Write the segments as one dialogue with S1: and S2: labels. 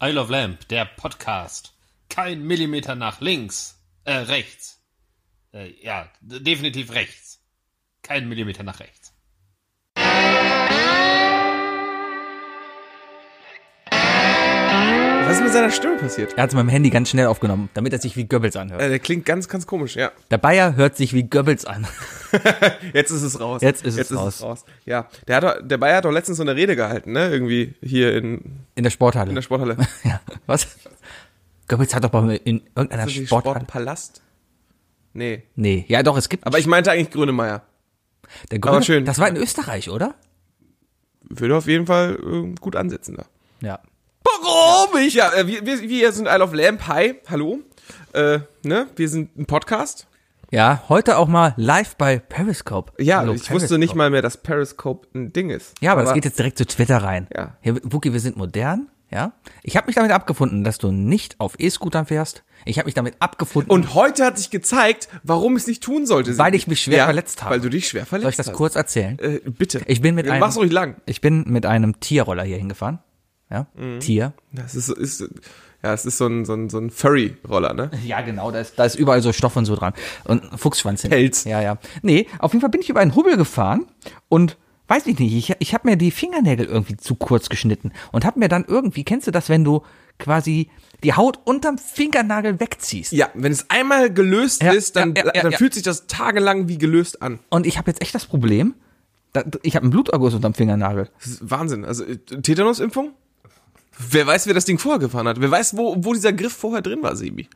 S1: Isle of Lamp, der Podcast. Kein Millimeter nach links. Äh, rechts. Äh, ja, d- definitiv rechts. Kein Millimeter nach rechts.
S2: Was ist mit seiner Stimme passiert?
S3: Er hat es mit dem Handy ganz schnell aufgenommen, damit er sich wie Goebbels anhört.
S2: Äh, der klingt ganz, ganz komisch, ja.
S3: Der Bayer hört sich wie Goebbels an.
S2: Jetzt ist es raus.
S3: Jetzt ist es raus.
S2: Ja, der, hat, doch- der Bayer hat doch letztens so eine Rede gehalten, ne? Irgendwie hier in,
S3: In der Sporthalle.
S2: in der Sporthalle.
S3: ja. Was? Goebbels hat doch bei in irgendeiner
S2: Ist das nicht
S3: Sporthalle.
S2: Sportpalast? Nee.
S3: nee, ja doch, es gibt.
S2: Aber ich meinte eigentlich Grönemeyer.
S3: der Grüne,
S2: schön.
S3: Das war in Österreich, oder?
S2: Würde auf jeden Fall ähm, gut ansetzen da.
S3: Ja.
S2: Warum ich? Ja, äh, wir, wir, wir sind Isle of Lamp. Hi, hallo. Äh, ne? Wir sind ein Podcast.
S3: Ja, heute auch mal live bei Periscope.
S2: Ja,
S3: Hallo,
S2: ich
S3: Periscope.
S2: wusste nicht mal mehr, dass Periscope ein Ding ist.
S3: Ja, aber, das geht jetzt direkt zu Twitter rein.
S2: Ja.
S3: Hier, Wookie, wir sind modern. Ja. Ich habe mich damit abgefunden, dass du nicht auf E-Scootern fährst. Ich habe mich damit abgefunden.
S2: Und heute hat sich gezeigt, warum ich es nicht tun sollte.
S3: Weil ich mich schwer verletzt habe.
S2: Weil du dich schwer verletzt
S3: soll ich das
S2: hast.
S3: kurz erzählen?
S2: Äh, bitte.
S3: Ich bin mit einem-
S2: Mach's ruhig lang.
S3: Ich bin mit einem Tierroller hier hingefahren. Ja.
S2: Mhm.
S3: Tier.
S2: Das ist, ist, ja, es ist so ein, so ein, so ein Furry-Roller, ne?
S3: Ja, genau, da ist, da ist überall so Stoff und so dran. Und ein Fuchsschwanz hin.
S2: Pelz.
S3: Ja, ja. Nee, auf jeden Fall bin ich über einen Hubbel gefahren und weiß ich nicht, ich, ich habe mir die Fingernägel irgendwie zu kurz geschnitten und habe mir dann irgendwie, kennst du das, wenn du quasi die Haut unterm Fingernagel wegziehst?
S2: Ja, wenn es einmal gelöst
S3: Ja,
S2: ist, dann,
S3: ja, ja, ja,
S2: dann
S3: ja.
S2: fühlt sich das tagelang wie gelöst an.
S3: Und ich habe jetzt echt das Problem, da, ich habe einen Bluterguss unterm Fingernagel.
S2: Das ist Wahnsinn. Also äh, Tetanus-Impfung? Wer weiß, wer das Ding vorher gefahren hat? Wer weiß, wo, wo dieser Griff vorher drin war, Sebi?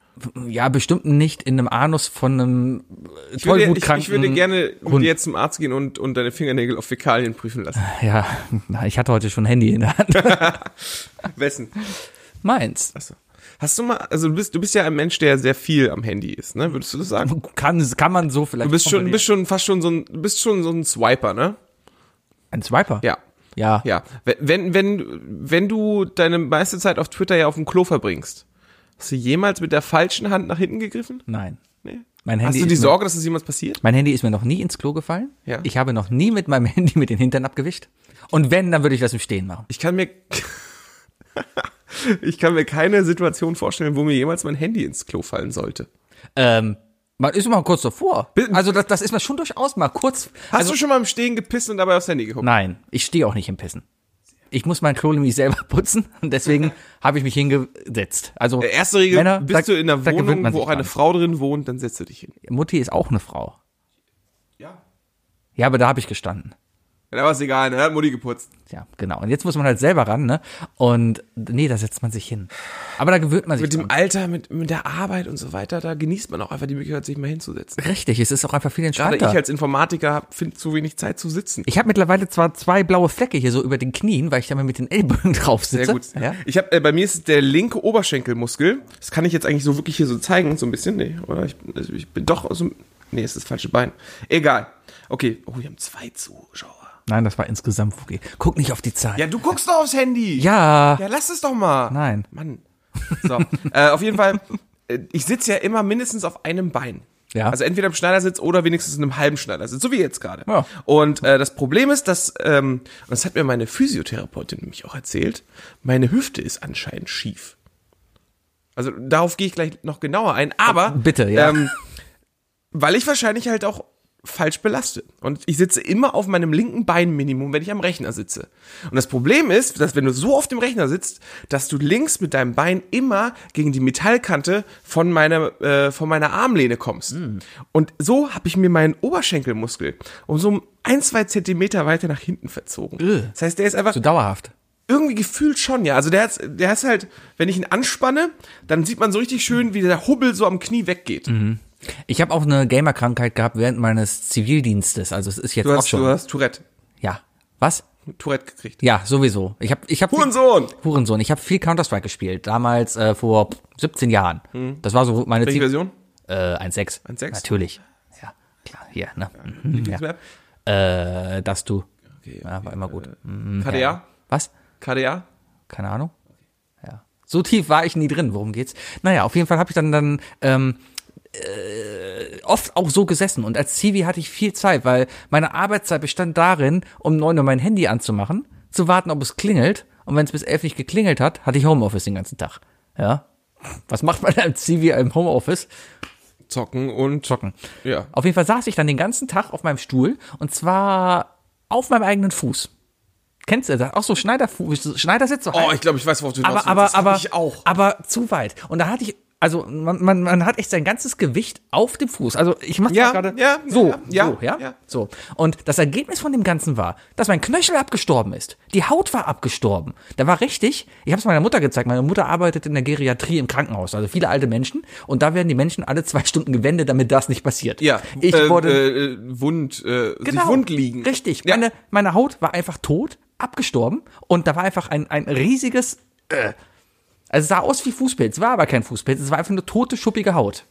S3: Ja, bestimmt nicht in einem Anus von einem äh,
S2: Ich würde, ich,
S3: tollwutkranken
S2: ich würde gerne mit
S3: Hund.
S2: dir jetzt zum Arzt gehen und, und deine Fingernägel auf Fäkalien prüfen lassen.
S3: Ja, na, ich hatte heute schon ein Handy in der Hand.
S2: Wessen?
S3: Meins.
S2: Achso. Hast du mal, also du bist, du bist ja ein Mensch, der sehr viel am Handy ist, ne? Würdest du das sagen?
S3: Kann, kann man so vielleicht
S2: Du bist schon, bist schon fast schon so ein, du bist schon so ein Swiper, ne?
S3: Ein Swiper?
S2: Ja.
S3: Ja.
S2: Ja. Wenn- Wenn, wenn, wenn du deine meiste Zeit auf Twitter ja auf dem Klo verbringst, hast du jemals mit der falschen Hand nach hinten gegriffen?
S3: Nein.
S2: Nee.
S3: Mein Handy,
S2: Hast du die
S3: ist mir,
S2: Sorge, dass es jemals passiert?
S3: mein Handy ist mir noch nie ins Klo gefallen.
S2: Ja.
S3: Ich habe noch nie mit meinem Handy mit den Hintern abgewischt. Und wenn, dann würde ich das im Stehen machen.
S2: Ich kann mir, ich kann mir keine Situation vorstellen, wo mir jemals mein Handy ins Klo fallen sollte.
S3: Ähm, man ist immer kurz davor.
S2: Bitte?
S3: Also das, das ist mir schon durchaus mal kurz.
S2: Hast
S3: also,
S2: du schon mal im Stehen gepisst und dabei aufs Handy geguckt?
S3: Nein, ich stehe auch nicht im Pissen. Ich muss mein Klo nämlich selber putzen und deswegen habe ich mich hingesetzt. Also
S2: Äh, Erste Regel,
S3: Männer,
S2: bist
S3: da-
S2: du in einer
S3: da gewöhnt
S2: Wohnung,
S3: man
S2: wo
S3: sich
S2: auch eine
S3: dran.
S2: Frau drin wohnt, dann setzt du dich hin.
S3: Mutti ist auch eine Frau.
S2: Ja.
S3: Ja, aber da habe ich gestanden.
S2: Da war es egal, ne? Hat Mutti geputzt.
S3: Ja, genau. Und jetzt muss man halt selber ran, ne? Und nee, da setzt man sich hin. Aber da gewöhnt man sich
S2: Mit
S3: dran.
S2: dem Alter, mit, mit der Arbeit und so weiter, da genießt man auch einfach die Möglichkeit, sich mal hinzusetzen.
S3: Richtig, es ist auch einfach viel
S2: Gerade
S3: entspannter.
S2: ich halt als Informatiker finde zu wenig Zeit zu sitzen.
S3: Ich habe mittlerweile zwar zwei blaue Flecke hier so über den Knien, weil ich da mal mit den Ellbogen drauf sitze.
S2: Sehr gut.
S3: Ja.
S2: Ich habe äh, bei mir ist es der linke Oberschenkelmuskel. Das kann ich jetzt eigentlich so wirklich hier so zeigen, so ein bisschen, nee, oder? Ich, also ich bin doch so Nee, es ist das falsche Bein. Egal. Okay, oh, wir haben zwei Zuschauer.
S3: Nein, das war insgesamt okay. Guck nicht auf die Zahl.
S2: Ja, du guckst doch aufs Handy.
S3: Ja.
S2: Ja, lass es doch mal.
S3: Nein.
S2: Mann. So, äh, auf jeden Fall, äh, ich sitze ja immer mindestens auf einem Bein.
S3: Ja.
S2: Also entweder im Schneidersitz oder wenigstens in einem halben Schneidersitz, so wie jetzt gerade.
S3: Ja.
S2: Und äh, das Problem ist, dass, ähm, und das hat mir meine Physiotherapeutin nämlich auch erzählt, meine Hüfte ist anscheinend schief. Also darauf gehe ich gleich noch genauer ein, aber
S3: Bitte, ja.
S2: ähm, weil ich wahrscheinlich halt auch falsch belaste. Und ich sitze immer auf meinem linken Bein Minimum, wenn ich am Rechner sitze. Und das Problem ist, dass wenn du so auf dem Rechner sitzt, dass du links mit deinem Bein immer gegen die Metallkante von meiner, äh, von meiner Armlehne kommst. Und so habe ich mir meinen Oberschenkelmuskel um so ein, zwei Zentimeter weiter nach hinten verzogen. Das heißt, der ist einfach
S3: So dauerhaft.
S2: irgendwie gefühlt schon, ja. Also der ist, der ist halt, wenn ich ihn anspanne, dann sieht man so richtig schön, wie der Hubbel so am Knie weggeht.
S3: Mhm, Ich habe auch eine Gamerkrankheit gehabt während meines Zivildienstes. Also es ist jetzt
S2: Du
S3: auch
S2: hast,
S3: schon.
S2: du hast Tourette.
S3: Ja. Was?
S2: Tourette gekriegt.
S3: Ja, sowieso. Ich habe ich hab
S2: Hurensohn!
S3: Hurensohn. Ich habe viel Counter Strike gespielt. Damals äh, vor 17 Jahren.
S2: Hm.
S3: Das war so meine
S2: Welche
S3: Ziel-
S2: Version?
S3: Äh, 1.6.
S2: 1.6.
S3: Natürlich. Ja. Klar. Hier. Ne.
S2: Ja.
S3: Ja. Äh, das du. ja, war immer gut. Hm.
S2: KDA?
S3: Was?
S2: KDA?
S3: keine Ahnung. Ja. So tief war ich nie drin, worum geht's? Naja, auf jeden Fall habe ich dann dann ähm, äh, oft auch so gesessen und als Zivi hatte ich viel Zeit, weil meine Arbeitszeit bestand darin, um 9 Uhr mein Handy anzumachen, zu warten, ob es klingelt und wenn es bis elf nicht geklingelt hat, hatte ich Homeoffice den ganzen Tag. Ja. Was macht man als Zivi im Homeoffice?
S2: Zocken und
S3: Zocken.
S2: Ja.
S3: Auf jeden Fall saß ich dann den ganzen Tag auf meinem Stuhl und zwar auf meinem eigenen Fuß. Kennst du das? Auch so Schneiderfuß, Schneidersitz. So
S2: Oh,
S3: halb.
S2: ich glaube, ich weiß, worauf du hinaus
S3: aber,
S2: willst.
S3: aber,
S2: Das hab
S3: aber, ah,
S2: ich auch.
S3: aber zu weit. Und da hatte ich, also man, man, man hat echt sein ganzes Gewicht auf dem Fuß. Also ich mache
S2: Ja,
S3: gerade
S2: ja,
S3: so,
S2: ja, ja,
S3: so, ja,
S2: ja.
S3: so. Und das Ergebnis von dem Ganzen war, dass mein Knöchel abgestorben ist. Die Haut war abgestorben. Da war richtig, ich habe es meiner Mutter gezeigt, meine Mutter arbeitet in der Geriatrie im Krankenhaus, also viele alte Menschen. Und da werden die Menschen alle zwei Stunden gewendet, damit das nicht passiert.
S2: ja,
S3: ich
S2: äh,
S3: wurde Genau.
S2: äh, äh, wund, äh, sich wund liegen.
S3: Richtig.
S2: Ja.
S3: Meine, meine Haut war einfach tot, abgestorben und da war einfach ein, ein riesiges. Äh, also es sah aus wie Fußpilz, war aber kein Fußpilz, es war einfach eine tote, schuppige Haut.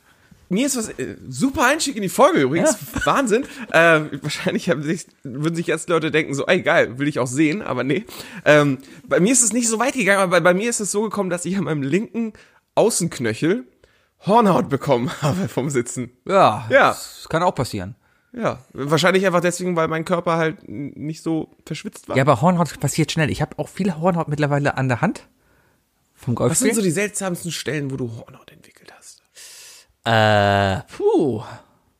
S2: Mir ist was äh, super Einstieg in die Folge übrigens. Wahnsinn. Äh, wahrscheinlich haben sich, würden sich jetzt Leute denken, so, ey geil, will ich auch sehen, aber nee. Ähm, bei mir ist es nicht so weit gegangen, aber bei, bei mir ist es so gekommen, dass ich an meinem linken Außenknöchel Hornhaut bekommen habe vom Sitzen.
S3: Ja,
S2: Ja.
S3: das kann auch passieren.
S2: Ja. Wahrscheinlich einfach deswegen, weil mein Körper halt n- nicht so verschwitzt war.
S3: Ja, aber Hornhaut passiert schnell. Ich habe auch viel Hornhaut mittlerweile an der Hand. Vom
S2: was sind
S3: Golfspiel.
S2: so die seltsamsten Stellen, wo du Hornhaut entwickelt hast?
S3: äh, puh.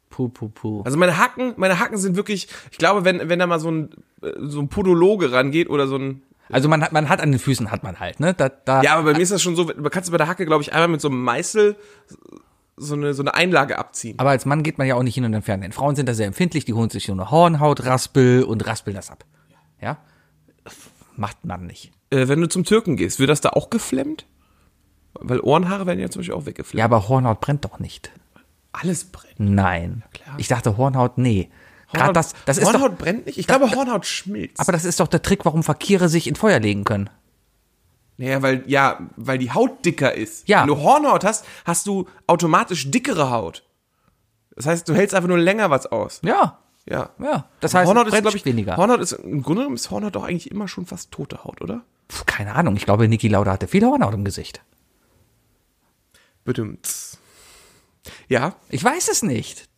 S3: Puh, puh, puh.
S2: Also meine Hacken, meine Hacken sind wirklich, ich glaube, wenn, wenn da mal so ein, äh, so ein Podologe rangeht oder so ein
S3: Also man hat, man hat an den Füßen, hat man halt, ne? Da, da,
S2: Ja, aber bei mir ist das schon so, du kannst bei der Hacke, glaube ich, einmal mit so einem Meißel so eine, so eine Einlage abziehen.
S3: Aber als Mann geht man ja auch nicht hin und entfernt. Denn Frauen sind da sehr empfindlich, die holen sich so eine Hornhautraspel und raspeln das ab. Ja? Macht man nicht.
S2: Äh, wenn du zum Türken gehst, wird das da auch geflemmt? Weil Ohrenhaare werden ja zum Beispiel auch
S3: Ja,
S2: weggeflemmt.
S3: aber Hornhaut brennt doch nicht.
S2: alles brennt.
S3: Nein.
S2: klar.
S3: Ich dachte Hornhaut, nee. Gerade das, das ist doch,
S2: Hornhaut brennt nicht? Ich glaube, Hornhaut schmilzt.
S3: aber das ist doch der Trick, warum Fakire sich in Feuer legen können.
S2: naja, weil, ja, weil die Haut dicker ist.
S3: Ja.
S2: Wenn du Hornhaut hast, hast du automatisch dickere Haut. Das heißt, du hältst einfach nur länger was aus.
S3: Ja,
S2: Ja.
S3: ja. Das heißt,
S2: Hornhaut
S3: Hornhaut
S2: ist,
S3: brennt
S2: glaube ich,
S3: weniger.
S2: Hornhaut ist, im Grunde genommen ist Hornhaut doch eigentlich immer schon fast tote Haut, oder?
S3: Puh, keine Ahnung. Ich glaube, Niki Lauda hatte viel Hornhaut im Gesicht.
S2: Bedimmt. Ja.
S3: Ich weiß es nicht.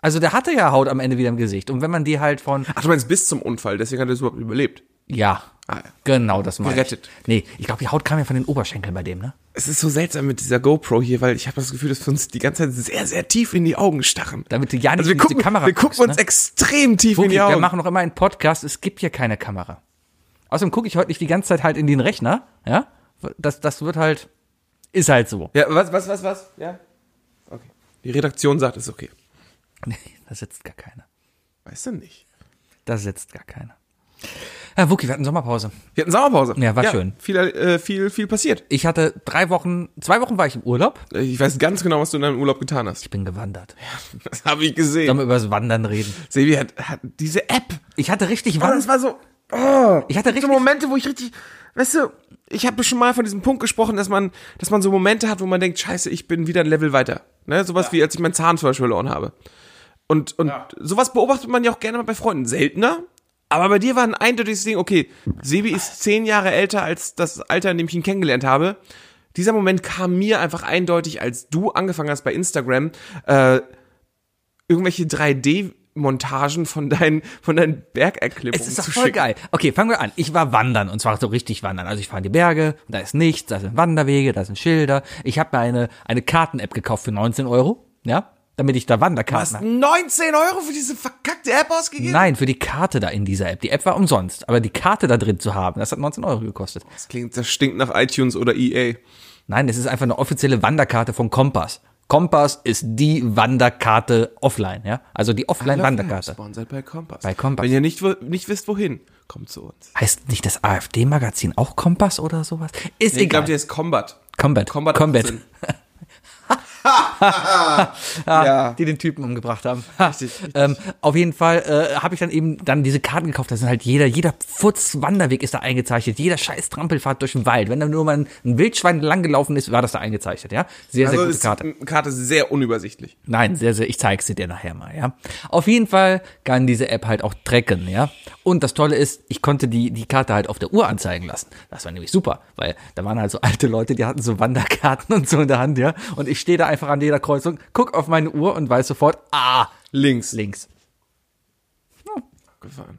S3: Also der hatte ja Haut am Ende wieder im Gesicht. Und wenn man die halt von,
S2: Ach, du meinst bis zum Unfall, deswegen hat er es überhaupt überlebt.
S3: ja,
S2: Ah, ja.
S3: genau das meine
S2: Gerettet.
S3: ich. Nee, ich glaube, die Haut kam ja von den Oberschenkeln bei dem, ne?
S2: Es ist so seltsam mit dieser GoPro hier, weil ich habe das Gefühl, dass wir uns die ganze Zeit sehr, sehr tief in die Augen starren.
S3: Damit du ja nicht
S2: also wir
S3: in diese
S2: gucken,
S3: Kamera
S2: Wir gucken
S3: guckst,
S2: uns
S3: ne?
S2: extrem tief in
S3: Gucki,
S2: die Augen.
S3: wir machen noch immer einen Podcast, es gibt hier keine Kamera. Außerdem gucke ich heute nicht die ganze Zeit halt in den Rechner, ja? Das, das wird halt, ist halt so.
S2: ja, was, was, was, was? Ja. Okay. Die Redaktion sagt, ist okay.
S3: Nee, da sitzt gar keiner.
S2: Weißt du nicht.
S3: Da sitzt gar keiner. Ja, Wookie, wir hatten Sommerpause.
S2: Wir hatten Sommerpause.
S3: Ja, war schön.
S2: Viel, äh, viel, viel passiert.
S3: Ich hatte drei Wochen, zwei Wochen war ich im Urlaub.
S2: Äh, Ich weiß ganz genau, was du in deinem Urlaub getan hast.
S3: Ich bin gewandert.
S2: Das habe ich
S3: Sollen
S2: gesehen.
S3: wir über das Wandern reden?
S2: Sevi hat, hat diese App.
S3: Ich hatte richtig
S2: Aber
S3: Wandern.
S2: das war so. Oh,
S3: Ich hatte
S2: so
S3: richtig-
S2: Momente, wo ich richtig. Weißt du, ich habe schon mal von diesem Punkt gesprochen, dass man, dass man so Momente hat, wo man denkt, scheiße, ich bin wieder ein Level weiter. Ne? Sowas wie als ich meinen Zahn zum Beispiel verloren habe. Und, und sowas beobachtet man ja auch gerne mal bei Freunden. Seltener. Aber bei dir war ein eindeutiges Ding, okay, Sebi ist zehn Jahre älter als das Alter, in dem ich ihn kennengelernt habe. Dieser Moment kam mir einfach eindeutig, als du angefangen hast bei Instagram, äh, irgendwelche 3D-Montagen von deinen, von deinen Bergerklimmungen
S3: Es ist doch
S2: zu
S3: voll
S2: schicken.
S3: geil. Okay, fangen wir an. Ich war wandern und zwar so richtig wandern. Also ich fahre in die Berge, da ist nichts, da sind Wanderwege, da sind Schilder. Ich habe mir eine, eine Karten-App gekauft für 19 Euro, ja, damit ich da Wanderkarten
S2: Hast
S3: habe.
S2: 19 Euro für diese verkackte App ausgegeben?
S3: Nein, für die Karte da in dieser App. Die App war umsonst, aber die Karte da drin zu haben, das hat 19 Euro gekostet.
S2: Das klingt, das stinkt nach iTunes oder E EA.
S3: Nein, es ist einfach eine offizielle Wanderkarte von Kompass. Kompass ist die Wanderkarte offline, ja, also die Offline-Wanderkarte.
S2: Sponsored bei Kompass.
S3: Bei Kompass.
S2: Wenn ihr nicht, wo- nicht wisst, wohin, kommt zu uns.
S3: Heißt nicht das AfD-Magazin auch Kompass oder sowas? Ist
S2: Ich
S3: egal.
S2: glaube, der ist Combat.
S3: Combat.
S2: Combat.
S3: Combat.
S2: 18. ja.
S3: Ah, die den Typen umgebracht haben.
S2: richtig.
S3: ähm, auf jeden Fall äh, habe ich dann eben dann diese Karten gekauft. Da sind halt jeder, jeder Furzwanderweg ist da eingezeichnet. Jeder scheiß Trampelfahrt durch den Wald. Wenn da nur mal ein ein Wildschwein langgelaufen ist, war das da eingezeichnet, ja? Sehr,
S2: Also
S3: sehr gute
S2: ist
S3: Karte.
S2: Karte. Karte sehr unübersichtlich.
S3: Nein, sehr, sehr, ich zeig's dir nachher mal, ja. Auf jeden Fall kann diese App halt auch tracken, ja. Und das Tolle ist, ich konnte die, die Karte halt auf der Uhr anzeigen lassen. Das war nämlich super, weil da waren halt so alte Leute, die hatten so Wanderkarten und so in der Hand, ja. Und ich stehe da einfach an jeder Kreuzung, guck auf meine Uhr und weiß sofort, ah,
S2: Links.
S3: links.
S2: Abgefahren.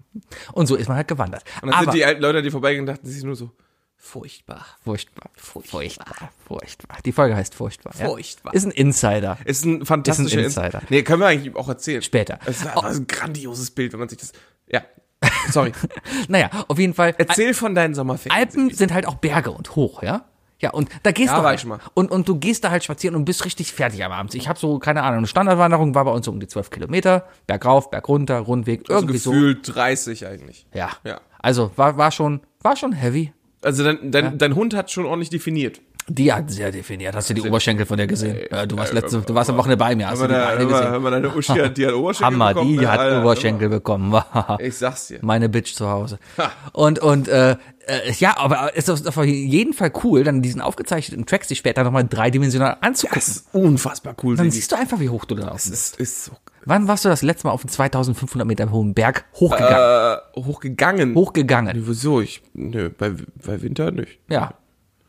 S3: Und so ist halt man halt gewandert.
S2: Und dann
S3: Aber
S2: sind die alten Leute, die vorbeigehen, dachten sich nur so,
S4: Furchtbar.
S3: Furchtbar. Furchtbar. Furchtbar. Die Folge heißt Furchtbar. Ja?
S4: Furchtbar.
S3: Ist ein Insider.
S2: Ist ein fantastischer
S3: Ist ein Insider.
S2: Nee, können wir eigentlich auch erzählen.
S3: Später. Oh.
S2: Es ist einfach ein grandioses Bild, wenn man sich das. Ja. Sorry.
S3: Naja, auf jeden Fall.
S2: Erzähl von deinen Sommerferien.
S3: Alpen sind halt auch Berge und hoch, ja? Ja, und da gehst
S2: Ja,
S3: du
S2: war
S3: halt,
S2: ich mal.
S3: Und, und du gehst da halt spazieren und bist richtig fertig am Abend. Ich habe so, keine Ahnung, eine Standardwanderung war bei uns so um die 12 Kilometer, bergauf, bergunter, Rundweg,
S2: also
S3: irgendwie
S2: gefühlt 30 eigentlich.
S3: so. Ja.
S2: Ja.
S3: Also war, war schon, war schon heavy.
S2: Also dein, dein, dein Hund hat schon ordentlich definiert.
S3: Die hat sehr definiert. Hast du die Oberschenkel von der gesehen? Ja, du warst letzte, du warst am Wochenende bei mir. Hast du die
S2: Äh, da,
S3: Beine gesehen?
S2: mal, deine Uschi hat, die hat Oberschenkel
S3: Hammer,
S2: bekommen,
S3: die
S2: ne?
S3: hat
S2: Alter,
S3: Oberschenkel bekommen.
S2: Hammer. Ich sag's dir.
S3: meine Bitch zu Hause. Und, und, äh, äh, ja, aber es ist auf jeden Fall cool, dann diesen aufgezeichneten Track sich später nochmal dreidimensional anzugucken.
S2: Das ist unfassbar cool,
S3: dann
S2: Sigi.
S3: siehst du einfach, wie hoch du da bist.
S2: Das ist so
S3: Wann warst du das letzte Mal auf einen 2500 Meter hohen Berg hochgegangen?
S2: äh, hochgegangen.
S3: hochgegangen.
S2: Wieso? Ich, nö, bei, bei Winter nicht.
S3: Ja.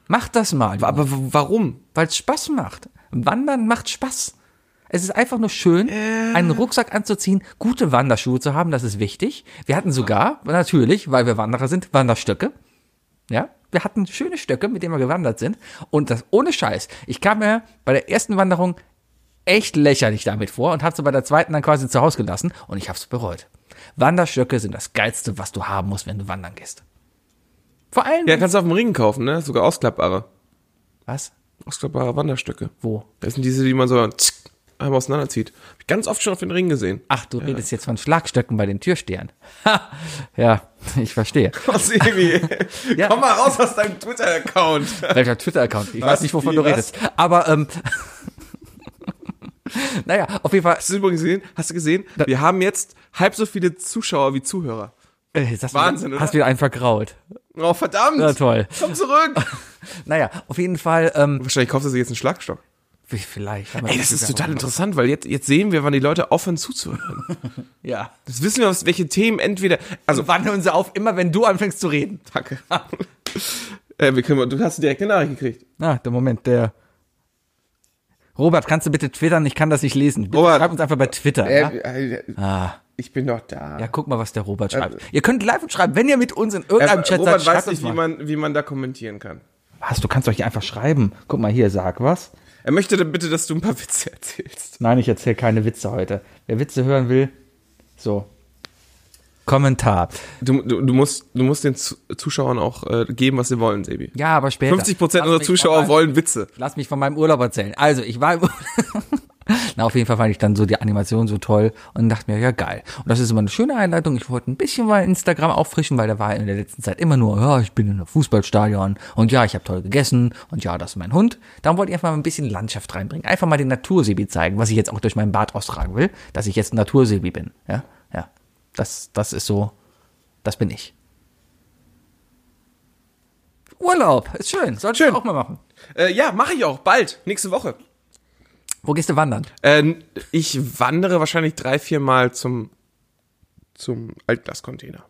S3: Mach das mal,
S2: Aber w- warum?
S3: weil es Spaß macht. Wandern macht Spaß. Es ist einfach nur schön, einen Rucksack anzuziehen, gute Wanderschuhe zu haben, das ist wichtig. Wir hatten sogar, natürlich, weil wir Wanderer sind, Wanderstöcke. Ja, wir hatten schöne Stöcke, mit denen wir gewandert sind. Und das ohne Scheiß. Ich kam mir bei der ersten Wanderung echt lächerlich damit vor und hab's bei der zweiten dann quasi zu Hause gelassen und ich hab's bereut. Wanderstöcke sind das Geilste, was du haben musst, wenn du wandern gehst. Vor allem.
S2: Ja, kannst du auf dem Ring kaufen, ne? Sogar ausklappbare.
S3: was?
S2: Ausklappbare Wanderstöcke.
S3: Wo?
S2: Das sind diese, die man so zick, einmal auseinanderzieht. Hab ich ganz oft schon auf den Ring gesehen.
S3: Ach, du redest jetzt von Schlagstöcken bei den Türstehern. Ha! Ja, ich verstehe.
S2: Was, Evi? Komm mal raus aus deinem Twitter-Account.
S3: Welcher Twitter-Account? Ich weiß
S2: Was?
S3: nicht, wovon
S2: Wie,
S3: du
S2: was?
S3: redest. Aber, ähm, naja, auf jeden Fall.
S2: Hast du übrigens gesehen? Hast du gesehen? Wir haben jetzt halb so viele Zuschauer wie Zuhörer.
S3: Äh, jetzt hast du-
S2: Wahnsinn, oder?
S3: Hast wieder einen vergraut.
S2: Oh, verdammt.
S3: Na toll.
S2: Komm zurück.
S3: Naja, auf jeden Fall, ähm,
S2: Wahrscheinlich kaufst du dir jetzt einen Schlagstock.
S3: wie- vielleicht. haben wir
S2: Ey, das ist total interessant, weil jetzt, jetzt sehen wir, wann die Leute aufhören zuzuhören.
S3: Ja.
S2: Das wissen wir, was- welche Themen entweder, also,
S3: Wandeln sie auf, immer wenn du anfängst zu reden.
S2: Kacke. äh, wir können, mal- du hast direkt eine Nachricht gekriegt.
S3: Na, der Moment, der. Robert, kannst du bitte twittern? Ich kann das nicht lesen. Bitte
S2: Robert.
S3: schreib uns einfach bei Twitter. ja? Ah.
S2: Äh, äh, Ich bin doch da. Äh,
S3: Ja, guck mal, was der Robert schreibt. Ihr könnt live und schreiben, wenn ihr mit uns in irgendeinem
S2: äh,
S3: Chat
S2: Robert weiß
S3: seid, schreibt
S2: nicht,
S3: uns
S2: wie
S3: mal.
S2: man, wie man da kommentieren kann.
S3: Was, du kannst doch hier einfach schreiben. Guck mal hier, sag was.
S2: Er möchte dann bitte, dass du ein paar Witze erzählst.
S3: Nein, ich erzähle keine Witze heute. Wer Witze hören will, so. Kommentar.
S2: Du, du, du, musst, du musst den Zu- Zuschauern auch äh, geben, was sie wollen, Sebi.
S3: Ja, aber später.
S2: 50 Prozent
S3: Lass
S2: unserer
S3: mich
S2: Zuschauer
S3: vorbei.
S2: wollen Witze.
S3: Lass mich von meinem Urlaub erzählen. Also, ich war im Urlaub. Na, auf jeden Fall fand ich dann so die Animation so toll und dachte mir, ja geil. Und das ist immer eine schöne Einleitung. Ich wollte ein bisschen mal Instagram auffrischen, weil da war in der letzten Zeit immer nur, ja, ich bin in einem Fußballstadion und ja, ich habe toll gegessen und ja, das ist mein Hund. Dann wollte ich einfach mal ein bisschen Landschaft reinbringen. Einfach mal den Natursebi zeigen, was ich jetzt auch durch meinen Bart austragen will, dass ich jetzt ein Natursebi bin. Ja, ja. Das, das ist so, das bin ich. Urlaub, ist schön. Solltest
S2: Schön.
S3: du auch mal machen.
S2: Äh, ja, mache ich auch. Bald. Nächste Woche.
S3: Wo gehst du wandern?
S2: Äh, ich wandere wahrscheinlich drei, vier Mal zum, zum Altglascontainer.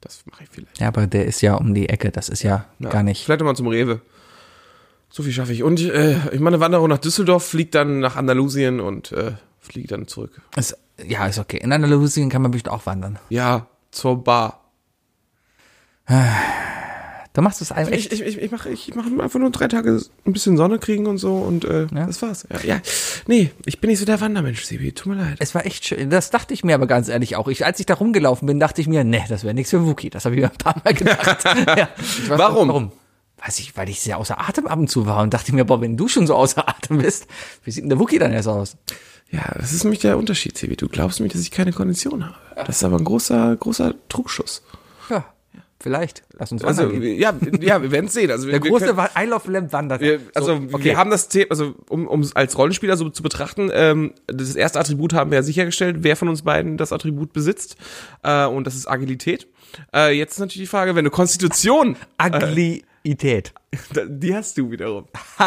S2: Das mache ich vielleicht.
S3: Ja, aber der ist ja um die Ecke, das ist ja,
S2: Ja,
S3: gar nicht.
S2: Vielleicht noch mal zum Rewe. So viel schaffe ich. Und äh, ich meine Wanderung nach Düsseldorf, fliegt dann nach Andalusien und äh, fliege dann zurück.
S3: Ist, ja, ist okay. In Andalusien kann man bestimmt auch wandern.
S2: Ja, zur Bar.
S3: Da machst du es einfach echt.
S2: Ich, ich, ich, ich mache ich mach einfach nur drei Tage ein bisschen Sonne kriegen und so und äh, das war's. Ja, ja. Nee, ich bin nicht so der Wandermensch, Sebi. Tut mir leid.
S3: Es war echt schön. Das dachte ich mir aber ganz ehrlich auch. Ich, als ich da rumgelaufen bin, dachte ich mir, nee, das wäre nichts für Wookie. Das habe ich mir ein paar Mal gedacht. ja, ich weiß
S2: Warum?
S3: nicht, Warum? Weiß ich, weil ich sehr außer Atem ab und zu war und dachte mir, boah, wenn du schon so außer Atem bist, wie sieht denn der Wookie dann erst aus?
S2: Ja, das ist nämlich der Unterschied, Sebi. Du glaubst mir, dass ich keine Kondition habe. Das ist aber ein großer, großer Druckschuss.
S3: Ja, vielleicht. Lass uns
S2: Also,
S3: wandern gehen.
S2: ja, ja, wir werden es sehen. Also, wir,
S3: Der
S2: wir
S3: große
S2: können-
S3: Wa- I Love Lamp wandert.
S2: wir, also
S3: so, okay.
S2: wir haben das Thema, also um, um es als Rollenspieler so zu betrachten, ähm, das erste Attribut haben wir ja sichergestellt, wer von uns beiden das Attribut besitzt. Äh, und das ist Agilität. Äh, jetzt ist natürlich die Frage, wenn du Konstitution, äh,
S3: Agilität.
S2: die hast du wiederum.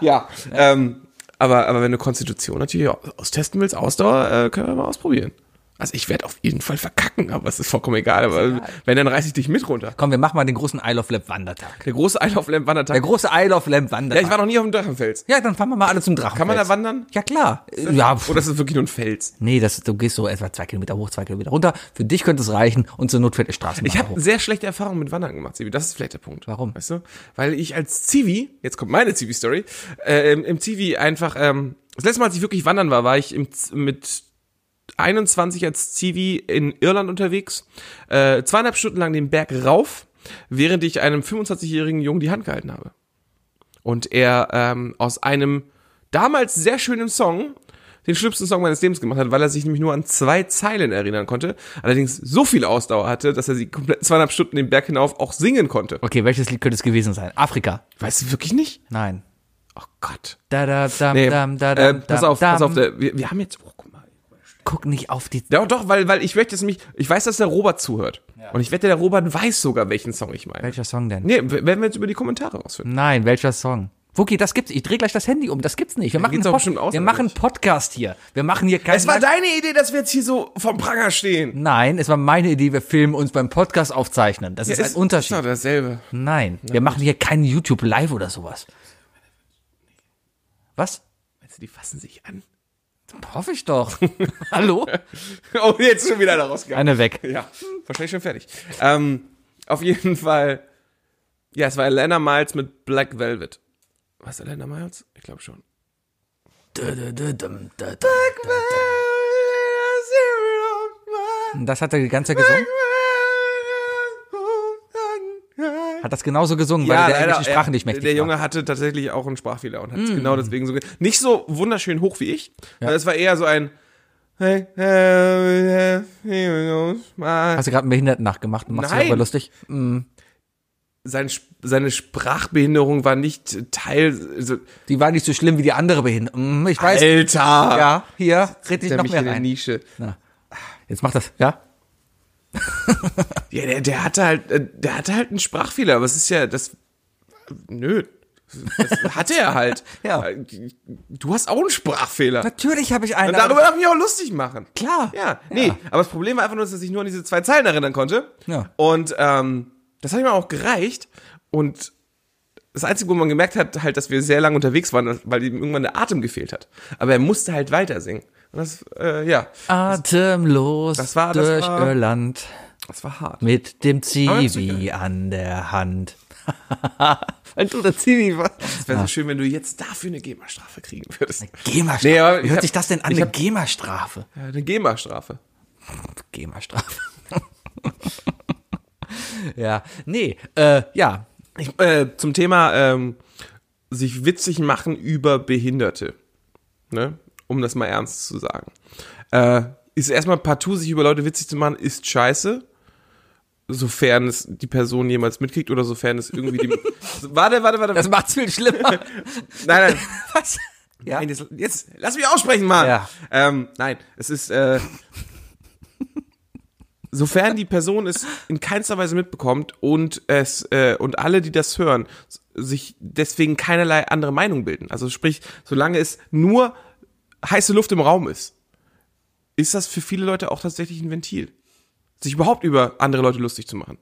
S2: ja. Ähm, aber, aber wenn du Konstitution natürlich au- austesten willst, Ausdauer, äh, können wir mal ausprobieren. Also ich werde auf jeden Fall verkacken, aber es ist vollkommen egal. Aber wenn, dann reiß ich dich mit runter.
S3: Komm, wir machen mal den großen Isle of Lamp Wandertag.
S2: Der große Isle of Lamp Wandertag.
S3: Der große Isle of Lamp Wandertag.
S2: ja, ich war noch nie auf dem Drachenfels.
S3: Ja, dann fahren wir mal alle zum Drachen.
S2: Kann man da wandern?
S3: Ja, klar. Ja, pf,
S2: Oder Oh, ist es wirklich nur ein Fels?
S3: nee, das, du gehst so etwa zwei Kilometer hoch, zwei Kilometer runter. Für dich könnte es reichen und zur Not fährt die Straßenbahn
S2: Ich habe
S3: hoch.
S2: sehr schlechte Erfahrungen mit Wandern gemacht, Zivi. Das ist vielleicht der Punkt.
S3: Warum?
S2: Weißt du? Weil ich als Zivi, jetzt kommt meine Zivi-Story, äh, im, im Zivi einfach, ähm, das letzte Mal, als ich wirklich wandern war, war ich im, Z- mit 21 als Zivi in Irland unterwegs, äh, zweieinhalb Stunden lang den Berg rauf, während ich einem 25-jährigen Jungen die Hand gehalten habe. Und er ähm, aus einem damals sehr schönen Song den schlimmsten Song meines Lebens gemacht hat, weil er sich nämlich nur an zwei Zeilen erinnern konnte, allerdings so viel Ausdauer hatte, dass er sie komplett zweieinhalb Stunden den Berg hinauf auch singen konnte.
S3: Okay, welches Lied könnte es gewesen sein? Afrika.
S2: Weißt du wirklich nicht?
S3: Nein.
S2: Oh Gott.
S3: Da, da, da,
S2: Nee,
S3: da, da, da,
S2: äh, pass auf, pass auf, der, wir, wir haben jetzt, oh, guck mal.
S3: Guck nicht auf die.
S2: Ja, doch, weil, weil ich möchte es mich, ich weiß, dass der Robert zuhört. Und ich wette, der Robert weiß sogar, welchen Song ich meine.
S3: Welcher Song denn?
S2: Nee, w- werden wir jetzt über die Kommentare rausfinden.
S3: Nein, welcher Song? Wookie, das gibt's. Ich dreh gleich das Handy um. Das gibt's nicht. Wir machen,
S2: geht's doch
S3: einen Pod-
S2: bestimmt aus,
S3: wir
S2: oder
S3: machen einen
S2: nicht?
S3: Podcast hier. Wir machen hier keinen.
S2: Es war deine Idee, dass wir jetzt hier so vom Pranger stehen.
S3: Nein, es war meine Idee. Wir filmen uns beim Podcast aufzeichnen. Das ist
S2: Es
S3: ein Unterschied.
S2: Ist doch dasselbe.
S3: Nein, wir machen hier keinen YouTube Live oder sowas. Was?
S2: Meinst du, also die fassen sich an?
S3: Hoffe ich doch. Hallo?
S2: Oh, jetzt schon wieder da rausgegangen.
S3: Eine weg.
S2: Ja, wahrscheinlich schon fertig. Ähm, auf jeden Fall, ja, es war Elena Miles mit Black Velvet. Was, Elena Miles? Ich glaube schon.
S3: Das hat er die ganze Zeit gesungen. Hat das genauso gesungen, weil der englische Sprache nicht mächtig
S2: der Junge
S3: war. Mm.
S2: hatte tatsächlich auch einen Sprachfehler und hat es genau deswegen so ge- nicht so wunderschön hoch wie ich.
S3: Ja.
S2: sondern Es war eher so ein
S3: Hast du gerade einen Behinderten nachgemacht und machst dich
S2: Nein.
S3: darüber lustig?
S2: sein, Sp- seine Sprachbehinderung war nicht Teil. Also,
S3: Die war nicht so schlimm wie die andere Behinderung. Hm, Ich weiß.
S2: Alter!
S3: Ja, hier, red dich
S2: der
S3: noch
S2: mich in
S3: mehr
S2: der
S3: rein.
S2: Nische.
S3: Jetzt mach das, ja?
S2: Ja, der, der hatte halt, äh, der hatte halt einen Sprachfehler, aber es ist ja, das, nö. Das hatte er halt.
S3: Ja.
S2: Äh, Du hast auch einen Sprachfehler.
S3: Natürlich habe ich einen.
S2: Und darüber darf ich mich auch lustig machen.
S3: Klar.
S2: Ja, nee. Aber das Problem war einfach nur, dass ich nur an diese zwei Zeilen erinnern konnte.
S3: Ja.
S2: Und ähm, das hat mir auch gereicht. Und das Einzige, wo man gemerkt hat, halt, dass wir sehr lange unterwegs waren, weil ihm irgendwann der Atem gefehlt hat. Aber er musste halt weiter singen. Und das, äh, ja,
S3: Atemlos
S2: Das war- das
S3: durch
S2: war-
S3: Irland
S2: das war hart.
S3: mit dem
S2: das ist
S3: Zivi an der Hand. Weil du der Zivi warst.
S2: Es wäre so schön, wenn du jetzt dafür eine GEMA-Strafe kriegen würdest.
S3: GEMA-Strafe.
S2: Nee, aber
S3: Wie
S2: ich
S3: hört
S2: hab-
S3: sich das denn an?
S2: ich
S3: Eine
S2: hab-
S3: GEMA-Strafe.
S2: Ja, Eine GEMA-Strafe.
S3: GEMA-Strafe. ja, nee, äh, ja.
S2: Ich- Äh, zum Thema ähm, sich witzig machen über Behinderte, ne? um das mal ernst zu sagen. Äh, ist erstmal partout, sich über Leute witzig zu machen, ist scheiße, sofern es die Person jemals mitkriegt oder sofern es irgendwie die... warte, warte, warte.
S3: Das macht's viel schlimmer.
S2: nein, nein.
S3: Was? Ja.
S2: Nein, jetzt, jetzt lass mich aussprechen, Mann.
S3: Ja.
S2: Ähm, nein, es ist äh, sofern die Person es in keinster Weise mitbekommt und es äh, und alle, die das hören, s- sich deswegen keinerlei andere Meinung bilden. Also sprich, solange es nur heiße Luft im Raum ist, ist das für viele Leute auch tatsächlich ein Ventil, sich überhaupt über andere Leute lustig zu machen.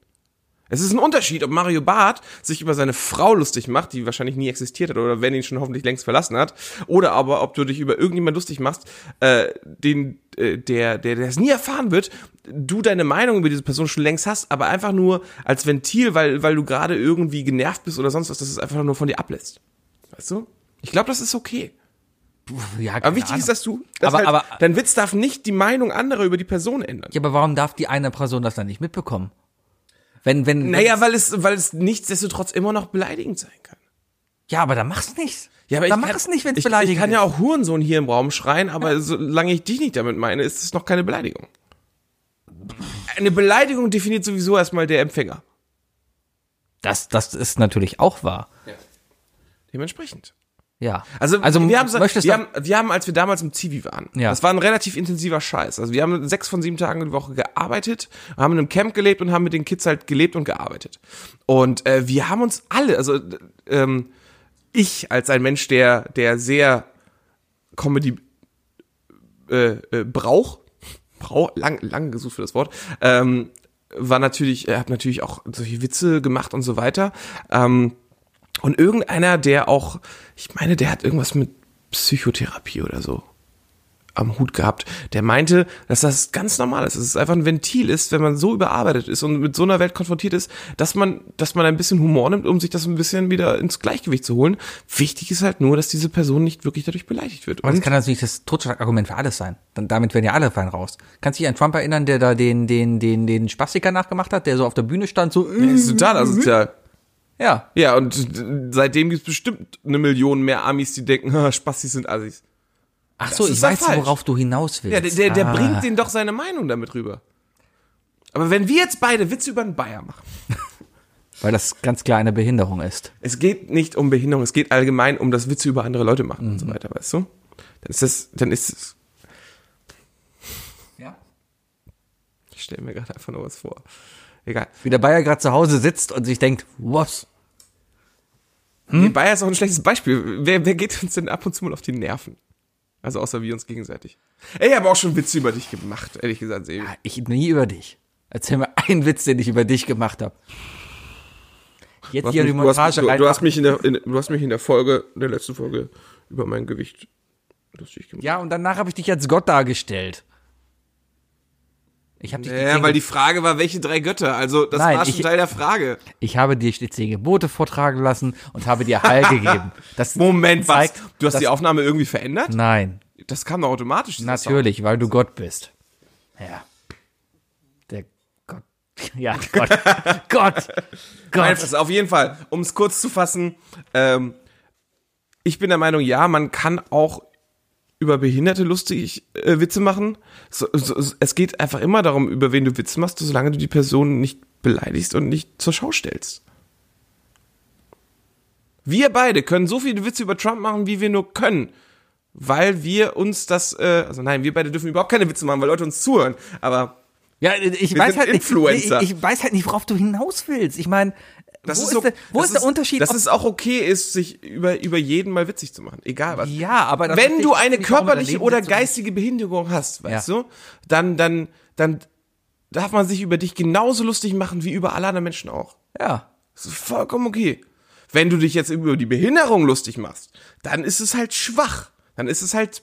S2: Es ist ein Unterschied, ob Mario Barth sich über seine Frau lustig macht, die wahrscheinlich nie existiert hat oder wenn ihn schon hoffentlich längst verlassen hat, oder aber ob du dich über irgendjemand lustig machst, äh, den, äh, der, der, der es nie erfahren wird, du deine Meinung über diese Person schon längst hast, aber einfach nur als Ventil, weil, weil du gerade irgendwie genervt bist oder sonst was, dass es einfach nur von dir ablässt. Weißt du? Ich glaube, das ist okay.
S3: ja
S2: Aber wichtig ist, dass du, dass halt
S3: Aber- aber-
S2: dein Witz darf nicht die Meinung anderer über die Person ändern.
S3: Ja, aber warum darf die eine Person das dann nicht mitbekommen? Wenn, wenn.
S2: Naja, weil es, weil es nichtsdestotrotz immer noch beleidigend sein kann.
S3: Ja, aber dann mach's nicht.
S2: Ja, aber
S3: dann
S2: ich
S3: mach
S2: kann,
S3: es nicht, wenn's
S2: ich,
S3: beleidigend
S2: Ich kann
S3: ist.
S2: ja auch Hurensohn hier im Raum schreien, aber solange ich dich nicht damit meine, ist es noch keine Beleidigung. Eine Beleidigung definiert sowieso erstmal der Empfänger.
S3: Das, das ist natürlich auch wahr.
S2: Dementsprechend.
S3: Ja.
S2: Also, wir, haben, so-
S3: möchtest
S2: wir,
S3: du,
S2: haben, wir haben, als wir damals im Zivi waren,
S3: Ja.
S2: das war ein relativ intensiver Scheiß. Also wir haben sechs von sieben Tagen die Woche gearbeitet, haben in einem Camp gelebt und haben mit den Kids halt gelebt und gearbeitet. Und äh, wir haben uns alle, also äh, ähm, ich als ein Mensch, der, der sehr Comedy äh, äh, braucht, brau, lang, lang gesucht für das Wort, ähm, war natürlich, er hat natürlich auch solche Witze gemacht und so weiter. Ähm, und irgendeiner, der auch, ich meine, der hat irgendwas mit Psychotherapie oder so am Hut gehabt, der meinte, dass das ganz normal ist, dass es einfach ein Ventil ist, wenn man so überarbeitet ist und mit so einer Welt konfrontiert ist, dass man, dass man ein bisschen Humor nimmt, um sich das ein bisschen wieder ins Gleichgewicht zu holen. Wichtig ist halt nur, dass diese Person nicht wirklich dadurch beleidigt wird.
S3: Aber das
S2: Und
S3: kann natürlich das Totschlagargument für alles sein. Dann, damit werden ja alle fein raus. Kannst du dich an Trump erinnern, der da den, den, den, den Spastiker nachgemacht hat, der so auf der Bühne stand, so, äh,
S2: das ist total asozial.
S3: ja.
S2: Ja, und seitdem gibt es bestimmt eine Million mehr Amis, die denken, "Ha, Spastis sind Assis.
S3: Ach so,
S2: ist
S3: ich
S2: doch
S3: weiß,
S2: falsch.
S3: worauf du hinaus willst.
S2: Ja, der, der, der
S3: Ah.
S2: bringt denen doch seine Meinung damit rüber. Aber wenn wir jetzt beide Witze über einen Bayer machen,
S3: Weil das ganz klar eine Behinderung ist.
S2: es geht nicht um Behinderung, es geht allgemein um das Witze über andere Leute machen und so weiter, weißt du? Dann ist das, dann ist es,
S3: Ja.
S2: ich stelle mir gerade einfach nur was vor. Egal.
S3: Wie der Bayer gerade zu Hause sitzt und sich denkt, was?
S2: Nee, Bayer ist auch ein schlechtes Beispiel. Wer, wer geht uns denn ab und zu mal auf die Nerven? Also außer wir uns gegenseitig. Ey, ich habe auch schon Witze über dich gemacht, ehrlich gesagt, Sebi.
S3: Ich nie über dich. Erzähl mir einen Witz, den ich über dich gemacht habe. Jetzt
S2: Du hast,
S3: hier die
S2: mich, du, hast,
S3: Montage
S2: du, du, hast
S3: reinmachen.
S2: mich in der, in, du hast mich in der Folge, in der letzten Folge, über mein Gewicht lustig gemacht.
S3: Ja, und danach habe ich dich als Gott dargestellt. Ich habe dich
S2: Ja, weil die Frage war, welche drei Götter? Also das
S3: Nein,
S2: war schon
S3: ich-
S2: Teil der Frage.
S3: Ich habe dir die zehn Gebote vortragen lassen und habe dir Heil gegeben. Das
S2: Moment, was?
S3: zeigt,
S2: Du hast
S3: dass-
S2: die Aufnahme irgendwie verändert?
S3: Nein,
S2: Das kam doch automatisch. dieser
S3: natürlich, weil du Gott bist. Ja. Der Gott. Ja, Gott. Gott.
S2: Song. Nein,
S3: Gott.
S2: Fresse, auf jeden Fall, um es kurz zu fassen, ähm, ich bin der Meinung, ja, man kann auch über Behinderte lustig äh, Witze machen. So, so, so, es geht einfach immer darum, über wen du Witze machst, solange du die Person nicht beleidigst und nicht zur Schau stellst. Wir beide können so viele Witze über Trump machen, wie wir nur können. Weil wir uns das, äh, also nein, wir beide dürfen überhaupt keine Witze machen, weil Leute uns zuhören. Aber
S3: Ja, ich
S2: Wir
S3: weiß
S2: sind
S3: halt nicht,
S2: Influencer.
S3: Ich, ich weiß halt nicht, worauf du hinaus willst. Ich meine, wo
S2: Das
S3: ist,
S2: ist, so,
S3: der, wo
S2: das
S3: ist der Unterschied?
S2: Dass
S3: ob-
S2: es auch okay ist, sich über, über jeden mal witzig zu machen. Egal was.
S3: Ja, aber das
S2: Wenn du
S3: verstehe ich
S2: eine
S3: nicht, warum man
S2: körperliche
S3: daneben
S2: oder
S3: sitzt und-
S2: geistige Behinderung hast, weißt
S3: Ja.
S2: du, dann, dann, dann darf man sich über dich genauso lustig machen wie über alle anderen Menschen auch.
S3: ja.
S2: Das ist vollkommen okay. Wenn du dich jetzt über die Behinderung lustig machst, dann ist es halt schwach. Dann ist es halt,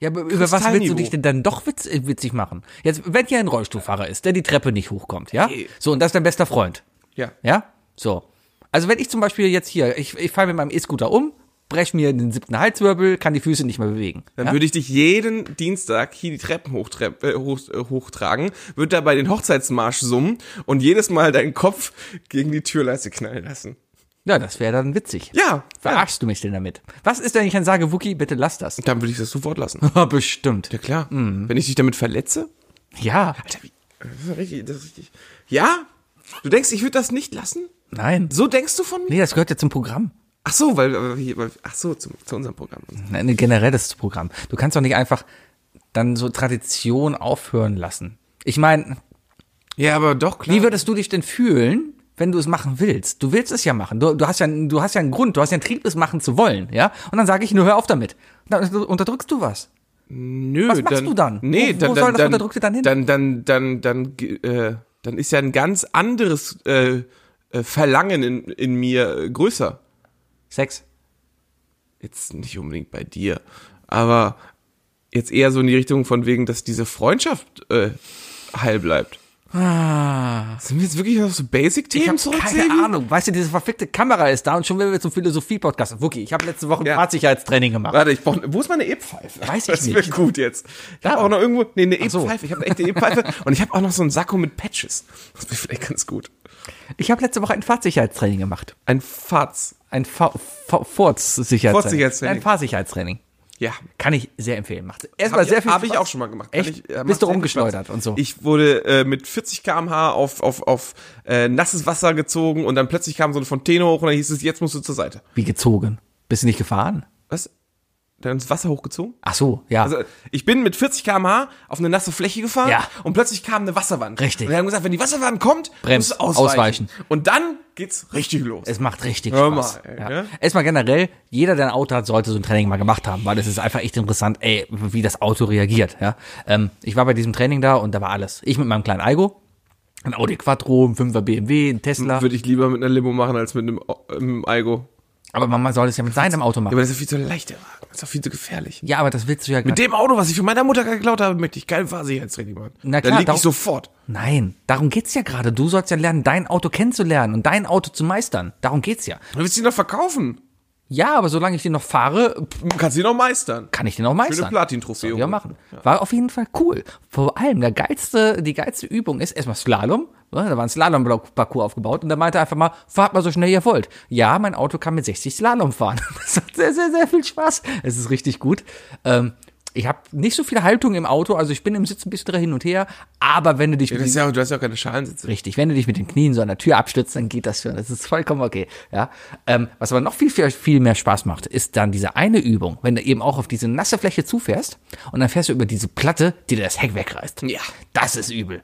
S3: Ja, aber über was willst du
S2: Kristallniveau.
S3: dich denn dann doch witz, äh, witzig machen? Jetzt, wenn hier ein Rollstuhlfahrer ist, der die Treppe nicht hochkommt, ja?
S2: Ey.
S3: So, und das ist dein bester Freund.
S2: ja.
S3: Ja? So. Also wenn ich zum Beispiel jetzt hier, ich, ich falle mit meinem E-Scooter um, breche mir den siebten Halswirbel, kann die Füße nicht mehr bewegen.
S2: Dann
S3: ja?
S2: würde ich dich jeden Dienstag hier die Treppen hochtrepp, äh, hoch, äh, hochtragen, würde dabei den Hochzeitsmarsch summen und jedes Mal deinen Kopf gegen die Türleiste knallen lassen.
S3: ja, das wäre dann witzig.
S2: Ja, ja.
S3: Verarschst du mich denn damit? Was ist, wenn ich dann sage, Wookie, bitte lass das?
S2: Dann würde ich das sofort lassen.
S3: Bestimmt.
S2: Ja klar. Wenn ich dich damit verletze?
S3: Ja.
S2: Alter, wie, das ist richtig, das ist richtig. Ja? Du denkst, ich würde das nicht lassen?
S3: Nein.
S2: So denkst du von mir?
S3: Nee, das gehört ja zum Programm.
S2: Ach so, weil, weil, hier- weil ach so, zu, zu unserem Programm.
S3: Nein, generell das ist Ne, Programm. Du kannst doch nicht einfach dann so Tradition aufhören lassen. Ich meine,
S2: Ja, aber doch klar.
S3: wie würdest du dich denn fühlen, wenn du es machen willst? Du willst es ja machen. Du, du, hast, ja, du hast ja einen Grund, du hast ja einen Trieb, es machen zu wollen, ja? Und dann sage ich nur, hör auf damit. Dann unterdrückst du was.
S2: Nö,
S3: Was machst
S2: dann,
S3: du dann?
S2: Nee,
S3: Wo-
S2: dann,
S3: wo soll
S2: dann,
S3: das
S2: dann,
S3: Unterdrückte dann hin?
S2: Dann, dann, dann, dann, ge- äh, dann ist ja ein ganz anderes äh, äh, Verlangen in, in mir äh, größer.
S3: Sex.
S2: Jetzt nicht unbedingt bei dir, aber jetzt eher so in die Richtung von wegen, dass diese Freundschaft äh, heil bleibt. Ah. Sind wir jetzt wirklich auf so
S3: Ich
S2: Basic-Themen
S3: habe
S2: zurück,
S3: keine
S2: Sebi?
S3: Ahnung. Weißt du, diese verfickte Kamera ist da und schon werden wir zum Philosophie-Podcast. Wookie, ich habe letzte Woche ein
S2: Ja.
S3: Fahrtsicherheitstraining gemacht.
S2: Warte, ich brauche. Wo ist meine E-Pfeife?
S3: Weiß ich
S2: das
S3: nicht.
S2: wird gut jetzt. Ich habe
S3: Da.
S2: auch noch irgendwo. Nee, eine
S3: so.
S2: E-Pfeife. Ich habe eine echte E-Pfeife. und ich habe auch noch so einen Sakko mit Patches. Das wäre vielleicht ganz gut.
S3: Ich habe letzte Woche ein Fahrtsicherheitstraining gemacht.
S2: Ein Farz.
S3: Ein Fa Fa Fahrtsicherheitstraining.
S2: Fahrtsicherheitstraining.
S3: Ein Fahrsicherheitstraining.
S2: Ja.
S3: Kann ich sehr empfehlen. Macht
S2: Habe
S3: erstmal
S2: ich,
S3: sehr viel
S2: hab ich
S3: Spaß.
S2: auch schon mal gemacht. Kann
S3: Echt?
S2: Ich, äh, macht
S3: Bist du
S2: sehr viel
S3: rumgeschleudert
S2: Spaß.
S3: und so?
S2: Ich wurde äh, mit 40 km/h auf, auf, auf äh, nasses Wasser gezogen und dann plötzlich kam so eine Fontäne hoch und dann hieß es, jetzt musst du zur Seite.
S3: Wie gezogen? Bist du nicht gefahren?
S2: Was? Der hat uns Wasser hochgezogen.
S3: Ach so, ja.
S2: Also ich bin mit 40 km/h auf eine nasse Fläche gefahren
S3: Ja.
S2: und plötzlich kam eine Wasserwand.
S3: Richtig.
S2: Und wir haben gesagt, wenn die Wasserwand kommt,
S3: Bremst,
S2: musst du ausweichen.
S3: ausweichen.
S2: Und dann geht's richtig los.
S3: es macht richtig
S2: Hör mal,
S3: Spaß.
S2: ey,
S3: ja.
S2: ne?
S3: Erstmal generell, jeder, der ein Auto hat, sollte so ein Training mal gemacht haben, weil es ist einfach echt interessant, ey, wie das Auto reagiert. Ja? Ähm, ich war bei diesem Training da und da war alles. Ich mit meinem kleinen Algo, ein Audi Quattro, ein 5er BMW, ein Tesla.
S2: Würde ich lieber mit einer Limo machen als mit einem, äh, O- einem Algo.
S3: Aber man soll es ja mit seinem Auto
S2: Aber
S3: machen.
S2: das ist ja viel zu leicht, der Wagen. Das ist doch viel zu gefährlich.
S3: Ja, aber das willst du ja
S2: Mit
S3: grad-
S2: dem Auto, was ich von meiner Mutter geklaut habe, möchte ich kein Fahrsicherheitstraining machen.
S3: Na
S2: da
S3: klar,
S2: lieg ich
S3: darum-
S2: sofort.
S3: Nein, darum geht's ja gerade. Du sollst ja lernen, dein Auto kennenzulernen und dein Auto zu meistern. Darum geht's ja.
S2: Dann willst du ihn noch verkaufen.
S3: Ja, aber solange ich den noch fahre, pff,
S2: Kannst du ihn noch meistern.
S3: kann ich den auch meistern.
S2: Schöne Platin-Trophäe.
S3: Ja, machen. War auf jeden Fall cool. Vor allem, der geilste, die geilste Übung ist erstmal Slalom. Ja, Da war ein Slalom-Parcours aufgebaut und da meinte er einfach mal, fahrt mal so schnell ihr wollt. Ja, mein Auto kann mit 60 Slalom fahren. Das hat sehr, sehr, sehr viel Spaß. Es ist richtig gut. Ähm, ich habe nicht so viel Haltung im Auto, also ich bin im Sitz ein bisschen hin und her, aber wenn du dich
S2: Ja,
S3: mit
S2: das ist ja, du hast ja auch keine Schalensitze.
S3: Richtig, wenn du dich mit den Knien so an der Tür abstützt, dann geht das schon. Das ist vollkommen okay. Ja. Ähm, was aber noch viel, viel, viel mehr Spaß macht, ist dann diese eine Übung, wenn du eben auch auf diese nasse Fläche zufährst und dann fährst du über diese Platte, die dir das Heck wegreißt.
S2: Ja.
S3: Das ist übel.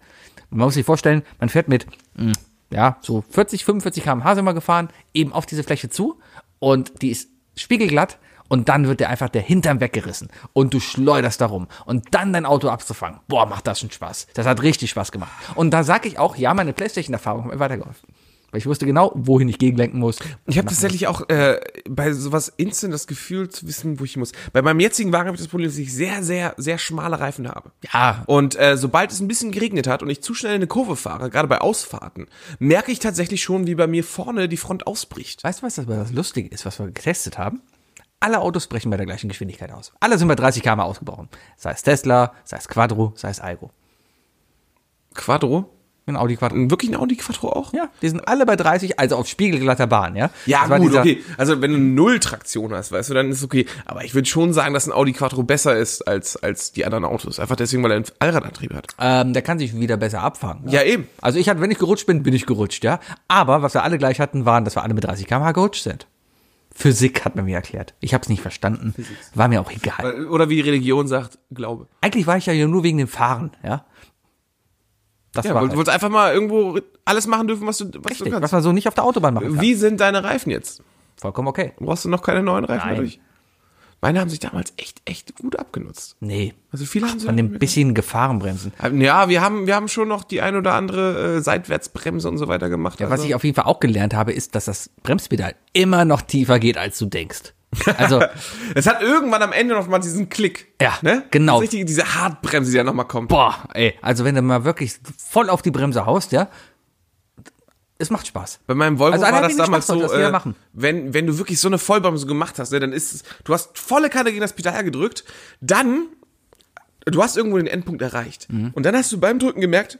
S3: Man muss sich vorstellen, man fährt mit, mh, ja, so 40, 45 km/h sind wir gefahren, eben auf diese Fläche zu und die ist spiegelglatt und dann wird dir einfach der Hintern weggerissen und du schleuderst darum und dann dein Auto abzufangen. Boah, macht das schon Spaß. Das hat richtig Spaß gemacht. Und da sag ich auch, ja, meine Playstation-Erfahrung hat mir weitergeholfen. Weil ich wusste genau, wohin ich gegenlenken muss.
S2: Ich habe tatsächlich auch äh, bei sowas instant das Gefühl zu wissen, wo ich hin muss. Bei meinem jetzigen Wagen habe ich das Problem, dass ich sehr, sehr, sehr schmale Reifen habe.
S3: Ja.
S2: Und äh, sobald es ein bisschen geregnet hat und ich zu schnell in eine Kurve fahre, gerade bei Ausfahrten, merke ich tatsächlich schon, wie bei mir vorne die Front ausbricht.
S3: Weißt du, was das, das Lustige ist, was wir getestet haben? Alle Autos brechen bei der gleichen Geschwindigkeit aus. Alle sind bei 30 km ausgebrochen. Sei es Tesla, sei es Quadro, sei es Algo.
S2: Quadro?
S3: Ein Audi Quadro.
S2: Wirklich ein Audi Quadro auch?
S3: Ja, die sind alle bei 30, also auf spiegelglatter Bahn, ja?
S2: Ja,
S3: Das war
S2: gut,
S3: dieser-
S2: okay. Also wenn du null Traktion hast, weißt du, dann ist okay. Aber ich würde schon sagen, dass ein Audi Quattro besser ist als, als die anderen Autos. Einfach deswegen, weil er einen Allradantrieb hat.
S3: Ähm, der kann sich wieder besser abfangen.
S2: Ja, eben.
S3: Also ich hatte, wenn ich gerutscht bin, bin ich gerutscht, ja. Aber was wir alle gleich hatten, waren, dass wir alle mit 30 km/h gerutscht sind. Physik hat man mir erklärt. Ich habe es nicht verstanden. War mir auch egal.
S2: Oder wie die Religion sagt, Glaube.
S3: Eigentlich war ich ja hier nur wegen dem Fahren, ja. Das
S2: Ja,
S3: war
S2: woll-
S3: halt
S2: wolltest einfach mal irgendwo alles machen dürfen, was du, was du
S3: richtig,
S2: kannst.
S3: was man so nicht auf der Autobahn machen kann.
S2: Wie sind deine Reifen jetzt?
S3: Vollkommen okay.
S2: Brauchst du noch keine neuen Reifen
S3: Nein.
S2: mehr durch? Meine haben sich damals echt, echt gut abgenutzt.
S3: Nee.
S2: Also viele haben sie
S3: Von dem bisschen Gefahrenbremsen.
S2: Ja, wir haben, wir haben schon noch die ein oder andere äh, Seitwärtsbremse und so weiter gemacht. Also
S3: Ja, was ich auf jeden Fall auch gelernt habe, ist, dass das Bremspedal immer noch tiefer geht, als du denkst. Also,
S2: Es hat irgendwann am Ende noch mal diesen Klick.
S3: Ja,
S2: ne?
S3: genau.
S2: Das richtige, diese Hartbremse, die ja noch mal kommt.
S3: boah, ey, also wenn du mal wirklich voll auf die Bremse haust, ja, es macht Spaß.
S2: Bei meinem Volvo
S3: Also einer
S2: war
S3: hat
S2: das
S3: wenig
S2: damals
S3: Spaß,
S2: so,
S3: das will er
S2: äh,
S3: machen.
S2: wenn, wenn du wirklich so eine Vollbremse gemacht hast, ne, dann ist es, du hast volle Kanne gegen das Pedal gedrückt, dann, du hast irgendwo den Endpunkt erreicht.
S3: Mhm.
S2: Und dann hast du beim Drücken gemerkt,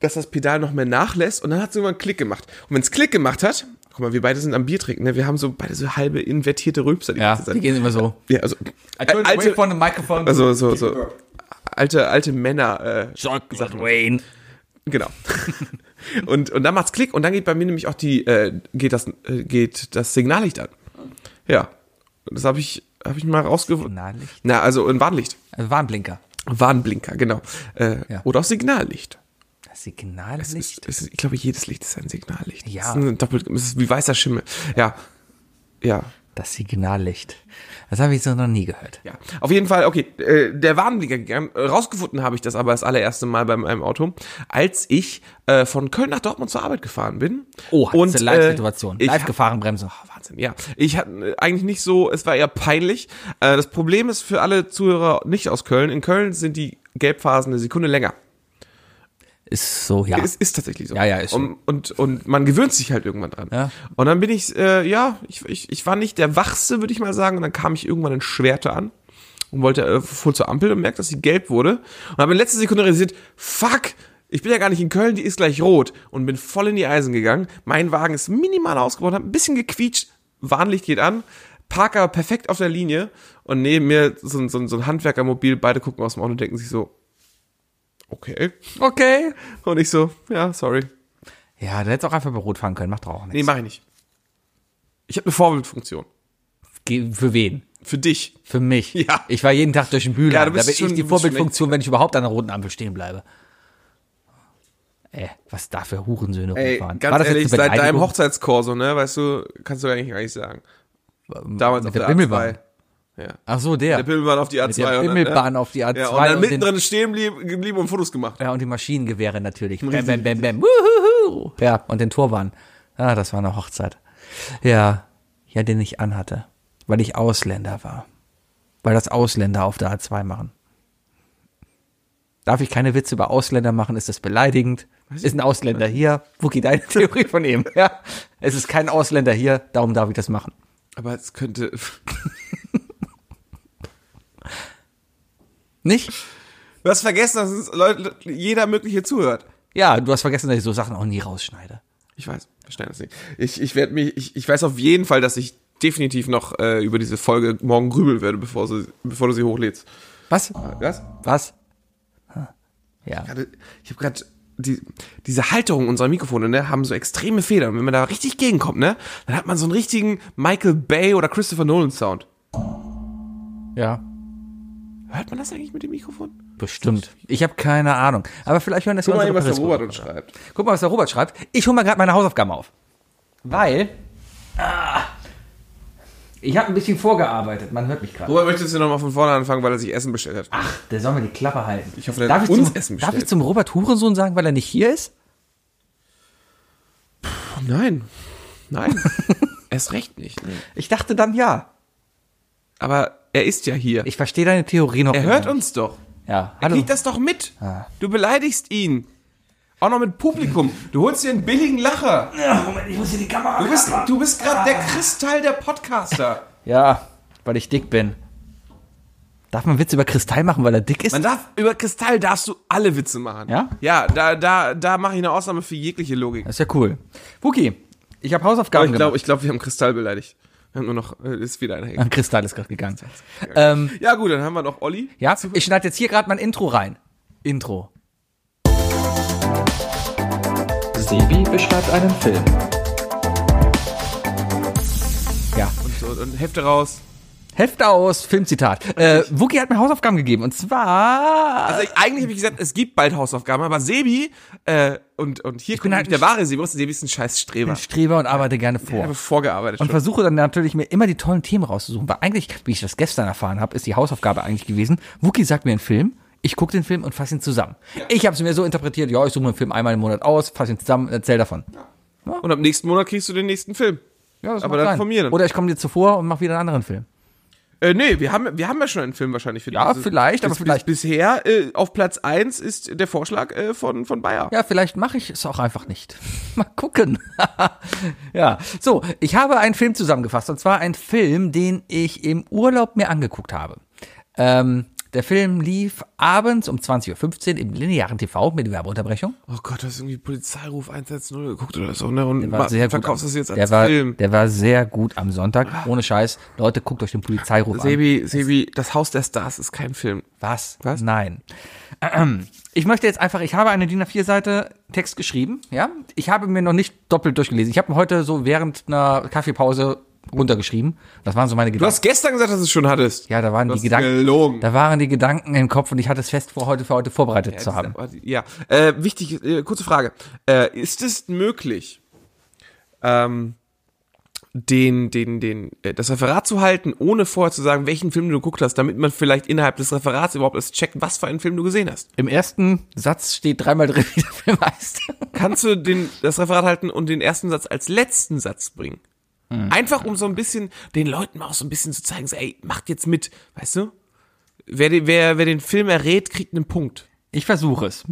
S2: dass das Pedal noch mehr nachlässt und dann hat es irgendwann einen Klick gemacht. Und wenn es Klick gemacht hat, guck mal, wir beide sind am Bier trinken, ne? wir haben so beide so halbe invertierte Rülpser die
S3: Ja,
S2: ganze Zeit.
S3: die gehen immer so.
S2: Ja, also, äh, alte,
S3: the microphone.
S2: also so, so, alte, alte Männer, äh,
S3: Wayne.
S2: Genau. und, und dann macht's Klick und dann geht bei mir nämlich auch die, äh, geht das, äh, geht das Signallicht an. Ja. Das habe ich, habe ich mal rausgefunden.
S3: Signallicht?
S2: Na, also ein Warnlicht.
S3: Also Warnblinker.
S2: Warnblinker, genau. Äh,
S3: Ja.
S2: Oder auch Signallicht.
S3: Das Signallicht.
S2: Es, es, ich glaube, jedes Licht ist ein Signallicht.
S3: Ja.
S2: Es ist, ein doppelt, es ist wie weißer Schimmel. Ja. Ja.
S3: Das Signallicht. Das habe ich so noch nie gehört.
S2: Ja, auf jeden Fall, okay, äh, der Warnblinker gegangen. Äh, Rausgefunden habe ich das aber das allererste Mal bei meinem Auto, als ich äh, von Köln nach Dortmund zur Arbeit gefahren bin.
S3: Oh, das ist eine Live-Situation.
S2: Äh, ich hab-
S3: Live-Gefahrenbremse.
S2: Wahnsinn, ja. Ich hatte äh, eigentlich nicht so, es war eher peinlich. Äh, das Problem ist für alle Zuhörer nicht aus Köln. In Köln sind die Gelbphasen eine Sekunde länger.
S3: Ist so, ja.
S2: Es ist tatsächlich so. Um
S3: Ja, ja, ist so.
S2: und, und, und man gewöhnt sich halt irgendwann dran.
S3: Ja.
S2: Und dann bin ich, äh, ja, ich, ich, ich war nicht der Wachste, würde ich mal sagen. Und dann kam ich irgendwann in Schwerte an und wollte, äh, fuhr zur Ampel und merkte, dass sie gelb wurde. Und habe in letzter Sekunde realisiert, fuck, ich bin ja gar nicht in Köln, die ist gleich rot. Und bin voll in die Eisen gegangen. Mein Wagen ist minimal ausgebaut, hat ein bisschen gequietscht. Warnlicht geht an. Parker perfekt auf der Linie. Und neben mir so, ein- so, ein- so ein Handwerkermobil. Beide gucken aus dem Auto und denken sich so, okay.
S3: Okay.
S2: Und ich so, ja, sorry.
S3: Ja, du hättest auch einfach bei Rot fahren können. Macht doch auch nichts.
S2: Nee, mach ich nicht. Ich habe eine Vorbildfunktion.
S3: ge- für wen?
S2: Für dich.
S3: Für mich.
S2: Ja.
S3: Ich war jeden Tag durch den Bühler.
S2: Ja, du
S3: da
S2: bist
S3: bin
S2: schon-
S3: ich
S2: du
S3: die
S2: bist schon
S3: Vorbildfunktion, wenn ich überhaupt an der roten Ampel stehen bleibe. Äh, was da für Hurensöhne
S2: Ey,
S3: rumfahren.
S2: ganz ehrlich,
S3: eine
S2: seit deinem
S3: Beleidigung?
S2: Hochzeitskorso, ne, weißt du, kannst du eigentlich gar nicht sagen. Damals
S3: mit
S2: auf
S3: der
S2: der,
S3: Bimmelbahn.
S2: A2.
S3: Ach so, der.
S2: Der Bimmelbahn auf die A2.
S3: der
S2: und dann, ne?
S3: Bimmelbahn auf die A2
S2: Ja, und dann
S3: und den-
S2: mittendrin stehen blieb- geblieben und Fotos gemacht.
S3: Ja, und die Maschinengewehre natürlich. Bam, bam, bam, bam. Wuhuhu. Ja, und den Turban. Ah, das war eine Hochzeit. Ja, ja, den ich anhatte, weil ich Ausländer war. Weil das Ausländer auf der A2 machen. Darf ich keine Witze über Ausländer machen? Ist das beleidigend? Ist ein Ausländer hier? Wookie, deine Theorie von eben. Ja, es ist kein Ausländer hier, darum darf ich das machen.
S2: Aber es könnte,
S3: Nicht?
S2: du hast vergessen, dass uns Leute, jeder mögliche zuhört.
S3: Ja, du hast vergessen, dass ich so Sachen auch nie rausschneide.
S2: Ich weiß, verstehe das nicht. Ich, ich werde mich, ich, ich weiß auf jeden Fall, dass ich definitiv noch äh, über diese Folge morgen grübeln werde, bevor, sie, bevor du sie hochlädst.
S3: Was?
S2: Was?
S3: Was? Hm. Ja.
S2: Gerade- Ich habe gerade die, diese Halterung unserer Mikrofone, ne, haben so extreme Federn. Wenn man da richtig gegenkommt, ne, dann hat man so einen richtigen Michael Bay oder Christopher Nolan Sound.
S3: Ja.
S2: Hört man das eigentlich mit dem Mikrofon?
S3: Bestimmt. Ich habe keine Ahnung. Aber vielleicht hören das
S2: Guck mal, eben, was der
S3: unsere
S2: Robert uns
S3: Periscope-
S2: schreibt.
S3: Guck mal, was der Robert schreibt. Ich hole mal gerade meine Hausaufgaben auf. Weil. Ah, ich habe ein bisschen vorgearbeitet. Man hört mich gerade.
S2: Robert möchtest du nochmal von vorne anfangen, weil er sich Essen bestellt hat.
S3: Ach, der soll mir die Klappe halten. Ich
S2: hoffe, der
S3: darf
S2: hat
S3: ich
S2: uns
S3: zum,
S2: Essen
S3: Darf ich
S2: bestellt.
S3: zum Robert Hurensohn sagen, weil er nicht hier ist?
S2: Oh, nein. Nein. Erst recht nicht. ne.
S3: Ich dachte dann ja.
S2: Aber er ist ja hier.
S3: Ich verstehe deine Theorie noch.
S2: er
S3: immer
S2: hört
S3: nicht.
S2: uns doch.
S3: Ja,
S2: Er
S3: hallo.
S2: kriegt das doch mit. Du beleidigst ihn. Auch noch mit Publikum. Du holst dir einen billigen Lacher.
S3: Moment, ich muss hier die Kamera.
S2: Du bist, du bist gerade der Kristall der Podcaster.
S3: Ja, weil ich dick bin. Darf man Witze über Kristall machen, weil er dick ist?
S2: Man darf, über Kristall darfst du alle Witze machen.
S3: Ja?
S2: Ja, da, da, da mache ich eine Ausnahme für jegliche Logik.
S3: das ist ja cool. Wookie, ich habe Hausaufgaben
S2: Ich
S3: gemacht.
S2: glaube, ich glaub, wir haben Kristall beleidigt. Wir haben nur noch, äh, ist wieder einer Ecke.
S3: An Kristall ist gerade gegangen. Ähm,
S2: Ja gut, dann haben wir noch Olli.
S3: ja, ich schneide jetzt hier gerade mein Intro rein. Intro.
S4: Sebi beschreibt einen Film.
S3: Ja.
S2: Und, und, und Hefte raus.
S3: Hefte aus, Filmzitat. Äh, Wookie hat mir Hausaufgaben gegeben und zwar.
S2: Also ich, eigentlich habe ich gesagt, es gibt bald Hausaufgaben, aber Sebi, äh, und, und hier
S3: bin
S2: kommt
S3: halt
S2: der
S3: ein-
S2: wahre Sebi, raus. Sebi ist ein scheiß Streber.
S3: bin Streber und arbeite gerne
S2: Ich habe
S3: vor.
S2: vorgearbeitet
S3: Und
S2: schon.
S3: versuche dann natürlich mir immer die tollen Themen rauszusuchen. Weil eigentlich, wie ich das gestern erfahren habe, ist die Hausaufgabe eigentlich gewesen, Wookie sagt mir einen Film, ich gucke den Film und fasse ihn zusammen. Ich habe es mir so interpretiert, ja, ich suche mir einen Film einmal im Monat aus, fasse ihn zusammen und erzähl davon.
S2: Und am nächsten Monat kriegst du den nächsten Film.
S3: Ja, das
S2: Aber
S3: mag
S2: dann
S3: sein.
S2: von mir dann.
S3: Oder ich komme dir zuvor und mache wieder einen anderen Film.
S2: Äh, nee, wir haben, wir haben ja schon einen Film wahrscheinlich für
S3: Ja, vielleicht, aber
S2: bis,
S3: vielleicht-
S2: Bis, bisher äh, auf Platz eins ist der Vorschlag äh, von, von Bayer.
S3: Ja, vielleicht mache ich es auch einfach nicht. Mal gucken. ja, so, ich habe einen Film zusammengefasst und zwar einen Film, den ich im Urlaub mir angeguckt habe. Ähm, der Film lief abends um 20.15 Uhr im linearen TV mit Werbeunterbrechung.
S2: Oh Gott, du hast irgendwie Polizeiruf 110 geguckt oder so, ne? Und
S3: Der war
S2: ma-
S3: sehr gut.
S2: verkaufst das jetzt als
S3: der war,
S2: Film.
S3: Der war sehr gut am Sonntag. Ohne Scheiß. Leute, guckt euch den Polizeiruf an.
S2: Sebi, Sebi, das Haus der Stars ist kein Film.
S3: Was?
S2: Was?
S3: Nein. Ahem. Ich möchte jetzt einfach, ich habe eine DIN A4-Seite Text geschrieben, ja. Ich habe mir noch nicht doppelt durchgelesen. Ich habe mir heute so während einer Kaffeepause runtergeschrieben. Das waren so meine
S2: Du
S3: Gedanken.
S2: hast gestern gesagt, dass du es schon hattest.
S3: Ja, da waren
S2: du
S3: die
S2: hast
S3: Gedanken.
S2: Gelogen.
S3: Da waren die Gedanken im Kopf und ich hatte es fest vor, heute für heute vorbereitet zu haben.
S2: Ja, äh, wichtig, äh, kurze Frage. Äh, ist es möglich, ähm, den, den, den, äh, das Referat zu halten, ohne vorher zu sagen, welchen Film du geguckt hast, damit man vielleicht innerhalb des Referats überhaupt erst checkt, was für einen Film du gesehen hast?
S3: Im ersten Satz steht dreimal drin, wie der Film heißt.
S2: Kannst du den, das Referat halten und den ersten Satz als letzten Satz bringen? Einfach um so ein bisschen den Leuten mal auch so ein bisschen zu zeigen, so, ey, macht jetzt mit, weißt du? Wer, den- wer, wer den Film errät, kriegt einen Punkt.
S3: Ich versuche es.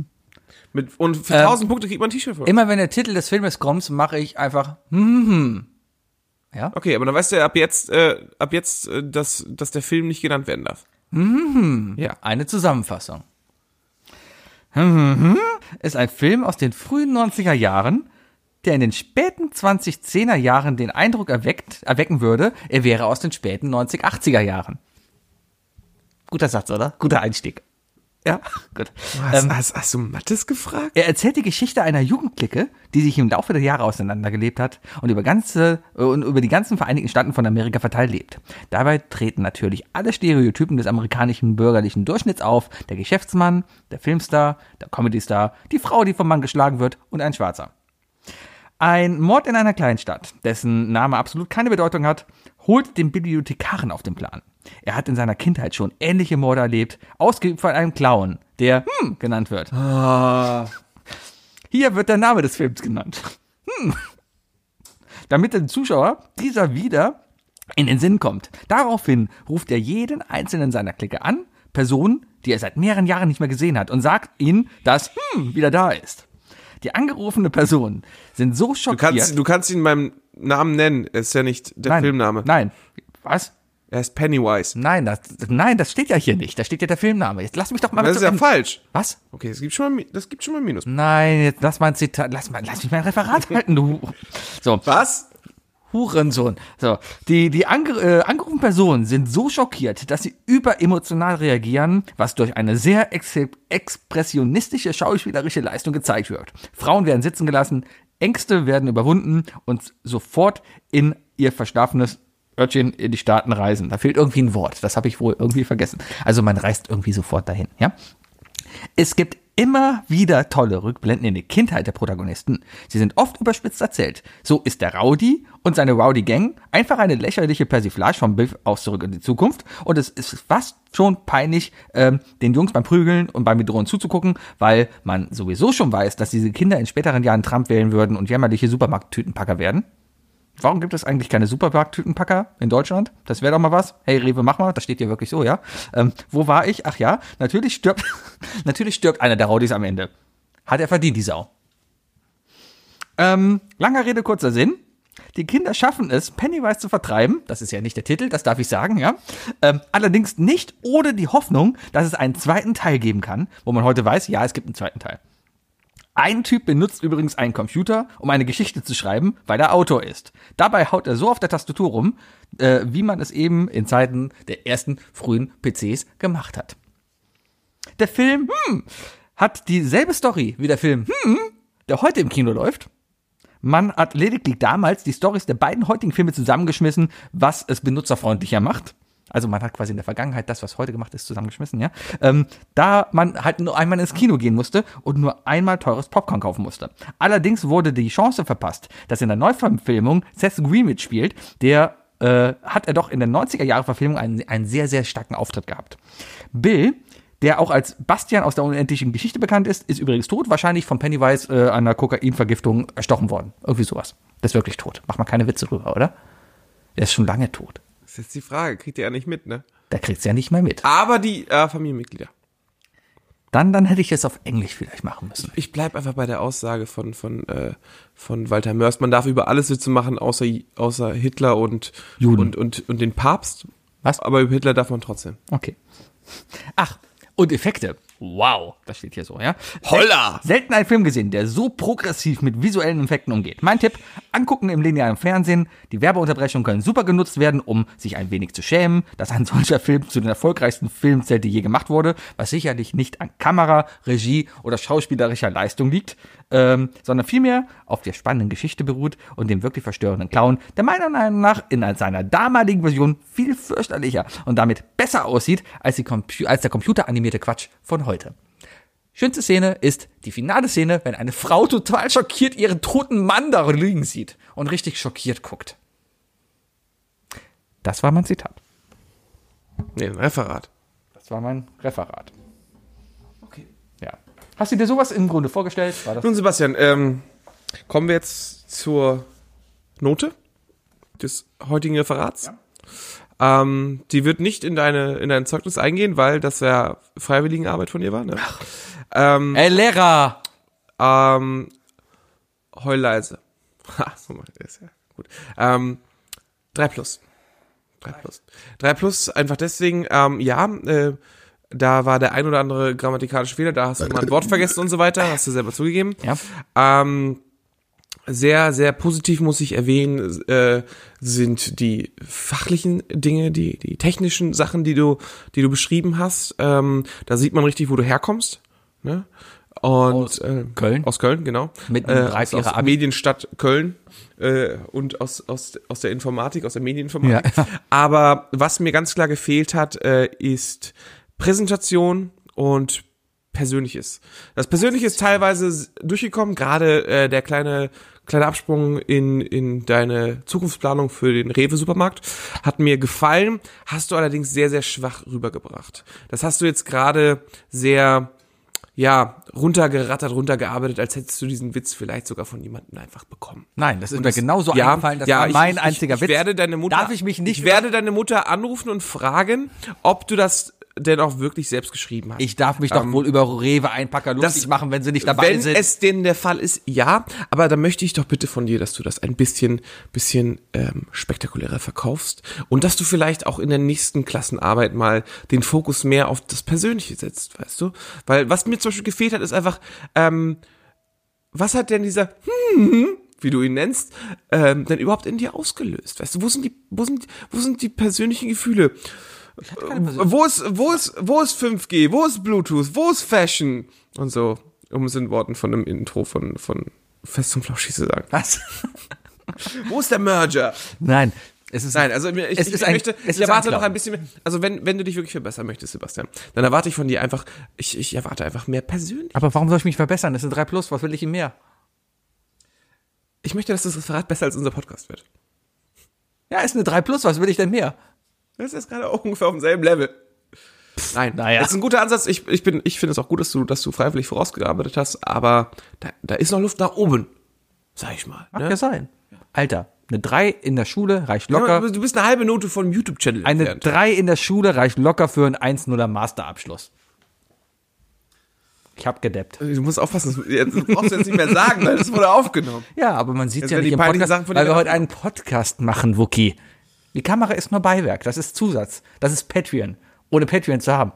S2: Mit, und für 1000 Punkte kriegt man ein T-Shirt von. uns.
S3: Immer wenn der Titel des Filmes kommt, mache ich einfach, hm,
S2: Okay, aber dann weißt du ja ab jetzt, äh, ab jetzt, äh, dass, dass der Film nicht genannt werden darf.
S3: Hm. Eine Zusammenfassung. Hm, Ist ein Film aus den frühen 90er Jahren, der in den späten 2010er Jahren den Eindruck erweckt, erwecken würde, er wäre aus den späten 90-80er Jahren. Guter Satz, oder? Guter Einstieg. Ja, Ähm, gut.
S2: Hast, hast, hast du Mattes gefragt?
S3: Er erzählt die Geschichte einer Jugendclique, die sich im Laufe der Jahre auseinandergelebt hat und über, ganze, äh, und über die ganzen Vereinigten Staaten von Amerika verteilt lebt. Dabei treten natürlich alle Stereotypen des amerikanischen bürgerlichen Durchschnitts auf. Der Geschäftsmann, der Filmstar, der Comedystar, die Frau, die vom Mann geschlagen wird und ein Schwarzer. Ein Mord in einer Kleinstadt, dessen Name absolut keine Bedeutung hat, holt den Bibliothekaren auf den Plan. Er hat in seiner Kindheit schon ähnliche Morde erlebt, ausgeübt von einem Clown, der hm genannt wird. Hier wird der Name des Films genannt. Hm. Damit dem Zuschauer dieser wieder in den Sinn kommt. Daraufhin ruft er jeden einzelnen seiner Clique an, Personen, die er seit mehreren Jahren nicht mehr gesehen hat, und sagt ihnen, dass hm wieder da ist. Die angerufene Personen sind so
S2: Du
S3: schockiert.
S2: kannst, du kannst ihn beim Namen nennen. Ist ja nicht der
S3: nein,
S2: Filmname.
S3: Nein. Was?
S2: Er ist Pennywise.
S3: Nein, das, nein, das steht ja hier nicht. Da steht ja der Filmname. Jetzt lass mich doch mal
S2: Das ist
S3: zu
S2: ja
S3: Ende-
S2: falsch.
S3: Was?
S2: Okay, das gibt schon mal, Mi- das gibt schon mal Minus.
S3: Nein, jetzt lass mal ein Zitat, lass mal, lass mich mein Referat halten, du. So,
S2: Was?
S3: Hurensohn. So, die, die ange, äh, angerufenen Personen sind so schockiert, dass sie überemotional reagieren, was durch eine sehr ex expressionistische schauspielerische Leistung gezeigt wird. Frauen werden sitzen gelassen, Ängste werden überwunden und sofort in ihr verschlafenes Örtchen in die Staaten reisen. Da fehlt irgendwie ein Wort. Das habe ich wohl irgendwie vergessen. Also man reist irgendwie sofort dahin, ja? Es gibt immer wieder tolle Rückblenden in die Kindheit der Protagonisten. Sie sind oft überspitzt erzählt. So ist der Rowdy und seine Rowdy Gang einfach eine lächerliche Persiflage vom Biff aus Zurück in die Zukunft. Und es ist fast schon peinlich, ähm, den Jungs beim Prügeln und beim Bedrohen zuzugucken, weil man sowieso schon weiß, dass diese Kinder in späteren Jahren Trump wählen würden und jämmerliche Supermarkttütenpacker werden. Warum gibt es eigentlich keine Supermarkttütenpacker in Deutschland? Das wäre doch mal was. Hey Rewe, mach mal. Das steht hier wirklich so, ja. Ähm, wo war ich? Ach ja, natürlich stirbt, natürlich stirbt einer der Raudis am Ende. Hat er verdient, die Sau. Ähm, langer Rede, kurzer Sinn. Die Kinder schaffen es, Pennywise zu vertreiben. Das ist ja nicht der Titel, das darf ich sagen, ja. Ähm, allerdings nicht ohne die Hoffnung, dass es einen zweiten Teil geben kann, wo man heute weiß, ja, es gibt einen zweiten Teil. Ein Typ benutzt übrigens einen Computer, um eine Geschichte zu schreiben, weil er Autor ist. Dabei haut er so auf der Tastatur rum, äh, wie man es eben in Zeiten der ersten frühen PCs gemacht hat. Der Film hm, hat dieselbe Story wie der Film, hm, der heute im Kino läuft. Man hat lediglich damals die Stories der beiden heutigen Filme zusammengeschmissen, was es benutzerfreundlicher macht. Also man hat quasi in der Vergangenheit das, was heute gemacht ist, zusammengeschmissen, ja. Ähm, da man halt nur einmal ins Kino gehen musste und nur einmal teures Popcorn kaufen musste. Allerdings wurde die Chance verpasst, dass in der Neuverfilmung Seth Green mitspielt, der äh, hat er doch in der 90er-Jahre-Verfilmung einen, einen sehr, sehr starken Auftritt gehabt. Bill, der auch als Bastian aus der unendlichen Geschichte bekannt ist, ist übrigens tot, wahrscheinlich von Pennywise äh, einer Kokainvergiftung erstochen worden. Irgendwie sowas. Der ist wirklich tot. Mach mal keine Witze drüber, oder? Der ist schon lange tot.
S2: Das ist jetzt die Frage. Kriegt ihr ja nicht mit, ne?
S3: Da kriegt's ja nicht mehr mit.
S2: Aber die äh, Familienmitglieder.
S3: Dann, dann hätte ich es auf Englisch vielleicht machen müssen.
S2: Ich bleib einfach bei der Aussage von von äh, von Walter Mörs. Man darf über alles Witze machen, außer außer Hitler und
S3: Juden.
S2: und und und den Papst.
S3: Was?
S2: Aber über Hitler darf man trotzdem.
S3: Okay. Ach, und Effekte. Wow, das steht hier so, ja.
S2: Holla!
S3: Selten einen Film gesehen, der so progressiv mit visuellen Effekten umgeht. Mein Tipp, angucken im linearen Fernsehen. Die Werbeunterbrechungen können super genutzt werden, um sich ein wenig zu schämen, dass ein solcher Film zu den erfolgreichsten Filmen zählt, die je gemacht wurde, was sicherlich nicht an Kamera, Regie oder schauspielerischer Leistung liegt, ähm, sondern vielmehr auf der spannenden Geschichte beruht und dem wirklich verstörenden Clown, der meiner Meinung nach in seiner damaligen Version viel fürchterlicher und damit besser aussieht als, die Compu als der computeranimierte Quatsch von heute. Schönste Szene ist die finale Szene, wenn eine Frau total schockiert ihren toten Mann da liegen sieht und richtig schockiert guckt. Das war mein Zitat.
S2: Nee, ein Referat.
S3: Das war mein Referat.
S2: Okay.
S3: Ja. Hast du dir sowas im Grunde vorgestellt? War das
S2: Nun, Sebastian, ähm, kommen wir jetzt zur Note des heutigen Referats. Ähm, die wird nicht in deine in dein Zeugnis eingehen, weil das ja Freiwilligenarbeit von dir war. Ne? Ähm,
S3: Ey, Äh, Lehrer!
S2: ähm, heul leise. Ha, so mal, ist ja gut. Ähm, 3 plus. 3 plus. 3 plus, einfach deswegen, ähm, ja, äh, da war der ein oder andere grammatikalische Fehler, da hast du mal ein Wort vergessen und so weiter, hast du selber zugegeben.
S3: Ja.
S2: Ähm, sehr, sehr positiv muss ich erwähnen, äh, sind die fachlichen Dinge, die, die technischen Sachen, die du, die du beschrieben hast. Ähm, da sieht man richtig, wo du herkommst. Ne? Und
S3: Aus
S2: äh,
S3: Köln?
S2: Aus Köln, genau.
S3: Mit
S2: äh,
S3: einem
S2: aus, aus
S3: Dreivierer Abi.
S2: Medienstadt Köln äh, und aus, aus, aus der Informatik, aus der Medieninformatik.
S3: Ja.
S2: Aber was mir ganz klar gefehlt hat, äh, ist Präsentation und Persönliches. Das Persönliche ist teilweise s- durchgekommen, gerade äh, der kleine kleine Absprung in, in deine Zukunftsplanung für den Rewe-Supermarkt hat mir gefallen, hast du allerdings sehr, sehr schwach rübergebracht. Das hast du jetzt gerade sehr, ja, runtergerattert, runtergearbeitet, als hättest du diesen Witz vielleicht sogar von jemandem einfach bekommen.
S3: Nein, das ist mir genauso eingefallen. Das war
S2: ich-
S3: mein
S2: ich,
S3: einziger
S2: ich,
S3: Witz.
S2: Ich werde deine Mutter,
S3: Darf ich mich nicht
S2: Ich werde deine Mutter anrufen und fragen, ob du das denn auch wirklich selbst geschrieben hast.
S3: Ich darf mich doch wohl über Rewe Einpacker lustig machen, Ähm, wenn sie nicht dabei
S2: wenn
S3: sind.
S2: es denn der Fall ist, ja. Aber dann möchte ich doch bitte von dir, dass du das ein bisschen, bisschen ähm, spektakulärer verkaufst und dass du vielleicht auch in der nächsten Klassenarbeit mal den Fokus mehr auf das Persönliche setzt, weißt du? Weil was mir zum Beispiel gefehlt hat, ist einfach, ähm, was hat denn dieser wie du ihn nennst, ähm, denn überhaupt in dir ausgelöst? Weißt du, wo sind die, wo sind, wo sind die persönlichen Gefühle? Äh, Wo ist, wo ist, wo ist 5G? Wo ist Bluetooth? Wo ist Fashion? Und so, um es in Worten von einem Intro von, von Fest und Flauschig zu sagen.
S3: Was?
S2: Wo ist der Merger?
S3: Nein, es ist
S2: Nein, also mir- ich,
S3: Es
S2: ich,
S3: ist
S2: ich
S3: ein-
S2: möchte,
S3: es
S2: ich
S3: ist ein
S2: erwarte
S3: Clown.
S2: noch ein bisschen mehr. Also wenn, wenn du dich wirklich verbessern möchtest, Sebastian, dann erwarte ich von dir einfach, ich, ich erwarte einfach mehr persönlich.
S3: aber warum soll ich mich verbessern? Das sind 3 plus, was will ich ihm mehr?
S2: Ich möchte, dass das Referat besser als unser Podcast wird.
S3: Ja, ist eine 3 plus, was will ich denn mehr?
S2: Das ist gerade auch ungefähr auf demselben Level. Nein,
S3: naja.
S2: das ist ein guter Ansatz. Ich, ich, bin- ich finde es auch gut, dass du, dass du freiwillig vorausgearbeitet hast, aber da, da ist noch Luft nach oben, sag ich mal.
S3: Mag
S2: ne?
S3: ja sein. Alter, eine 3 in der Schule reicht
S2: Ja,
S3: locker.
S2: Du bist eine halbe Note vom YouTube-Channel
S3: Eine
S2: entfernt.
S3: 3 in der Schule reicht locker für einen 1-0er Masterabschluss. Ich hab gedeppt.
S2: Du musst aufpassen, das, jetzt, das brauchst du jetzt nicht mehr sagen, weil das wurde aufgenommen.
S3: Ja, aber man sieht
S2: Jetzt
S3: ja
S2: werden
S3: nicht
S2: die
S3: im
S2: peinlichen
S3: Podcast,
S2: Sachen von
S3: weil
S2: dir
S3: wir heute
S2: noch-
S3: einen Podcast machen, Wookie. Die Kamera ist nur Beiwerk, das ist Zusatz, das ist Patreon, ohne Patreon zu haben.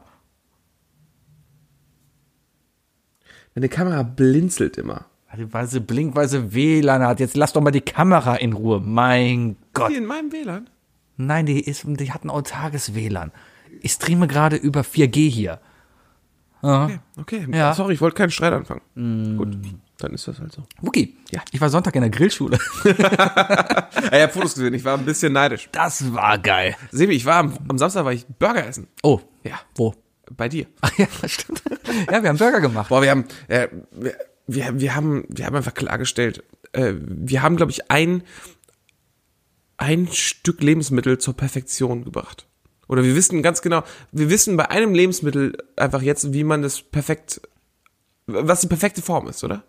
S2: Deine Kamera blinzelt immer.
S3: Weil sie blinkt, weil sie WLAN hat. Jetzt lass doch mal die Kamera in Ruhe. Mein Gott.
S2: Hier in meinem WLAN?
S3: Nein, die, ist, die hat ein autarkes WLAN. Ich streame gerade über 4G hier.
S2: Okay, okay.
S3: Ja. Mm.
S2: Sorry, ich wollte keinen Streit anfangen. Gut, dann ist das halt so.
S3: Wookie,
S2: Ja.
S3: ich war Sonntag in der Grillschule.
S2: Ah, ich habe Fotos gesehen, ich war ein bisschen neidisch.
S3: Das war geil.
S2: Sebi, ich war am, am Samstag war ich Burger essen.
S3: Oh,
S2: Ja.
S3: wo?
S2: Bei dir.
S3: Ach ja, stimmt. Ja, wir haben Burger gemacht.
S2: Boah, wir haben, äh, wir, wir, wir haben, wir haben einfach klargestellt, äh, wir haben, glaube ich, ein, ein Stück Lebensmittel zur Perfektion gebracht. Oder wir wissen ganz genau, wir wissen bei einem Lebensmittel einfach jetzt, wie man das perfekt, was die perfekte Form ist, oder?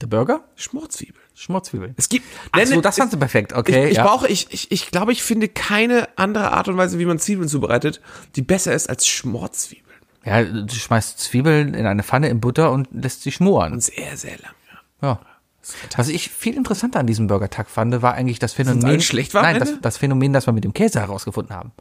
S3: Der Burger?
S2: Schmorzwiebel.
S3: Schmutzwiebeln.
S2: Es gibt,
S3: Ach so,
S2: Nenne-
S3: das
S2: es-
S3: fandst du perfekt, okay.
S2: ich, ich
S3: ja.
S2: brauche, ich, ich, ich glaube, ich finde keine andere Art und Weise, wie man Zwiebeln zubereitet, die besser ist als Schmorzwiebeln.
S3: ja, du schmeißt Zwiebeln in eine Pfanne in Butter und lässt sie schmoren.
S2: Und sehr, sehr lang, ja.
S3: Ja. Was ich viel interessanter an diesem Burgertag fand, war eigentlich das Phänomen.
S2: alles schlecht war am
S3: Nein,
S2: Ende?
S3: das, das Phänomen, das wir mit dem Käse herausgefunden haben.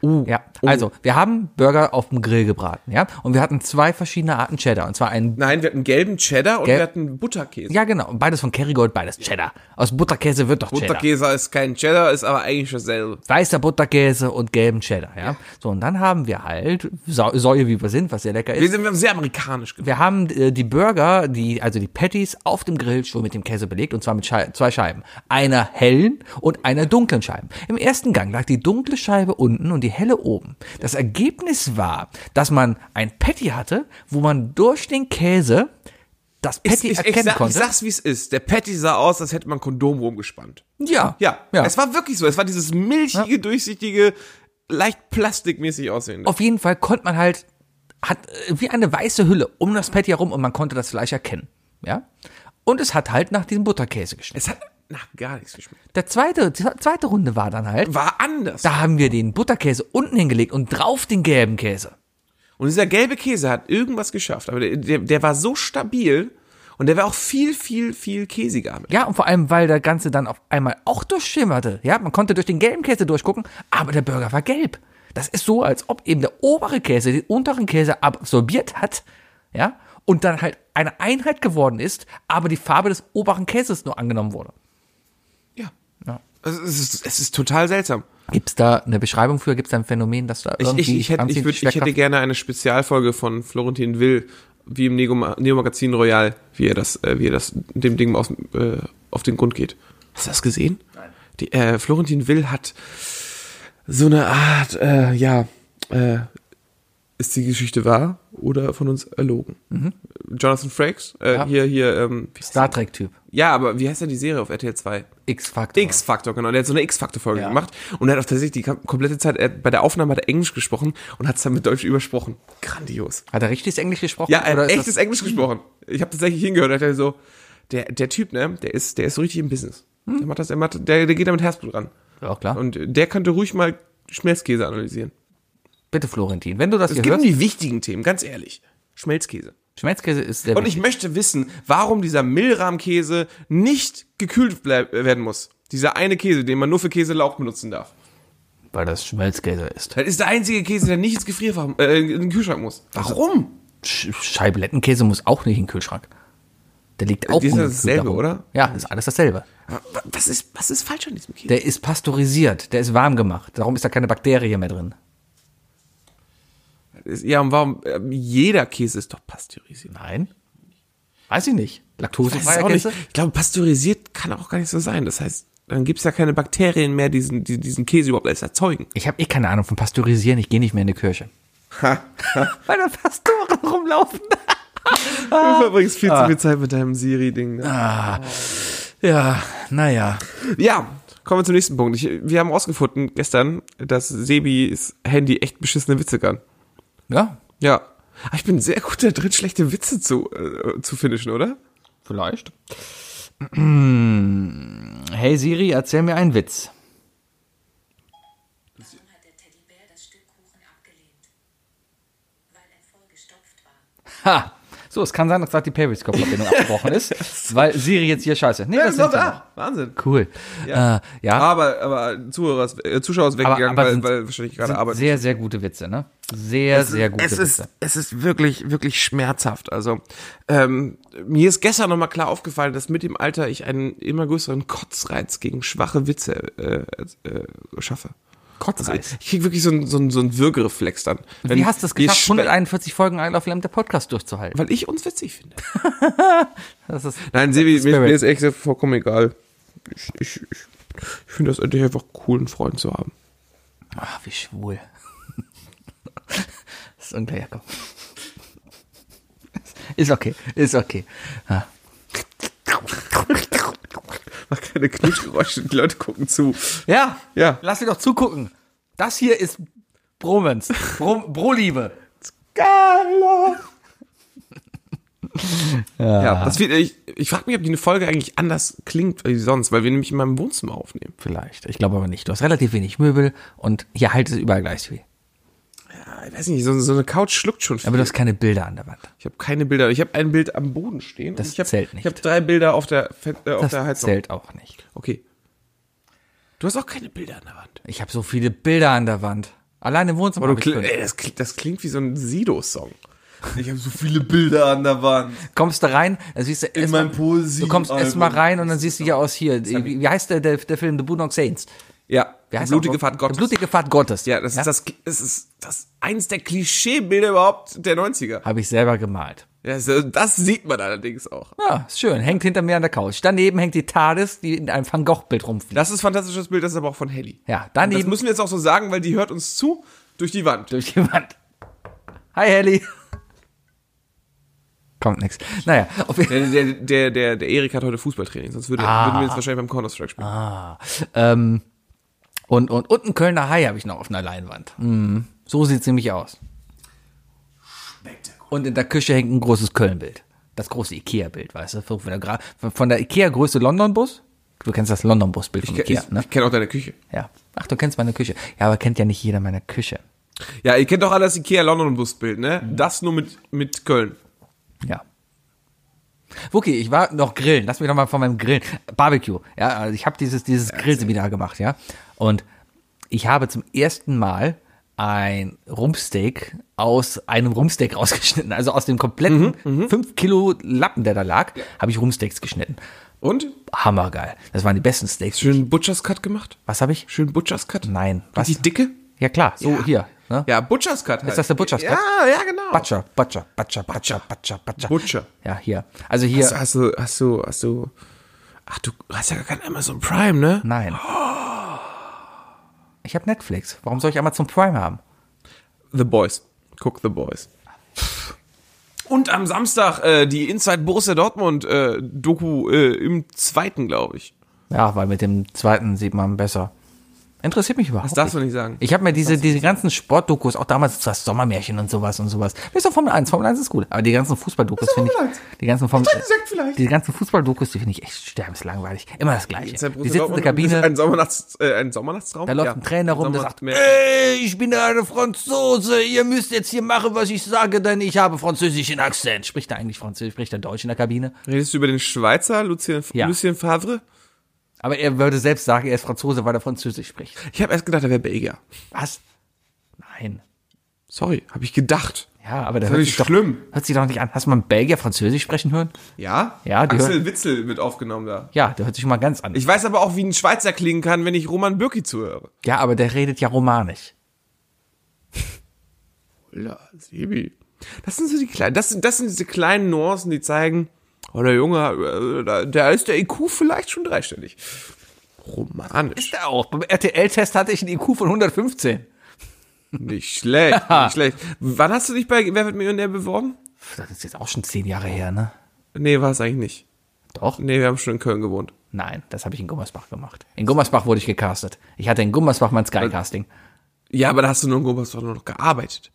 S2: Oh,
S3: Ja. Also, wir haben Burger auf dem Grill gebraten, ja. Und wir hatten zwei verschiedene Arten Cheddar. Und zwar einen.
S2: Nein, wir hatten gelben Cheddar und
S3: Gelb-
S2: wir hatten Butterkäse.
S3: Ja, genau. Und Beides von Kerrygold, beides Cheddar. Aus Butterkäse wird doch Cheddar.
S2: Butterkäse ist kein Cheddar, ist aber eigentlich dasselbe.
S3: weißer Butterkäse und gelben Cheddar, ja. So, und dann haben wir halt Sau- Säue, wie wir sind, was sehr lecker
S2: Wir
S3: ist.
S2: sind wir haben sehr amerikanisch gemacht.
S3: Wir haben äh, die Burger, die, also die Patties auf dem Grill schon mit dem Käse belegt und zwar mit Schei zwei Scheiben. Einer hellen und einer dunklen Scheibe. Im ersten Gang lag die dunkle Scheibe unten und die helle oben. Das Ergebnis war, dass man ein Patty hatte, wo man durch den Käse das
S2: Ich,
S3: Patty
S2: ich,
S3: erkennen
S2: ich, sag, ich
S3: konnte.
S2: sag's, wie es ist. Der Patty sah aus, als hätte man Kondom rumgespannt.
S3: ja,
S2: Ja,
S3: ja.
S2: Es war wirklich so. Es war dieses milchige, durchsichtige, leicht plastikmäßig aussehende.
S3: auf jeden Fall konnte man halt, hat äh, wie eine weiße Hülle um das Patty herum und man konnte das Fleisch erkennen. Ja? Und es hat halt nach diesem Butterkäse geschmeckt.
S2: Es hat nach gar nichts geschmeckt.
S3: Der zweite, die zweite Runde war dann halt,
S2: War anders.
S3: da haben wir den Butterkäse unten hingelegt und drauf den gelben Käse.
S2: Und dieser gelbe Käse hat irgendwas geschafft. Aber der, der, der war so stabil und der war auch viel, viel, viel käsiger. am Ende.
S3: Ja, und vor allem, weil der Ganze dann auf einmal auch durchschimmerte. Ja, man konnte durch den gelben Käse durchgucken, aber der Burger war gelb. Das ist so, als ob eben der obere Käse den unteren Käse absorbiert hat, ja, und dann halt eine Einheit geworden ist, aber die Farbe des oberen Käses nur angenommen wurde.
S2: Also Es ist, es ist total seltsam.
S3: Gibt's da eine Beschreibung für? Gibt's da ein Phänomen, dass da
S2: Ich,
S3: irgendwie
S2: ich, ich, hätte, ich,
S3: anziehende
S2: würd, ich hätte
S3: Schwerkraft-
S2: gerne eine Spezialfolge von Florentin Will, wie im Neo- Neo-Magazin Royal, wie er das, äh, wie er das dem Ding aus, äh, auf den Grund geht. Hast du das gesehen? Nein. Die, äh, Florentin Will hat so eine Art, äh, ja, äh, ist die Geschichte wahr oder von uns erlogen? Jonathan Frakes, äh,
S3: Ja.
S2: hier, hier, ähm, Mhm. wie-
S3: Star Trek-Typ.
S2: ja, aber wie heißt denn die Serie auf RTL 2?
S3: X-Faktor.
S2: X-Faktor, genau. Der hat so eine X-Faktor-Folge
S3: Ja.
S2: gemacht und er hat auch tatsächlich die kam- komplette Zeit, er, bei der Aufnahme hat er Englisch gesprochen und hat es dann mit Deutsch übersprochen. Grandios.
S3: Hat er richtiges Englisch gesprochen?
S2: Ja, er
S3: oder
S2: hat
S3: ist
S2: echtes
S3: das,
S2: Englisch gesprochen. Ich habe tatsächlich hingehört, hat er so, der, der Typ, ne, der ist, der ist so richtig im Business. Der macht das, er macht, der, der geht da mit Herzblut ran.
S3: Hm. Ja, klar.
S2: Und der könnte ruhig mal Schmelzkäse analysieren.
S3: Bitte, Florentin, wenn du das
S2: Es
S3: hier
S2: geht um
S3: hörst,
S2: die wichtigen Themen, ganz ehrlich. Schmelzkäse.
S3: Schmelzkäse ist der
S2: Und ich möchte wissen, warum dieser Millrahmkäse nicht gekühlt bleib- werden muss. Dieser eine Käse, den man nur für Käselauch benutzen darf.
S3: weil das Schmelzkäse ist.
S2: Das ist der einzige Käse, der nicht ins Gefrierfach, äh, in den Kühlschrank muss. Also, Warum?
S3: Sch Scheiblettenkäse muss auch nicht in den Kühlschrank. Der liegt auch
S2: Die Äh, ist
S3: unten
S2: ja dasselbe,
S3: darum.
S2: oder?
S3: Ja, ist alles dasselbe.
S2: Was ist, was ist falsch an diesem Käse?
S3: Der ist pasteurisiert, der ist warm gemacht. Darum ist da keine Bakterie mehr drin.
S2: Ist- Ja, und warum? ähm, Jeder Käse ist doch pasteurisiert.
S3: Nein. Weiß ich nicht.
S2: Ich weiß es
S3: Laktosefreier
S2: auch nicht.
S3: Käse?
S2: Ich glaube, pasteurisiert kann auch gar nicht so sein. Das heißt, dann gibt es ja keine Bakterien mehr, diesen, die diesen Käse überhaupt erst erzeugen.
S3: Ich habe eh keine Ahnung von Pasteurisieren. Ich gehe nicht mehr in die Kirche. Weil da Pastoren rumlaufen.
S2: Du verbringst viel zu viel Zeit mit deinem Siri-Ding. Ne?
S3: Ja, naja.
S2: Ja, kommen wir zum nächsten Punkt. Ich, wir haben rausgefunden gestern, dass Sebis Handy echt beschissene Witze kann.
S3: Ja,
S2: Ja. Ah, Ich bin sehr gut da drin, schlechte Witze zu, äh, zu finishen, oder?
S3: vielleicht. Hey Siri, erzähl mir einen Witz.
S5: Warum hat der Teddybär das Stück Kuchen abgelehnt? Weil er vollgestopft war.
S3: Ha! So, es kann sein, dass gerade die Periscope-Verbindung abgebrochen ist, weil Siri jetzt hier scheiße. Nee, das
S2: ist
S3: ist
S2: doch
S3: nicht
S2: da. Wahnsinn.
S3: so. Cool. Ja, äh, ja
S2: Aber, aber Zuhörer ist, äh, Zuschauer ist weggegangen,
S3: aber
S2: weil,
S3: sind-
S2: weil wahrscheinlich gerade
S3: sind
S2: Arbeit.
S3: sehr, sehr gute Witze, ne? Sehr, sehr gute
S2: es
S3: Witze.
S2: ist, es ist wirklich, wirklich schmerzhaft. Also, ähm, mir ist gestern nochmal klar aufgefallen, dass mit dem Alter ich einen immer größeren Kotzreiz gegen schwache Witze äh, äh, schaffe. Also,
S3: Kotzreiz.
S2: Ich krieg wirklich so einen so einen- so einen Würgereflex dann.
S3: Wie hast du es
S2: je
S3: geschafft,
S2: schwä-
S3: 141 Folgen Isle of Lamb der Podcast durchzuhalten?
S2: Weil ich uns witzig finde.
S3: Das ist,
S2: Nein, Sebi, mir,
S3: Spirit.
S2: mir ist echt vollkommen egal. Ich, ich, ich, ich finde das eigentlich einfach cool, einen Freund zu haben.
S3: ach, Ah, wie schwul. das ist ungleich, komm. Ist okay, ist okay. Ah.
S2: Mach keine Knutschgeräusche, die Leute gucken zu.
S3: Ja,
S2: Ja.
S3: lass mir doch zugucken. Das hier ist Bromance, Bro, Broliebe.
S2: Skala. Ja,
S3: Ah.
S2: das wird, ich, ich frage mich, ob die eine Folge eigentlich anders klingt wie sonst, weil wir nämlich in meinem Wohnzimmer aufnehmen.
S3: Vielleicht. Ich glaube aber nicht. Du hast relativ wenig Möbel und hier halt es überall gleich viel.
S2: Ja, ich weiß nicht, so, so eine Couch schluckt schon viel.
S3: Aber du hast keine Bilder an der Wand.
S2: ich habe keine Bilder. Ich habe ein Bild am Boden stehen.
S3: Das
S2: und ich hab,
S3: zählt nicht.
S2: Ich habe drei Bilder auf der, Fe- äh, auf
S3: Das
S2: der Heizung.
S3: zählt auch nicht.
S2: Okay. Du hast auch keine Bilder an der Wand.
S3: Ich habe so viele Bilder an der Wand. Allein im Wohnzimmer.
S2: Aber du
S3: hab ich
S2: kli-
S3: fünf.
S2: ey, das, klingt, das klingt wie so ein Sido-Song. Ich habe so viele Bilder an der Wand.
S3: kommst du rein, dann siehst du erstmal-
S2: meinem Poesie-
S3: Du kommst erstmal
S2: Album.
S3: rein und dann siehst du hier aus hier. Wie, wie heißt der, der, der Film The Boondock Saints?
S2: Ja,
S3: Wie heißt
S2: die blutige
S3: der?
S2: Fahrt Gottes.
S3: Die blutige Fahrt Gottes.
S2: ja, das ist das, es ist das eins der Klischeebilder überhaupt der 90er.
S3: Habe ich selber gemalt.
S2: Das, das sieht man allerdings auch.
S3: Ja, ist schön. Hängt hinter mir an der Couch. Daneben hängt die TARDIS, die in einem Van Gogh-Bild rumfliegt.
S2: Das ist ein fantastisches Bild, das ist aber auch von Helly.
S3: Ja,
S2: Das
S3: daneben
S2: müssen wir jetzt auch so sagen, weil die hört uns zu durch die Wand.
S3: durch die Wand. Hi, Helly. Kommt nix. Naja, auf jeden
S2: Der, der, der, der, der Erik hat heute Fußballtraining, sonst würde,
S3: Ah.
S2: würden wir jetzt wahrscheinlich beim Counter-Strike spielen.
S3: Ähm, und, und, und ein Kölner Hai habe ich noch auf einer Leinwand. Mhm. So sieht's nämlich aus. Und in der Küche hängt ein großes Köln-Bild. Das große Ikea-Bild, weißt du? Von der, Gra- von der Ikea-Größe London-Bus? Du kennst das London-Bus-Bild von
S2: ich
S3: Ikea,
S2: ich,
S3: ne?
S2: ich kenne auch deine Küche.
S3: Ja. Ach, du kennst meine Küche. Ja, aber kennt ja nicht jeder meine Küche.
S2: Ja, ihr kennt doch alle das Ikea London Bus-Bild, ne? Das nur mit, mit Köln.
S3: Ja. Wookie, ich war noch grillen. Lass mich doch mal von meinem Grillen. Barbecue. Ja, also ich habe dieses, dieses Grillseminar gemacht, ja. Und ich habe zum ersten Mal ein Rumpsteak aus einem Rumpsteak
S2: Mhm,
S3: rausgeschnitten. Also aus dem kompletten 5 Kilo Lappen, der da lag, habe ich Rumpsteaks geschnitten.
S2: Und?
S3: Hammergeil. Das waren die besten Steaks.
S2: Schön Butchers Cut gemacht?
S3: Was habe ich?
S2: Schön Butchers Cut?
S3: Nein.
S2: Was? Die dicke?
S3: Ja klar, so hier. Ne?
S2: Ja, Butchers Cut halt.
S3: Ist das der Butchers Cut?
S2: Ja, ja, genau.
S3: Butcher, Butcher, Butcher, Butcher, Butcher, Butcher.
S2: Butcher.
S3: Ja, hier. Also hier.
S2: Hast, hast du, hast du, hast du, ach, du hast ja gar kein Amazon Prime, ne?
S3: Nein. Ich habe Netflix. Warum soll ich Amazon Prime haben?
S2: The Boys. Guck The Boys. Und am Samstag äh, die Inside Borussia Dortmund äh, Doku äh, im zweiten, glaube ich.
S3: Ja, weil mit dem zweiten sieht man besser. Interessiert mich überhaupt
S2: Das darfst du nicht sagen.
S3: Ich habe mir diese, diese ganzen Sportdokus, auch damals das Sommermärchen und sowas und sowas. Bis auf Formel 1. Formel 1 ist gut. Aber die ganzen Fußballdokus finde
S2: Formel
S3: ich.
S2: 1.
S3: Die ganzen Formel
S2: Zweiten Sekt vielleicht.
S3: Die ganzen Fußballdokus, die finde ich echt sterbenslangweilig. Immer das Gleiche. Die sitzen in der
S2: ist
S3: Kabine,
S2: ein, Sommernachts, äh, ein Sommernachtstraum.
S3: da läuft ein Trainer rum, der sagt, äh.
S2: Sommernacht-
S3: ey, ich bin eine Franzose, ihr müsst jetzt hier machen, was ich sage, denn ich habe französischen Akzent. Spricht er eigentlich Französisch? Spricht er Deutsch in der Kabine?
S2: Redest du über den Schweizer Lucien,
S3: Ja.
S2: Lucien Favre?
S3: Aber er würde selbst sagen, er ist Franzose, weil er Französisch spricht.
S2: Ich habe erst gedacht, er wäre Belgier.
S3: Was? Nein.
S2: Sorry, habe ich gedacht.
S3: Ja, aber der
S2: Das
S3: hört
S2: ist
S3: sich, doch,
S2: schlimm.
S3: hört sich doch nicht an. Hast du mal einen Belgier Französisch sprechen hören?
S2: Ja?
S3: Ja, die
S2: Axel
S3: hören-
S2: Witzel wird aufgenommen da.
S3: Ja, der hört sich mal ganz an.
S2: Ich weiß aber auch, wie ein Schweizer klingen kann, wenn ich Roman Bürki zuhöre.
S3: ja, aber der redet ja romanisch.
S2: Ja, Sebi. Das sind so die kleinen, das, sind- das sind diese kleinen Nuancen, die zeigen, oh, der Junge, äh, da- da ist der IQ vielleicht schon dreistellig. Romanisch.
S3: Ja, auch. Beim RTL-Test hatte ich einen IQ von 115.
S2: Nicht schlecht, nicht schlecht. Wann hast du dich bei Wer wird Millionär beworben?
S3: Pff, Das ist jetzt auch schon zehn Jahre her, ne?
S2: Nee, war es eigentlich nicht.
S3: Doch?
S2: Nee, wir haben schon in Köln gewohnt.
S3: Nein, das habe ich in Gummersbach gemacht. In Gummersbach wurde ich gecastet. Ich hatte in Gummersbach mein Sky-Casting.
S2: Ja, aber da hast du nur in Gummersbach nur noch gearbeitet.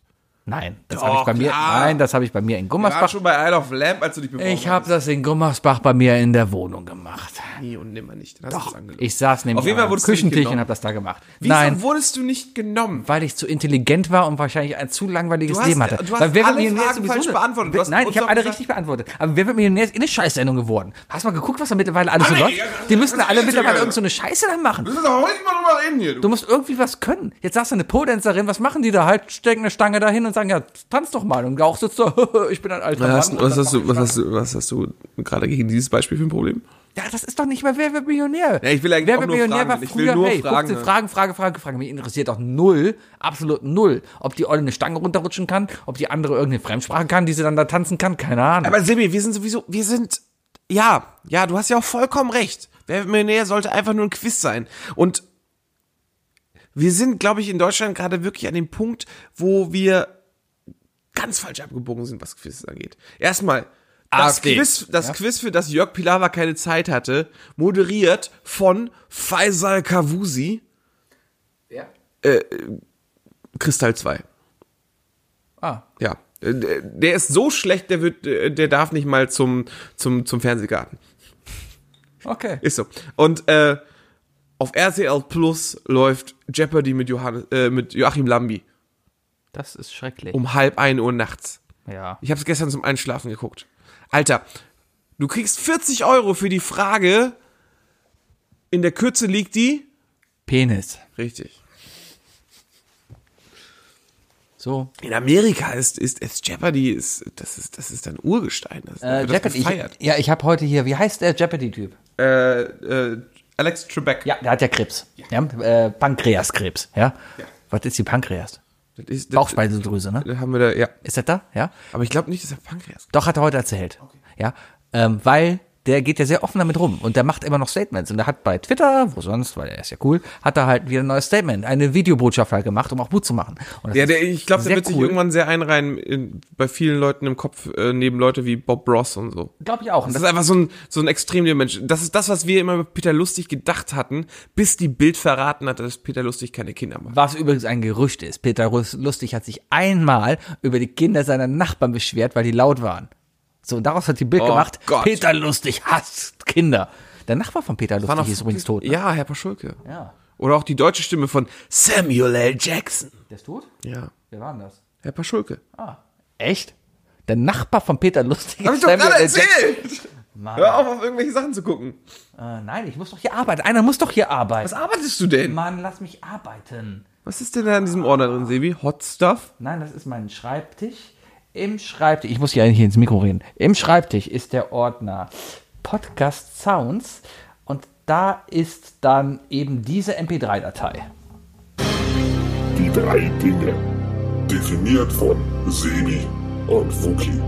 S3: Nein, das
S2: Doch,
S3: habe ich bei mir.
S2: klar.
S3: Nein, das habe ich bei mir in
S2: Wir waren
S3: Gummersbach.
S2: schon bei Isle of Lamp, als du dich beworben
S3: Ich habe das in Gummersbach bei mir in der Wohnung gemacht.
S2: hast. Nie und nimmer nicht. Dann hast du's angelogen.
S3: Ich saß
S2: Auf
S3: nämlich
S2: jeden Fall
S3: am
S2: wurdest du nicht
S3: Küchentisch und
S2: genommen.
S3: habe das da gemacht.
S2: Wieso
S3: Nein,
S2: wurdest du nicht genommen?
S3: weil ich zu intelligent war und wahrscheinlich ein zu langweiliges
S2: Du hast-
S3: Leben hatte.
S2: du hast
S3: Weil wer wird
S2: alle
S3: Millionär
S2: Fragen
S3: sowieso
S2: falsch
S3: eine-
S2: beantwortet. Du hast
S3: Nein,
S2: uns
S3: ich habe
S2: doch
S3: alle
S2: gesagt-
S3: richtig beantwortet. Aber wer wird Millionär ist eh eine Scheißsendung geworden. Hast mal geguckt, was da mittlerweile alles so
S2: nee,
S3: läuft?
S2: ja, ja,
S3: Die müssten
S2: das ist
S3: alle
S2: eh
S3: mittlerweile
S2: egal.
S3: irgend so eine Scheiße dann machen.
S2: müssen doch heute mal drüber reden hier,
S3: Du musst irgendwie was können. Jetzt sagst du eine Podänzerin, was machen die da? Halt, stecken eine Stange dahin und sagen, ja, tanz doch mal. Und auch sitzt so, ich bin ein alter Mann.
S2: Was hast, was, hast du, was, hast du, was hast du gerade gegen dieses Beispiel für ein Problem?
S3: Ja, das ist doch nicht mehr Wer wird Millionär?
S2: Ja, ich will eigentlich
S3: Wer
S2: auch
S3: wird
S2: nur
S3: Millionär
S2: Fragen.
S3: war
S2: Ich
S3: früher,
S2: will nur
S3: hey,
S2: Fragen,
S3: 15
S2: ne?
S3: Fragen, Frage, Frage, Frage. Mich interessiert doch null, absolut null, ob die Olle eine Stange runterrutschen kann, ob die andere irgendeine Fremdsprache kann, die sie dann da tanzen kann, keine Ahnung.
S2: Aber Sebi, wir sind sowieso, wir sind, ja, ja, du hast ja auch vollkommen recht. Wer wird Millionär sollte einfach nur ein Quiz sein. Und wir sind, glaube ich, in Deutschland gerade wirklich an dem Punkt, wo wir ganz falsch abgebogen sind, was Quiz angeht. Erstmal, das,
S3: AfD.
S2: Quiz, das Quiz, für das Jörg Pilawa keine Zeit hatte, moderiert von Faisal Kavusi, äh,
S3: ja.
S2: Kristall 2.
S3: Ah,
S2: Ja. Äh, Der der ist so schlecht, der wird, äh, der darf nicht mal zum, zum, zum Fernsehgarten.
S3: okay.
S2: Ist so. Und äh, auf RTL Plus läuft Jeopardy mit, Johannes, äh, mit Joachim Lambi
S3: Das ist schrecklich.
S2: um halb ein Uhr nachts.
S3: Ja.
S2: Ich habe es gestern zum Einschlafen geguckt. Alter, du kriegst 40 Euro für die Frage, in der Kürze liegt die.
S3: Penis.
S2: Richtig.
S3: So.
S2: In Amerika ist, ist, ist Jeopardy, ist, das ist, das ist ein Urgestein. Das,
S3: Äh,
S2: wird das
S3: Jeopardy.
S2: gefeiert.
S3: Ich, ja, ich habe heute hier, wie heißt der Jeopardy-Typ?
S2: Äh, äh, Alex Trebek.
S3: Ja, der hat ja Krebs. Ja. Äh, Pankreaskrebs, ja?
S2: Ja.
S3: Was ist die Pankreas?
S2: Das ist, das,
S3: Bauchspeiseldrüse, ne?
S2: das haben wir da, ja.
S3: Ist das da? Ja.
S2: Aber ich glaube nicht, dass er Pankreas
S3: Doch, hat er heute erzählt. Ja, ähm, weil der geht ja sehr offen damit rum und der macht immer noch Statements. Und der hat bei Twitter, wo sonst, weil er ist ja cool, hat er halt wieder ein neues Statement, eine Videobotschaft halt gemacht, um auch Mut zu machen. Und das
S2: Ja,
S3: ist
S2: der, ich glaube, der
S3: sehr
S2: wird sich irgendwann sehr einreihen in, bei vielen Leuten im Kopf, äh, neben Leute wie Bob Ross und so.
S3: Glaub ich auch. Und
S2: Das
S3: das,
S2: ist einfach so ein, so ein extrem Mensch. Das ist das, was wir immer über Peter Lustig gedacht hatten, bis die Bild verraten hat, dass Peter Lustig keine Kinder macht.
S3: was übrigens ein Gerücht ist. Peter Rus- Lustig hat sich einmal über die Kinder seiner Nachbarn beschwert, weil die laut waren. So, und daraus hat die Bild
S2: Oh
S3: gemacht.
S2: Gott.
S3: Peter Lustig hasst Kinder. Der Nachbar von Peter
S2: War noch-
S3: Lustig ist übrigens tot. ne?
S2: Ja, Herr Paschulke.
S3: ja.
S2: Oder auch die deutsche Stimme von Samuel L. Jackson.
S3: Der ist tot?
S2: Ja,
S3: Wer war denn das?
S2: Herr Paschulke.
S3: Echt? Der Nachbar von Peter Lustig
S2: Hab ich
S3: ist
S2: doch
S3: Samuel
S2: gerade
S3: L. Jackson.
S2: erzählt! Hör auf, auf irgendwelche Sachen zu gucken.
S3: Äh, nein, ich muss doch hier arbeiten. Einer muss doch hier arbeiten.
S2: Was arbeitest du denn?
S3: Mann, lass mich arbeiten.
S2: Was ist denn da in diesem Ordner drin, Sebi? Hot Stuff?
S3: Nein, das ist mein Schreibtisch. Im Schreibtisch, ich muss hier eigentlich ins Mikro reden. Im Schreibtisch ist der Ordner Podcast Sounds und da ist dann eben diese MP3-Datei.
S6: Die drei Dinge. Definiert von Sebi und Wookie.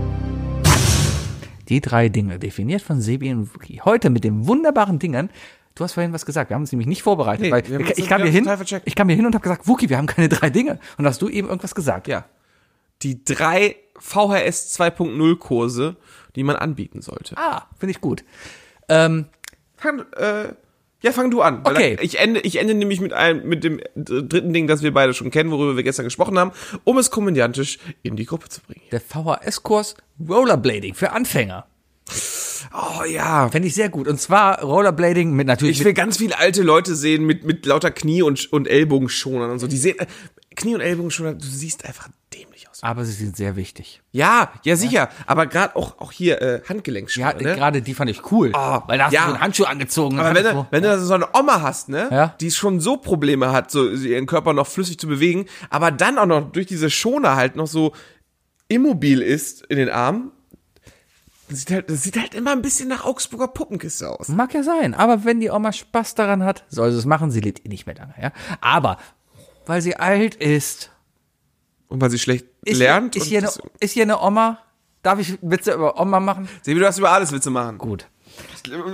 S3: Die drei Dinge, definiert von Sebi und Wiki. Heute mit den wunderbaren Dingern. Du hast vorhin was gesagt, wir haben uns nämlich nicht vorbereitet,
S2: Nee,
S3: weil
S2: wir haben
S3: ich,
S2: uns-
S3: ich, kam
S2: wir
S3: hier
S2: haben
S3: hin,
S2: total vercheckt.
S3: ich kam hier hin und habe gesagt, Wookie, wir haben keine drei Dinge. Und hast du eben irgendwas gesagt.
S2: Ja. Die drei VHS 2.0 Kurse, die man anbieten sollte.
S3: Ah, finde ich gut. Ähm,
S2: Fang, äh, ja, fang du an. weil
S3: Okay.
S2: da- Ich ende, ich ende nämlich mit einem, mit dem dritten Ding, das wir beide schon kennen, worüber wir gestern gesprochen haben, um es komödiantisch in die Gruppe zu bringen.
S3: der VHS-Kurs Rollerblading für Anfänger.
S2: Oh ja.
S3: Fände ich sehr gut. Und zwar Rollerblading mit natürlich
S2: Ich
S3: mit
S2: will ganz viele alte Leute sehen mit, mit lauter Knie- und, und Ellbogenschonern und so. Die sehen, äh, Knie- und Ellbogenschoner, du siehst einfach dämlich aus.
S3: aber sie sind sehr wichtig.
S2: Ja, ja, sicher. Aber gerade auch, auch hier, äh, Handgelenkschoner,
S3: Ja,
S2: ne?
S3: gerade die fand ich cool,
S2: Oh,
S3: weil da hast
S2: ja.
S3: du so einen Handschuh angezogen.
S2: Aber wenn,
S3: du,
S2: du, wenn du so eine Oma hast, ne,
S3: Ja.
S2: die schon so Probleme hat, so ihren Körper noch flüssig zu bewegen, aber dann auch noch durch diese Schoner halt noch so immobil ist in den Armen, das sieht halt, das sieht halt immer ein bisschen nach Augsburger Puppenkiste aus.
S3: Mag ja sein, aber wenn die Oma Spaß daran hat, soll sie es machen. Sie lebt eh nicht mehr lange, ja. Aber weil sie alt ist,
S2: Und weil sie schlecht
S3: ist,
S2: lernt.
S3: ist,
S2: und
S3: hier, eine,
S2: deswegen-
S3: ist hier eine Oma. Darf ich Witze über Oma machen?
S2: Sebi, du hast über alles Witze machen.
S3: Gut.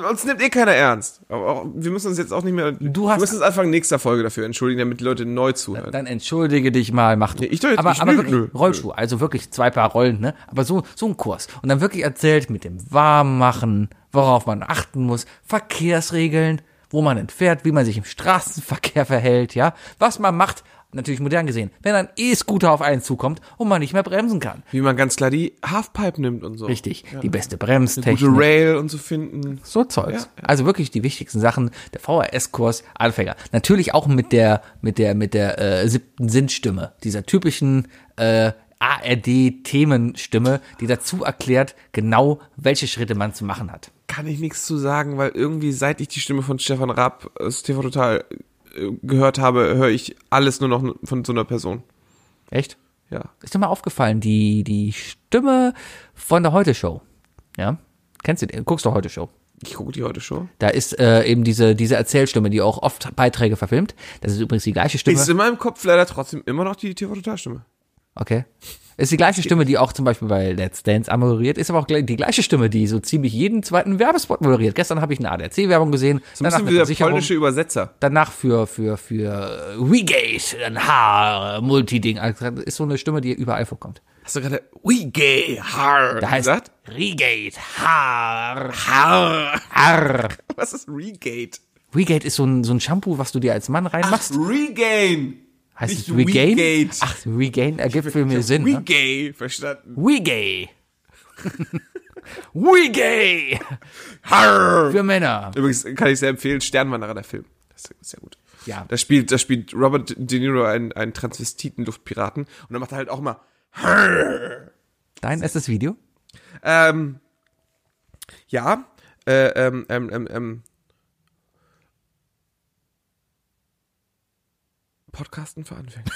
S2: Uns nimmt eh keiner ernst. Aber auch, wir müssen uns jetzt auch nicht mehr.
S3: Du hast-
S2: wir müssen uns Anfang nächster Folge dafür entschuldigen, damit die Leute neu zuhören.
S3: Dann entschuldige dich mal, mach du.
S2: Nee, ich doch jetzt
S3: aber
S2: nicht.
S3: aber
S2: Nö,
S3: wirklich
S2: nö, nö.
S3: Rollschuh, also wirklich zwei Paar Rollen, ne? Aber so so ein Kurs und dann wirklich erzählt mit dem Warmmachen, worauf man achten muss, Verkehrsregeln, wo man entfährt, wie man sich im Straßenverkehr verhält, ja? Was man macht, natürlich modern gesehen, wenn ein E-Scooter auf einen zukommt und man nicht mehr bremsen kann.
S2: Wie man ganz klar die Halfpipe nimmt und so.
S3: Richtig, die beste
S2: Gute
S3: Bremstechnik.
S2: Rail und so finden.
S3: So Zeugs. Also wirklich die wichtigsten Sachen, der VHS-Kurs, Anfänger. Natürlich auch mit der, mit der, mit der äh, siebten Sinnstimme, dieser typischen äh, ARD-Themenstimme, die dazu erklärt, genau welche Schritte man zu machen hat.
S2: kann ich nichts zu sagen, weil irgendwie seit ich die Stimme von Stefan Raab aus TV Total äh, gehört habe, höre ich alles nur noch von so einer Person.
S3: Echt?
S2: Ja.
S3: Ist dir mal aufgefallen, die, die Stimme von der Heute-Show. Ja? Kennst du, die? guckst du Heute-Show?
S2: Ich gucke die heute schon.
S3: Da ist äh, eben diese, diese Erzählstimme, die auch oft Beiträge verfilmt. Das ist übrigens die gleiche Stimme.
S2: Ist in meinem Kopf leider trotzdem immer noch die TV Total Stimme.
S3: Okay. Ist die gleiche Stimme, die auch zum Beispiel bei Let's Dance amoriert, ist aber auch gleich- die gleiche Stimme, die so ziemlich jeden zweiten Werbespot moderiert. Gestern habe ich eine ADAC-Werbung gesehen,
S2: So ein bisschen wie der polnische Übersetzer.
S3: danach für, für, für WeGate, ein Haar, Multiding. Also das Ist so eine Stimme, die überall vorkommt.
S2: Hast du gerade We gay har
S3: Da heißt
S2: gesagt? Ah,
S3: Regate, Haar, Haar, Haar.
S2: Was ist Regate?
S3: WeGate ist so ein, so ein Shampoo, was du dir als Mann reinmachst.
S2: Regain.
S3: heißt es
S2: nicht
S3: Regain?
S2: Wegate.
S3: Ach, Regain ergibt für mich Sinn. ne?
S2: Regay, verstanden.
S3: WeGay. WeGay.
S2: Har.
S3: Für Männer.
S2: Übrigens kann ich sehr empfehlen, Sternwanderer, der Film. Das ist sehr gut.
S3: Ja.
S2: Ah. Da spielt, da spielt Robert De Niro einen, einen Transvestiten Luftpiraten und dann macht er halt auch mal
S3: Dein erstes Video?
S2: Ähm, ja, äh, ähm, ähm, ähm, ähm. Podcasten für Anfänger.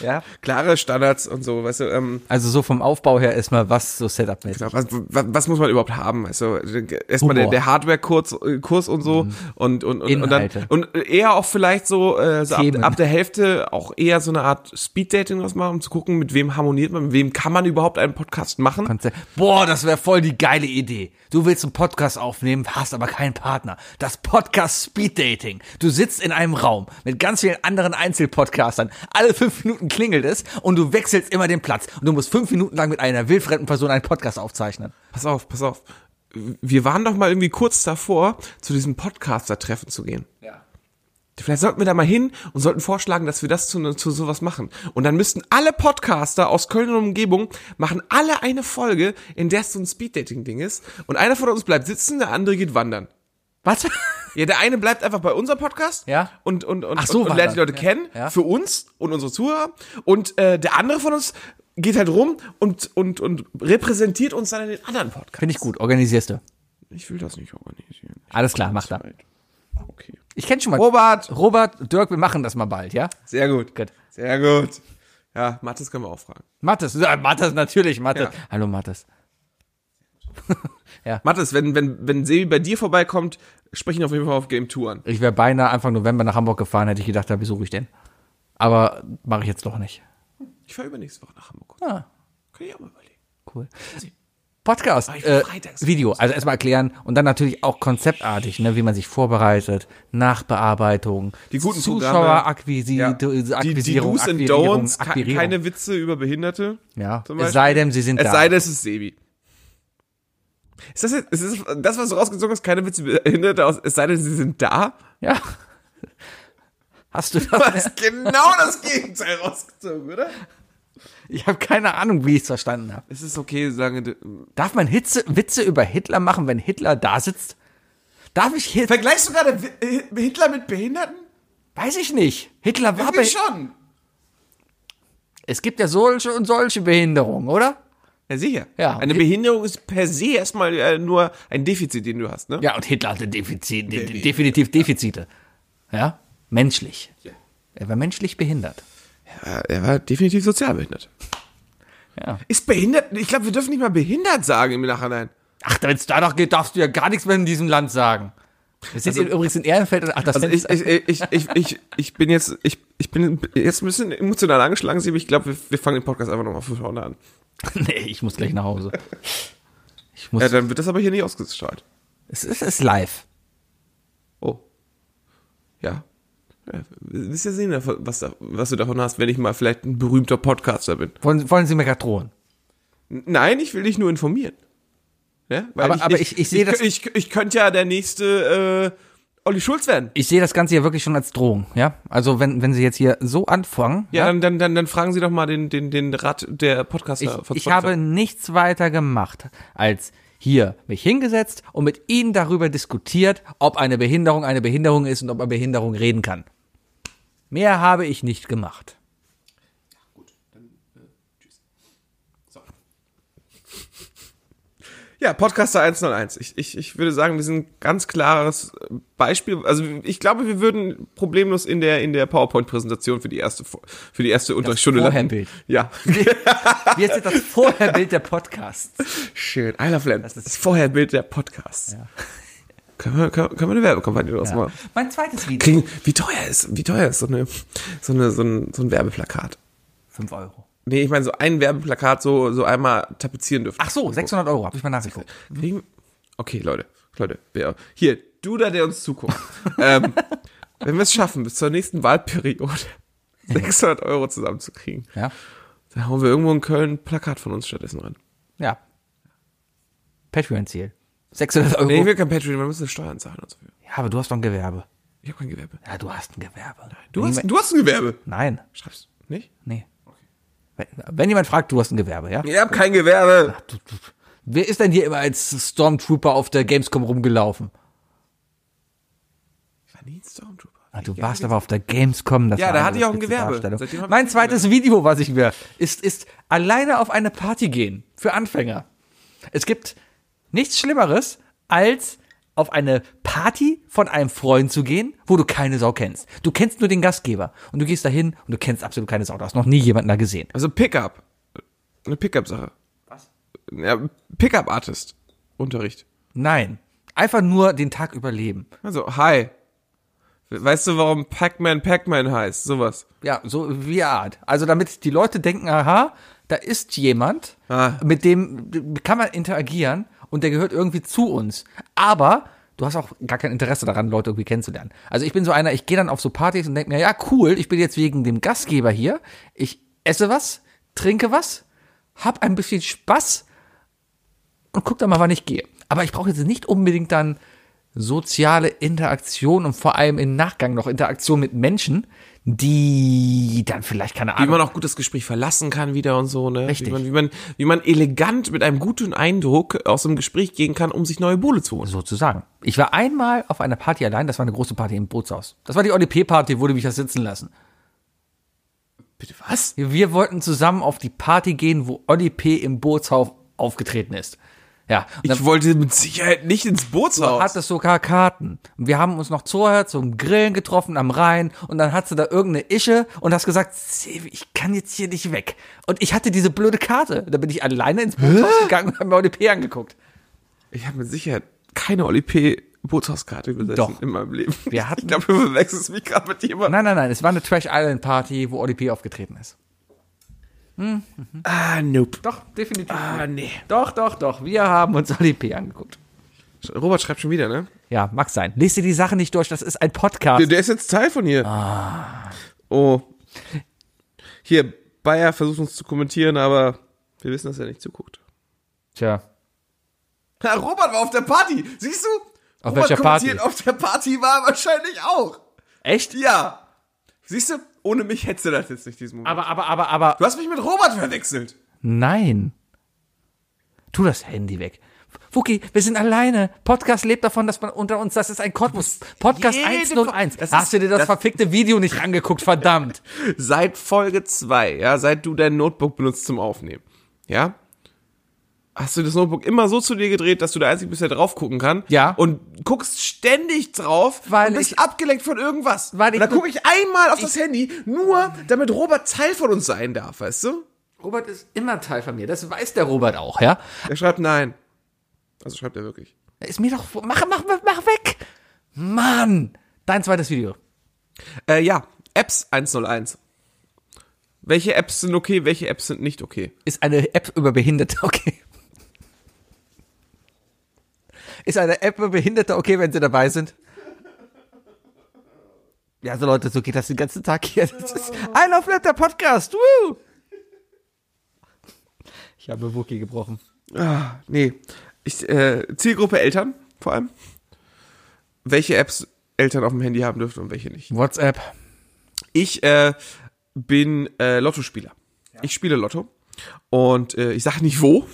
S3: Ja.
S2: Klare Standards und so, weißt du, ähm,
S3: Also so vom Aufbau her erstmal was so Setup mäßig.
S2: genau, was, was, was muss man überhaupt haben? Weißt du, erstmal der,
S3: Humor. Mhm.
S2: der Hardware-Kurs äh, Kurs und so und, und, und, und, dann,
S3: Inhalte.
S2: und eher auch vielleicht so, äh, so ab,
S3: Themen.
S2: ab der Hälfte auch eher so eine Art Speed-Dating was machen, um zu gucken, mit wem harmoniert man, mit wem kann man überhaupt einen Podcast machen.
S3: Konzept. Boah, das wäre voll die geile Idee. Du willst einen Podcast aufnehmen, hast aber keinen Partner. Das Podcast Speed Dating. Du sitzt in einem Raum mit ganz vielen anderen Einzelpodcastern. Alle fünf Minuten klingelt es und du wechselst immer den Platz. Und du musst fünf Minuten lang mit einer wildfremden Person einen Podcast aufzeichnen.
S2: Pass auf, pass auf. Wir waren doch mal irgendwie kurz davor, zu diesem Podcaster-Treffen zu gehen. Ja. Vielleicht sollten wir da mal hin und sollten vorschlagen, dass wir das zu, zu sowas machen. Und dann müssten alle Podcaster aus Köln und Umgebung machen alle eine Folge, in der es so ein Speed-Dating-Ding ist. Und einer von uns bleibt sitzen, der andere geht wandern.
S3: Was?
S2: Ja, der eine bleibt einfach bei unserem Podcast
S3: Ja.
S2: und, und, und,
S3: Ach so,
S2: und, und
S3: war
S2: lernt die
S3: das.
S2: Leute
S3: Ja,
S2: kennen
S3: ja.
S2: für uns und unsere Zuhörer. Und äh, der andere von uns geht halt rum und, und, und repräsentiert uns dann in den anderen Podcasts.
S3: Finde ich gut. Organisierst du.
S2: Ich will das nicht organisieren.
S3: Alles klar, mach da.
S2: Okay.
S3: Ich kenne schon mal.
S2: Robert!
S3: Robert, Dirk, wir machen das mal bald, ja?
S2: Sehr gut.
S3: Gut.
S2: Sehr gut. Ja, Mathis können wir auch fragen.
S3: Mattes, ja, Mattes, natürlich, Mattes.
S2: Ja.
S3: Hallo, Mattes.
S2: Mathis, wenn, wenn, wenn Sebi bei dir vorbeikommt, sprechen wir auf jeden Fall auf Game Tour an.
S3: Ich wäre beinahe Anfang November nach Hamburg gefahren, hätte ich gedacht, da besuche ich den. Aber mache ich jetzt doch nicht.
S2: Ich fahre übernächste Woche nach Hamburg.
S3: Ah.
S2: Kann ich auch mal überlegen.
S3: Cool. Podcast,
S2: Ah, ich
S3: äh,
S2: freitags-
S3: Video, also erstmal erklären und dann natürlich auch konzeptartig, ne, wie man sich vorbereitet, Nachbearbeitung, äh,
S2: Die guten Programme. Ja.
S3: Zuschauerakquisierung,
S2: Die, die Do's and Don'ts, ke- keine Witze über Behinderte.
S3: ja.
S2: zum
S3: Es sei denn, sie sind
S2: Es
S3: da.
S2: sei denn, es ist Sebi. Ist das, jetzt, ist das, das, was du rausgezogen hast, keine Witze über Behinderte aus, es sei denn, sie sind da?
S3: ja. Hast du
S2: Du
S3: das?
S2: hast genau das Gegenteil rausgezogen, oder?
S3: Ich habe keine Ahnung, wie ich es verstanden habe.
S2: Es ist okay, solange du,
S3: Darf man Hitze, Witze über Hitler machen, wenn Hitler da sitzt? Darf ich Hitler?
S2: Vergleichst du gerade Wi- äh, Hitler mit Behinderten?
S3: Weiß ich nicht. Hitler war
S2: Irgendwie
S3: bei
S2: schon.
S3: Es gibt ja solche und solche Behinderungen, oder?
S2: Ja, sicher.
S3: Ja.
S2: Eine Behinderung ist per se erstmal äh, nur ein Defizit, den du hast, ne?
S3: Ja, und Hitler hatte Defizit, de- de- definitiv Defizite. Ja, menschlich. Er war menschlich behindert.
S2: Ja, er war definitiv sozial behindert.
S3: Ja.
S2: Ist behindert? Ich glaube, wir dürfen nicht mal behindert sagen im Nachhinein.
S3: Ach, wenn es danach geht, darfst du ja gar nichts mehr in diesem Land sagen. Wir sind hier übrigens in Ehrenfeld und ach, das
S2: Also ich,
S3: Fenster-
S2: ich, ich, ich, ich, ich bin jetzt, ich, ich bin jetzt ein bisschen emotional angeschlagen, Sieb. Ich glaube, wir, wir fangen den Podcast einfach nochmal von vorne an.
S3: nee, ich muss gleich nach Hause. Also Ich muss.
S2: Ja, dann wird das aber hier nicht ausgestrahlt.
S3: es, ist, es ist live.
S2: Oh. Ja. ja wirst ja sehen, was, da, was du davon hast, wenn ich mal vielleicht ein berühmter Podcaster bin.
S3: Wollen, wollen Sie mir gerade drohen?
S2: Nein, ich will dich nur informieren. Ja? Weil
S3: Aber- aber ich- ich sehe das-
S2: Ich, ich könnte ja der nächste äh, Olli Schulz werden.
S3: Ich sehe das Ganze ja wirklich schon als Drohung, ja? Also wenn, wenn Sie jetzt hier so anfangen,
S2: Ja, Dann, dann, dann, dann fragen Sie doch mal den, den, den Rat der Podcaster
S3: Ich, ich
S2: Spotify.
S3: habe nichts weiter gemacht, als hier mich hingesetzt und mit Ihnen darüber diskutiert, ob eine Behinderung eine Behinderung ist und ob eine Behinderung reden kann. Mehr habe ich nicht gemacht.
S2: Ja, Podcaster 101. Ich, ich, ich würde sagen, wir sind ein ganz klares Beispiel. Also ich glaube, wir würden problemlos in der, in der PowerPoint-Präsentation für die erste, Fo- für die erste Unterrichtsstunde
S3: Vorherbild.
S2: Ja.
S3: Wie ist jetzt das Vorherbild der Podcasts?
S2: Schön. I love Land. Das ist das Vorherbild der Podcasts. Können, wir, können, können wir eine Werbekampagne draus machen?
S3: Mein zweites Video.
S2: Kriegen, wie teuer ist, wie teuer ist so eine, so eine, so ein, so ein Werbeplakat?
S3: Fünf Euro.
S2: Nee, ich meine, so ein Werbeplakat so, so einmal tapezieren dürfen.
S3: Ach so, 600 Euro, habe ich mal nachgeguckt.
S2: Kriegen? Okay, Leute, Leute, wer, hier, du da, der uns zuguckt. ähm, wenn wir es schaffen, bis zur nächsten Wahlperiode 600 Euro zusammenzukriegen,
S3: Ja,
S2: dann hauen wir irgendwo in Köln ein Plakat von uns stattdessen ran.
S3: ja. Patreon-Ziel. 600 Euro.
S2: Nee, ich will kein Patreon, wir müssen Steuern zahlen und so.
S3: ja, aber du hast doch ein Gewerbe.
S2: Ich habe kein Gewerbe.
S3: Ja, du hast ein Gewerbe.
S2: Du hast, du hast ein Gewerbe.
S3: Nein,
S2: Schreibst du nicht?
S3: nee. Wenn, wenn jemand fragt, du hast ein Gewerbe, ja?
S2: Ich habe kein Gewerbe.
S3: Wer ist denn hier immer als Stormtrooper auf der Gamescom rumgelaufen?
S2: Ich war nie ein Stormtrooper.
S3: Ah, du warst aber auf der Gamescom. Das
S2: Ja,
S3: war
S2: da
S3: eine
S2: hatte ich auch ein
S3: spitze
S2: Gewerbe.
S3: Darstellung.
S2: Seitdem hab ich
S3: Mein
S2: ein
S3: zweites Video, was ich mir, ist, ist alleine auf eine Party gehen. Für Anfänger. Es gibt nichts Schlimmeres, als auf eine Party von einem Freund zu gehen, wo du keine Sau kennst. Du kennst nur den Gastgeber. Und du gehst dahin und du kennst absolut keine Sau. Du hast noch nie jemanden da gesehen.
S2: Also Pickup. Eine Pickup-Sache. Was? Ja, Pickup-Artist. Unterricht.
S3: Nein. Einfach nur den Tag überleben.
S2: Also, hi. Weißt du, warum Pac-Man Pac-Man heißt? Sowas.
S3: Ja, so wie eine Art. Also damit die Leute denken, aha, da ist jemand,
S2: Ah.
S3: mit dem kann man interagieren und der gehört irgendwie zu uns. Aber du hast auch gar kein Interesse daran, Leute irgendwie kennenzulernen. Also ich bin so einer, ich gehe dann auf so Partys und denke mir, ja cool, ich bin jetzt wegen dem Gastgeber hier. Ich esse was, trinke was, hab ein bisschen Spaß und guck dann mal, wann ich gehe. Aber ich brauche jetzt nicht unbedingt dann soziale Interaktion und vor allem im Nachgang noch Interaktion mit Menschen, die dann vielleicht keine
S2: Wie
S3: Ahnung.
S2: man auch gut das Gespräch verlassen kann wieder und so, ne?
S3: Also- Richtig.
S2: Wie man, wie man, wie man elegant mit einem guten Eindruck aus dem Gespräch gehen kann, um sich neue Bohle zu holen.
S3: Sozusagen. Ich war einmal auf einer Party allein, das war eine große Party im Bootshaus. Das war die Olli P. Party, wurde mich das sitzen lassen.
S2: Bitte was?
S3: Wir wollten zusammen auf die Party gehen, wo Olli P. im Bootshaus aufgetreten ist. Ja, und dann
S2: Ich wollte mit Sicherheit nicht ins Bootshaus.
S3: hattest sogar Karten. Und wir haben uns noch vorher zum Grillen getroffen am Rhein und dann hattest du da irgendeine Ische und hast gesagt, Sevi, ich kann jetzt hier nicht weg. Und ich hatte diese blöde Karte. Da bin ich alleine ins Bootshaus gegangen und hab mir Olli P. angeguckt.
S2: Ich habe mit Sicherheit keine Oli P. Bootshauskarte besessen
S3: Doch.
S2: in meinem Leben.
S3: Wir hatten-
S2: ich glaube, du verwechselst mich gerade mit jemandem.
S3: Nein, nein, nein, es war eine Trash Island Party, wo ODP aufgetreten ist.
S2: Ah, nope.
S3: Doch, definitiv.
S2: Ah, nee.
S3: Doch, doch, doch. Wir haben uns ODP angeguckt.
S2: Robert schreibt schon wieder, ne?
S3: Ja, mag sein. Lest dir die Sache nicht durch, das ist ein Podcast.
S2: Der, der ist jetzt Teil von hier. Ah. Oh. Hier, Bayer versucht uns zu kommentieren, aber wir wissen, dass er nicht zuguckt.
S3: Tja.
S2: Ha, Robert war auf der Party. Siehst du?
S3: Auf
S2: Robert
S3: welcher
S2: kommentiert
S3: Party?
S2: auf der Party war er wahrscheinlich auch.
S3: Echt?
S2: Ja. Siehst du, ohne mich hättest du das jetzt nicht diesen Moment.
S3: Aber, aber, aber, aber.
S2: du hast mich mit Robert verwechselt.
S3: Nein. Tu das Handy weg. Fuki, wir sind alleine. Podcast lebt davon, dass man unter uns, das ist ein Cottbus. Podcast
S2: Jede
S3: 101.
S2: Fo- das
S3: Hast
S2: ist-
S3: du dir das,
S2: das-
S3: verfickte Video nicht angeguckt, verdammt.
S2: Seit Folge 2, ja, seit du dein Notebook benutzt zum Aufnehmen, ja, hast du das Notebook immer so zu dir gedreht, dass du der Einzige bist, der drauf gucken kann.
S3: Ja.
S2: Und guckst ständig drauf
S3: Weil
S2: und bist
S3: ich-
S2: abgelenkt von irgendwas.
S3: Weil ich-
S2: und dann gucke ich einmal auf das Handy, nur damit Robert Teil von uns sein darf, weißt du?
S3: Robert ist immer Teil von mir, das weiß der Robert auch, ja?
S2: Er schreibt nein. Also schreibt er wirklich.
S3: Ist mir doch, mach, mach, mach weg. Mann. Dein zweites Video.
S2: Äh, ja, Apps 101. Welche Apps sind okay, welche Apps sind nicht okay?
S3: Ist eine App über Behinderte, okay. Ist eine App über Behinderte okay, wenn sie dabei sind? Ja, so Leute, so geht das den ganzen Tag hier. Das ist I Love Lab, der Podcast. Woo! Ich habe Wookie gebrochen.
S2: Ah, nee. Ich, äh, Zielgruppe Eltern vor allem. Welche Apps Eltern auf dem Handy haben dürfen und welche nicht.
S3: WhatsApp.
S2: Ich äh, bin äh, Lottospieler. Ich spiele Lotto und äh, ich sage nicht wo.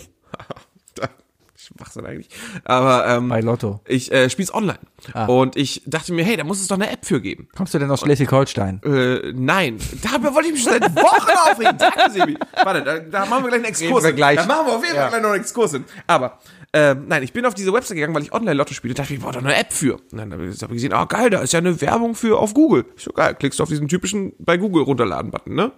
S2: Da- Schwachsinn eigentlich. Aber ähm,
S3: Bei Lotto. Ah.
S2: ich äh, spiele es online. Und ich dachte mir, hey, da muss es doch eine App für geben.
S3: Kommst du denn aus Schleswig-Holstein?
S2: Äh, nein. Dabei wollte ich mich schon seit Wochen aufregen. Danke, Sebi. Warte, da, da machen wir gleich einen Exkurs.
S3: Reden wir
S2: hin.
S3: gleich.
S2: Da machen wir auf jeden Fall
S3: Ja.
S2: gleich noch einen Exkurs hin. Aber, ähm, nein, ich bin auf diese Website gegangen, weil ich Online-Lotto spiele. Dachte ich, ich brauche da eine App für. Und dann habe ich hab ich gesehen, ah, geil, da ist ja eine Werbung für auf Google. Ich so, geil, klickst du auf diesen typischen bei Google runterladen-Button, ne?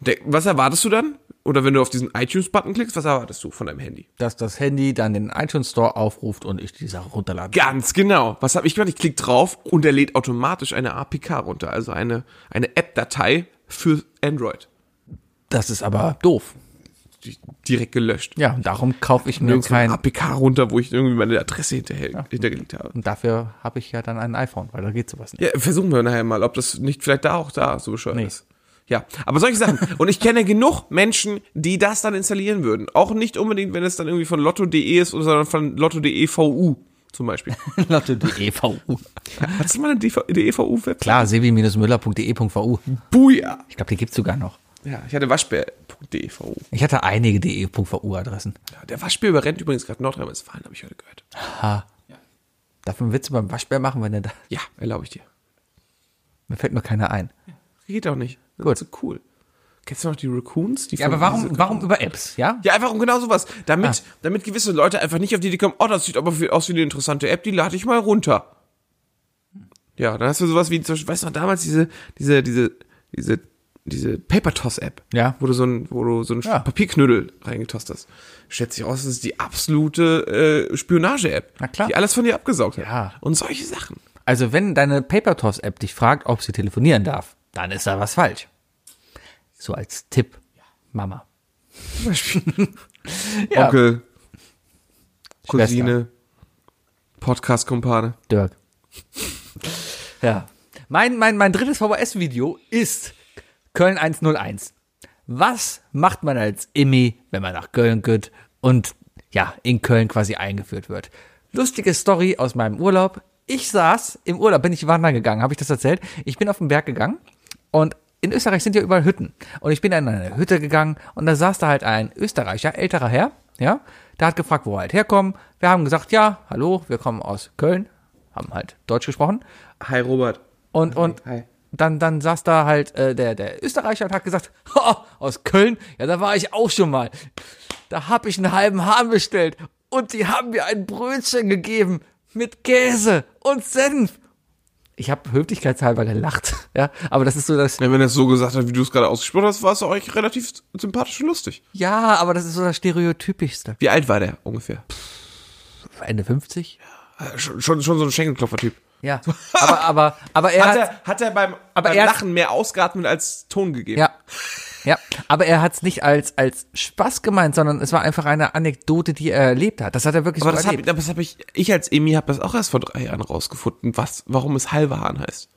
S2: Der, was erwartest du dann? Oder wenn du auf diesen iTunes-Button klickst, was erwartest du von deinem Handy?
S3: Dass das Handy dann den iTunes Store aufruft und ich die Sache runterlade.
S2: Ganz genau. Was habe ich gemacht? Ich klicke drauf und er lädt automatisch eine APK runter, also eine, eine App-Datei für Android.
S3: Das ist aber doof.
S2: die direkt gelöscht.
S3: Ja, und darum kaufe ich mir
S2: Nirgends
S3: kein...
S2: kein APK runter, wo ich irgendwie meine Adresse hinterher, hintergelegt habe.
S3: Und dafür habe ich ja dann ein iPhone, weil da geht sowas nicht.
S2: Ja, versuchen wir nachher mal, ob das nicht vielleicht da auch da so bescheuert
S3: Nee.
S2: ist. Ja, aber solche Sachen. Und ich kenne genug Menschen, die das dann installieren würden. Auch nicht unbedingt, wenn es dann irgendwie von lotto.de ist, sondern von lotto.de VU zum Beispiel.
S3: Lotto.de VU.
S2: Hast du mal eine DVU-Web?
S3: Klar, sebi-müller.de.vu.
S2: Buja.
S3: Ich glaube, die gibt's sogar noch.
S2: Ja, ich hatte waschbär.de VU.
S3: Ich hatte einige de.vu-Adressen.
S2: Ja, der Waschbär überrennt übrigens gerade Nordrhein-Westfalen, habe ich heute gehört.
S3: Darf man Witze beim Waschbär machen, wenn er da.
S2: Ja, erlaube ich dir.
S3: Mir fällt nur keiner ein.
S2: Geht auch nicht. Das
S3: Gut.
S2: ist so cool. Kennst du noch die Raccoons? Die
S3: Ja, aber
S2: von Wiese-
S3: warum, warum über Apps, ja?
S2: Ja, einfach um genau sowas. Damit,
S3: Ah.
S2: damit gewisse Leute einfach nicht auf die Idee kommen, oh, das sieht aber wie- aus wie eine interessante App, die lade ich mal runter. Ja, dann hast du sowas wie, zum Beispiel, weißt du noch, damals diese, diese, diese, diese, diese Paper-Toss-App.
S3: Ja.
S2: Wo du so ein, wo du so ein
S3: Ja.
S2: Papierknödel reingetost hast. Schätze ich aus, das ist die absolute äh, Spionage-App.
S3: Na klar.
S2: Die alles von dir abgesaugt hat.
S3: Ja.
S2: Und solche Sachen.
S3: Also, wenn deine PaperToss-App dich fragt, ob sie telefonieren darf, dann ist da was falsch. So als Tipp, Mama.
S2: Zum Beispiel. Onkel, Cousine, Podcast-Kumpane.
S3: Dirk. Ja. Mein, mein, mein drittes VHS-Video ist Köln 101. Was macht man als Immi, wenn man nach Köln geht und ja, in Köln quasi eingeführt wird? Lustige Story aus meinem Urlaub. Ich saß im Urlaub, bin ich wandern gegangen, habe ich das erzählt? Ich bin auf den Berg gegangen und in Österreich sind ja überall Hütten. Und ich bin dann in eine Hütte gegangen und da saß da halt ein Österreicher, älterer Herr, ja, der hat gefragt, wo wir halt herkommen. Wir haben gesagt, ja, hallo, wir kommen aus Köln, haben halt Deutsch gesprochen.
S2: Hi, Robert.
S3: Und, und dann, dann saß da halt äh, der, der Österreicher und hat gesagt, ha, aus Köln, ja, da war ich auch schon mal. Da habe ich einen halben Hahn bestellt und die haben mir ein Brötchen gegeben mit Käse und Senf. Ich habe höflichkeitshalber gelacht, ja, aber das ist so das,
S2: Ja, wenn er es so gesagt hat, wie du es gerade ausgesprochen hast, war es doch eigentlich relativ sympathisch und lustig.
S3: ja, aber das ist so das Stereotypischste.
S2: Wie alt war der ungefähr?
S3: Ende 50.
S2: Schon, schon, schon so ein Schenkelklopfer-Typ.
S3: Ja. Aber, aber, aber er
S2: Hat,
S3: hat,
S2: er, hat er beim,
S3: aber
S2: beim
S3: er hat-
S2: Lachen mehr ausgeatmet als Ton gegeben?
S3: ja. Ja, aber er hat es nicht als, als Spaß gemeint, sondern es war einfach eine Anekdote, die er erlebt hat. Das hat er wirklich
S2: Aber
S3: so
S2: das habe
S3: erlebt.
S2: das hab ich, ich als Emi habe das auch erst vor drei Jahren rausgefunden, was, warum es halbe Hahn heißt.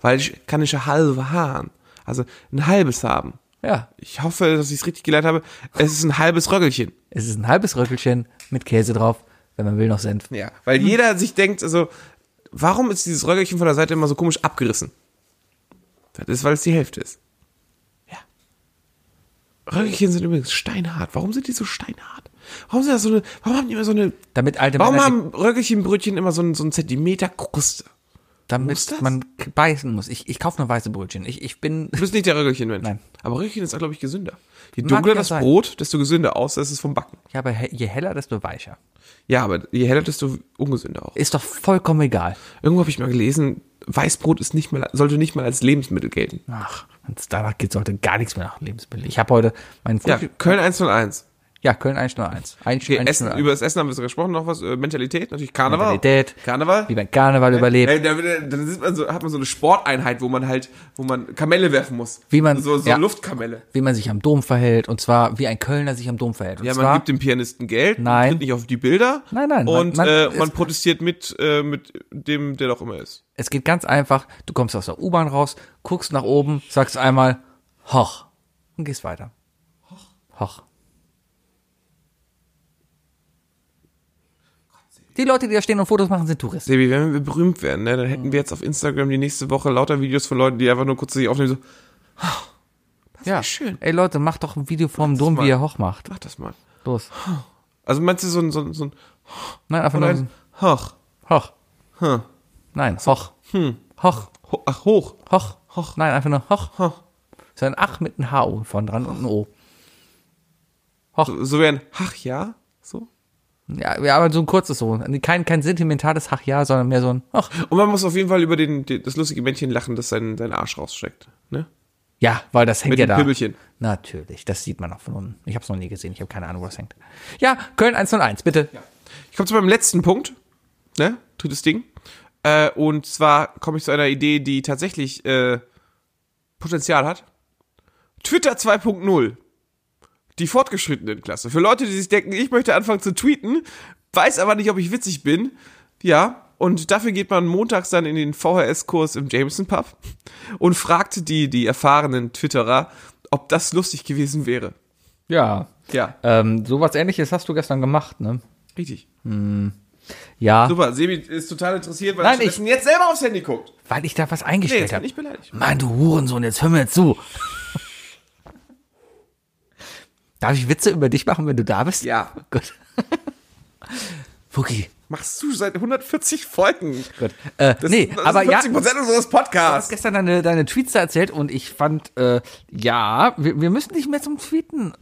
S2: Weil ich kann ich ja halbe Hahn, also ein halbes haben.
S3: ja,
S2: Ich hoffe, dass ich es richtig gelernt habe. Es ist ein halbes Röggelchen.
S3: es ist ein halbes Röckelchen mit Käse drauf, wenn man will noch Senf.
S2: Ja. Weil
S3: Hm.
S2: jeder sich denkt, also, warum ist dieses Röggelchen von der Seite immer so komisch abgerissen? Das ist, weil es die Hälfte ist. Ja. Röggelchen sind übrigens steinhart. Warum sind die so steinhart? Warum sind das so eine, warum haben die immer so eine,
S3: Damit alte
S2: warum
S3: Männer,
S2: haben Röggelchenbrötchen immer so einen, so einen Zentimeter Kruste? muss das?
S3: damit man k- beißen muss. Ich, ich kaufe nur weiße Brötchen. Ich, ich bin,
S2: Du bist nicht der Röckelchenmensch.
S3: Nein.
S2: Aber Röckelchen ist, glaube ich, gesünder. Je
S3: Mag
S2: dunkler
S3: ja
S2: das
S3: sein.
S2: Brot, desto gesünder aus, ist es vom Backen.
S3: ja, aber he- je heller, desto weicher.
S2: Ja, aber je heller, desto ungesünder auch.
S3: Ist doch vollkommen egal.
S2: Irgendwo habe ich mal gelesen, Weißbrot ist nicht mal, sollte nicht mal als Lebensmittel gelten.
S3: Ach, wenn's danach geht, sollte gar nichts mehr nach Lebensmitteln. Ich habe heute mein
S2: Ja,
S3: Frühstück.
S2: Köln 101.
S3: Ja, Köln 101. Ein
S2: Okay, Essen, über das Essen haben wir jetzt gesprochen, noch was, äh, Mentalität, natürlich Karneval.
S3: Mentalität.
S2: Karneval.
S3: Wie man Karneval überlebt.
S2: Ey, da, wird- dann sitzt man so, hat man so eine Sporteinheit, wo man halt, wo man Kamelle werfen muss.
S3: Wie man-
S2: so, so
S3: ja.
S2: Luftkamelle.
S3: wie man sich am Dom verhält und zwar wie ein Kölner sich am Dom verhält. Und
S2: Ja, man
S3: zwar,
S2: gibt dem Pianisten Geld,
S3: Nein.
S2: tritt nicht auf die Bilder.
S3: Nein, nein, man-
S2: Und man,
S3: man-
S2: äh, man
S3: es-
S2: protestiert mit, äh, mit dem, der doch immer ist.
S3: es geht ganz einfach, du kommst aus der U-Bahn raus, guckst nach oben, sagst einmal hoch und gehst weiter. Hoch. Die Leute, die da stehen und Fotos machen, sind Touristen.
S2: Sebi, wenn wir berühmt werden, ne, dann hätten wir jetzt auf Instagram die nächste Woche lauter Videos von Leuten, die einfach nur kurz sich aufnehmen, so,
S3: ja.
S2: schön.
S3: Ey Leute, macht doch ein Video vom Dom, wie
S2: mal.
S3: ihr hoch macht.
S2: mach das mal.
S3: Los.
S2: Also meinst du so ein, so ein, so ein,
S3: Nein, einfach nur
S2: ein
S3: ein
S2: Hoch,
S3: hoch. Nein, hoch. Hoch.
S2: ho, ach, hoch,
S3: Hoch.
S2: Hm. Hoch.
S3: Nein, einfach nur hoch.
S2: Hoch.
S3: So ein Ach mit einem H von dran und ein O.
S2: so, so wie ein Hach, ja, so.
S3: Ja, ja, aber so ein kurzes so. Kein, kein sentimentales Ach ja, sondern mehr so ein Ach.
S2: Und man muss auf jeden Fall über den, den das lustige Männchen lachen, das seinen, seinen Arsch rausstreckt, ne?
S3: Ja, weil das hängt
S2: Mit
S3: ja
S2: dem
S3: da.
S2: Pibbelchen.
S3: Natürlich, das sieht man auch von unten. Ich habe es noch nie gesehen, ich habe keine Ahnung, wo das hängt. Ja, Köln 101, bitte.
S2: Ich komme zu meinem letzten Punkt, ne? Drittes Ding. Äh, und zwar komme ich zu einer Idee, die tatsächlich äh, Potenzial hat. Twitter 2.0. Die fortgeschrittenen Klasse. Für Leute, die sich denken, ich möchte anfangen zu tweeten, weiß aber nicht, ob ich witzig bin. Ja, und dafür geht man montags dann in den VHS-Kurs im Jameson Pub und fragt die, die erfahrenen Twitterer, ob das lustig gewesen wäre.
S3: Ja.
S2: Ja,
S3: Ähm, sowas ähnliches hast du gestern gemacht, ne?
S2: richtig.
S3: Ja.
S2: Super, Sebi ist total interessiert, weil
S3: Nein,
S2: er
S3: ich-
S2: stattdessen jetzt selber aufs Handy guckt.
S3: Weil ich da was
S2: Nee,
S3: eingestellt
S2: jetzt bin
S3: habe.
S2: ich beleidigt.
S3: Mann, du Hurensohn, jetzt hör mir zu. Darf ich Witze über dich machen, wenn du da bist?
S2: Ja.
S3: Gut. Fuki.
S2: Machst du seit 140 Folgen.
S3: Gut. Äh, nee,
S2: das
S3: aber
S2: ist
S3: ja.
S2: 40 Prozent unseres
S3: Du hast
S2: Podcasts.
S3: gestern deine, deine Tweets da erzählt und ich fand, äh, ja, wir, wir müssen dich mehr zum Tweeten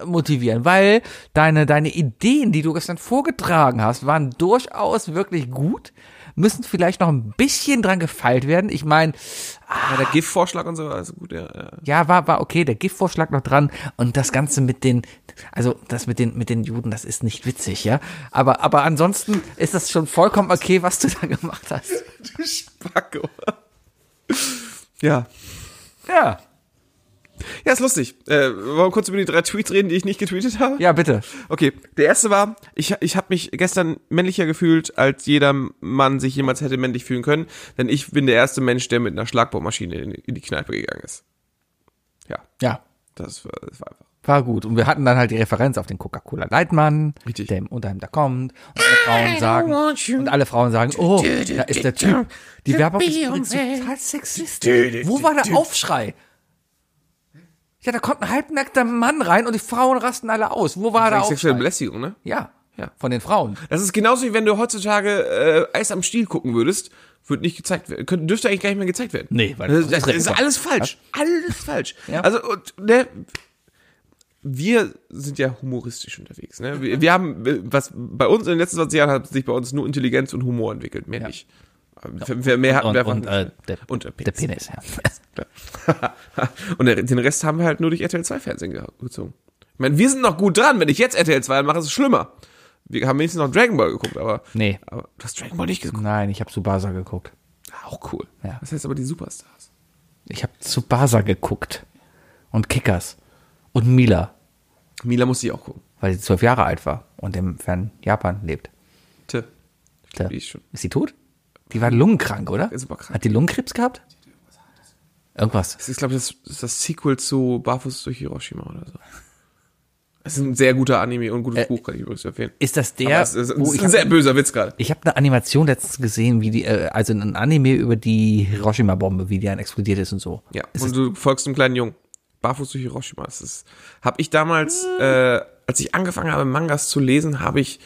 S3: äh, motivieren, weil deine, deine Ideen, die du gestern vorgetragen hast, waren durchaus wirklich gut, müssen vielleicht noch ein bisschen dran gefeilt werden. Ich meine,
S2: Ja, der GIF-Vorschlag und so, also gut, ja. ja.
S3: ja, war, war okay, der GIF-Vorschlag noch dran und das Ganze mit den, also das mit den, mit den Juden, das ist nicht witzig, ja. Aber, aber ansonsten ist das schon vollkommen okay, was du da gemacht hast.
S2: Du Spacko. Ja.
S3: Ja.
S2: Ja, ist lustig. Äh, wollen wir kurz über die drei Tweets reden, die ich nicht getweetet habe?
S3: Ja, bitte.
S2: Okay, der erste war, ich, ich habe mich gestern männlicher gefühlt, als jeder Mann sich jemals hätte männlich fühlen können, denn ich bin der erste Mensch, der mit einer Schlagbohrmaschine in, in die Kneipe gegangen ist. Ja,
S3: Ja.
S2: das war, das war einfach.
S3: War gut. Und wir hatten dann halt die Referenz auf den Coca-Cola Leitmann,
S2: Richtig.
S3: der im Unterheim da kommt. Und alle Frauen sagen, und alle Frauen sagen, oh, da ist der Typ. Die Werbung ist übrigens total sexistisch. Wo war der Aufschrei? Ja, da kommt ein halbnackter Mann rein und die Frauen rasten alle aus. Wo war der
S2: Eigentlich sexuelle
S3: Aufschrei?
S2: Belästigung, ne?
S3: Ja,
S2: Ja.
S3: von den Frauen.
S2: Das ist genauso wie wenn du heutzutage äh, Eis am Stiel gucken würdest, wird nicht gezeigt werden, könnte, dürfte eigentlich gar nicht mehr gezeigt werden.
S3: Nee, weil
S2: das, das,
S3: das ist
S2: ist alles falsch. Alles falsch.
S3: Ja.
S2: Also und, ne, wir sind ja humoristisch unterwegs, ne? Wir, wir haben äh, was bei uns in den letzten 20 Jahren hat sich bei uns nur Intelligenz und Humor entwickelt, mehr nicht. Wer- Wer mehr hatten
S3: Und,
S2: wir einfach
S3: und, äh,
S2: nicht.
S3: der,
S2: und der
S3: der
S2: Penis.
S3: Penis, ja.
S2: und der- den Rest haben wir halt nur durch RTL 2 Fernsehen ge- gezogen. Ich meine, wir sind noch gut dran. Wenn ich jetzt RTL 2 mache, ist es schlimmer. Wir haben wenigstens noch Dragon Ball geguckt, aber.
S3: Nee.
S2: Aber du hast Dragon Ball nicht geguckt.
S3: Nein, ich habe Subasa geguckt.
S2: Auch cool.
S3: Ja.
S2: Das heißt aber die Superstars.
S3: Ich habe Subasa geguckt. Und Kickers. Und Mila,
S2: Mila muss ich auch gucken.
S3: weil sie zwölf Jahre alt war und im fernen Japan lebt.
S2: Tja.
S3: Tja.
S2: Die ist schon-
S3: Ist sie tot? Die war lungenkrank, oder?
S2: Ist super krank.
S3: Hat die Lungenkrebs gehabt? Irgendwas.
S2: Das ist, glaube ich, das, das, ist das Sequel zu Barfuß durch Hiroshima oder so. Es ist ein sehr guter Anime und ein gutes
S3: Äh,
S2: Buch, kann ich übrigens empfehlen.
S3: Ist das der,
S2: Aber es ist,
S3: wo
S2: es ist
S3: ich
S2: ein
S3: hab-
S2: sehr böser Witz gerade.
S3: Ich habe eine Animation letztens gesehen, wie die, äh, also ein Anime über die Hiroshima-Bombe, wie die dann explodiert ist und so.
S2: Ja,
S3: Ist
S2: und du folgst einem kleinen Jungen. Barfuß durch Hiroshima. Das ist, habe ich damals, äh, als ich angefangen habe, Mangas zu lesen, habe ich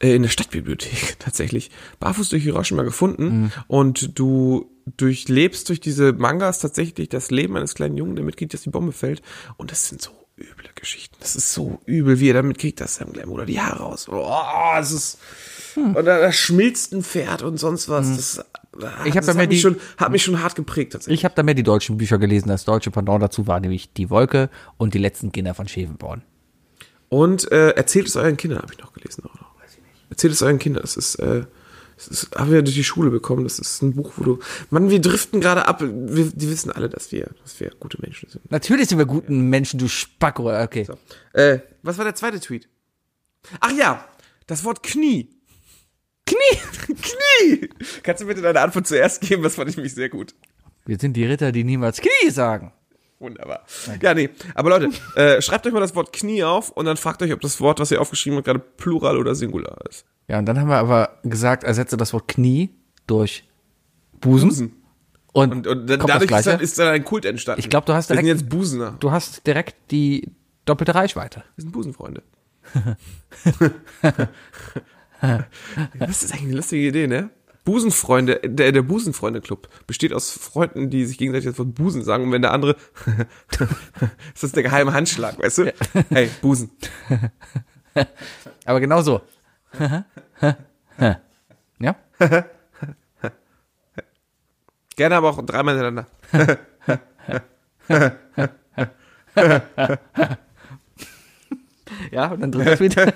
S2: äh, in der Stadtbibliothek tatsächlich Barfuß durch Hiroshima gefunden.
S3: Mhm.
S2: Und du durchlebst durch diese Mangas tatsächlich das Leben eines kleinen Jungen, der mitkriegt, dass die Bombe fällt. Und das sind so üble Geschichten. Das ist so übel, wie er damit kriegt, dass seinem kleinen Bruder die Haare raus. Oh, es ist.
S3: Hm.
S2: Und da, da schmilzt ein Pferd und sonst was. Das,
S3: Mhm.
S2: äh,
S3: Ich hab
S2: das
S3: bei mir
S2: hat, mich
S3: die-
S2: schon, hat mich schon hart geprägt tatsächlich.
S3: Ich habe da mehr die deutschen Bücher gelesen. Das deutsche Pendant dazu war nämlich Die Wolke und Die letzten Kinder von Schevenborn.
S2: Und äh, erzählt es euren Kindern, habe ich noch gelesen. Auch noch. Erzählt es euren Kindern. Das ist, äh, das ist, haben wir durch die Schule bekommen. Das ist ein Buch, wo du. Mann, wir driften gerade ab. Wir, die wissen alle, dass wir, dass wir gute Menschen sind.
S3: Natürlich sind wir guten Menschen, du Spacko. Okay.
S2: Äh, was war der zweite Tweet? Ach ja, das Wort Knie. Knie! Knie! Kannst du bitte deine Antwort zuerst geben? Das fand ich mich sehr gut.
S3: Wir sind die Ritter, die niemals Knie sagen.
S2: Wunderbar. Ja, nee. Aber Leute, äh, schreibt euch mal das Wort Knie auf und dann fragt euch, ob das Wort, was ihr aufgeschrieben habt, gerade plural oder singular ist.
S3: Ja, und dann haben wir aber gesagt, ersetze das Wort Knie durch Busen. Und,
S2: Und, und dann,
S3: kommt
S2: dadurch
S3: das
S2: ist dann,
S3: Gleiche.
S2: ist dann ein Kult entstanden.
S3: Ich glaub, du hast
S2: Wir sind
S3: direkt-
S2: jetzt Busener.
S3: du hast direkt die doppelte Reichweite.
S2: Wir sind Busenfreunde. das ist eigentlich eine lustige Idee, ne? Busenfreunde, der, der Busenfreunde-Club besteht aus Freunden, die sich gegenseitig das Wort Busen sagen und wenn der andere, ist das der geheime Handschlag, weißt du? Hey, Busen.
S3: Aber genau so. ja?
S2: Gerne aber auch dreimal hintereinander.
S3: Ja, und dein dritter Tweet? dein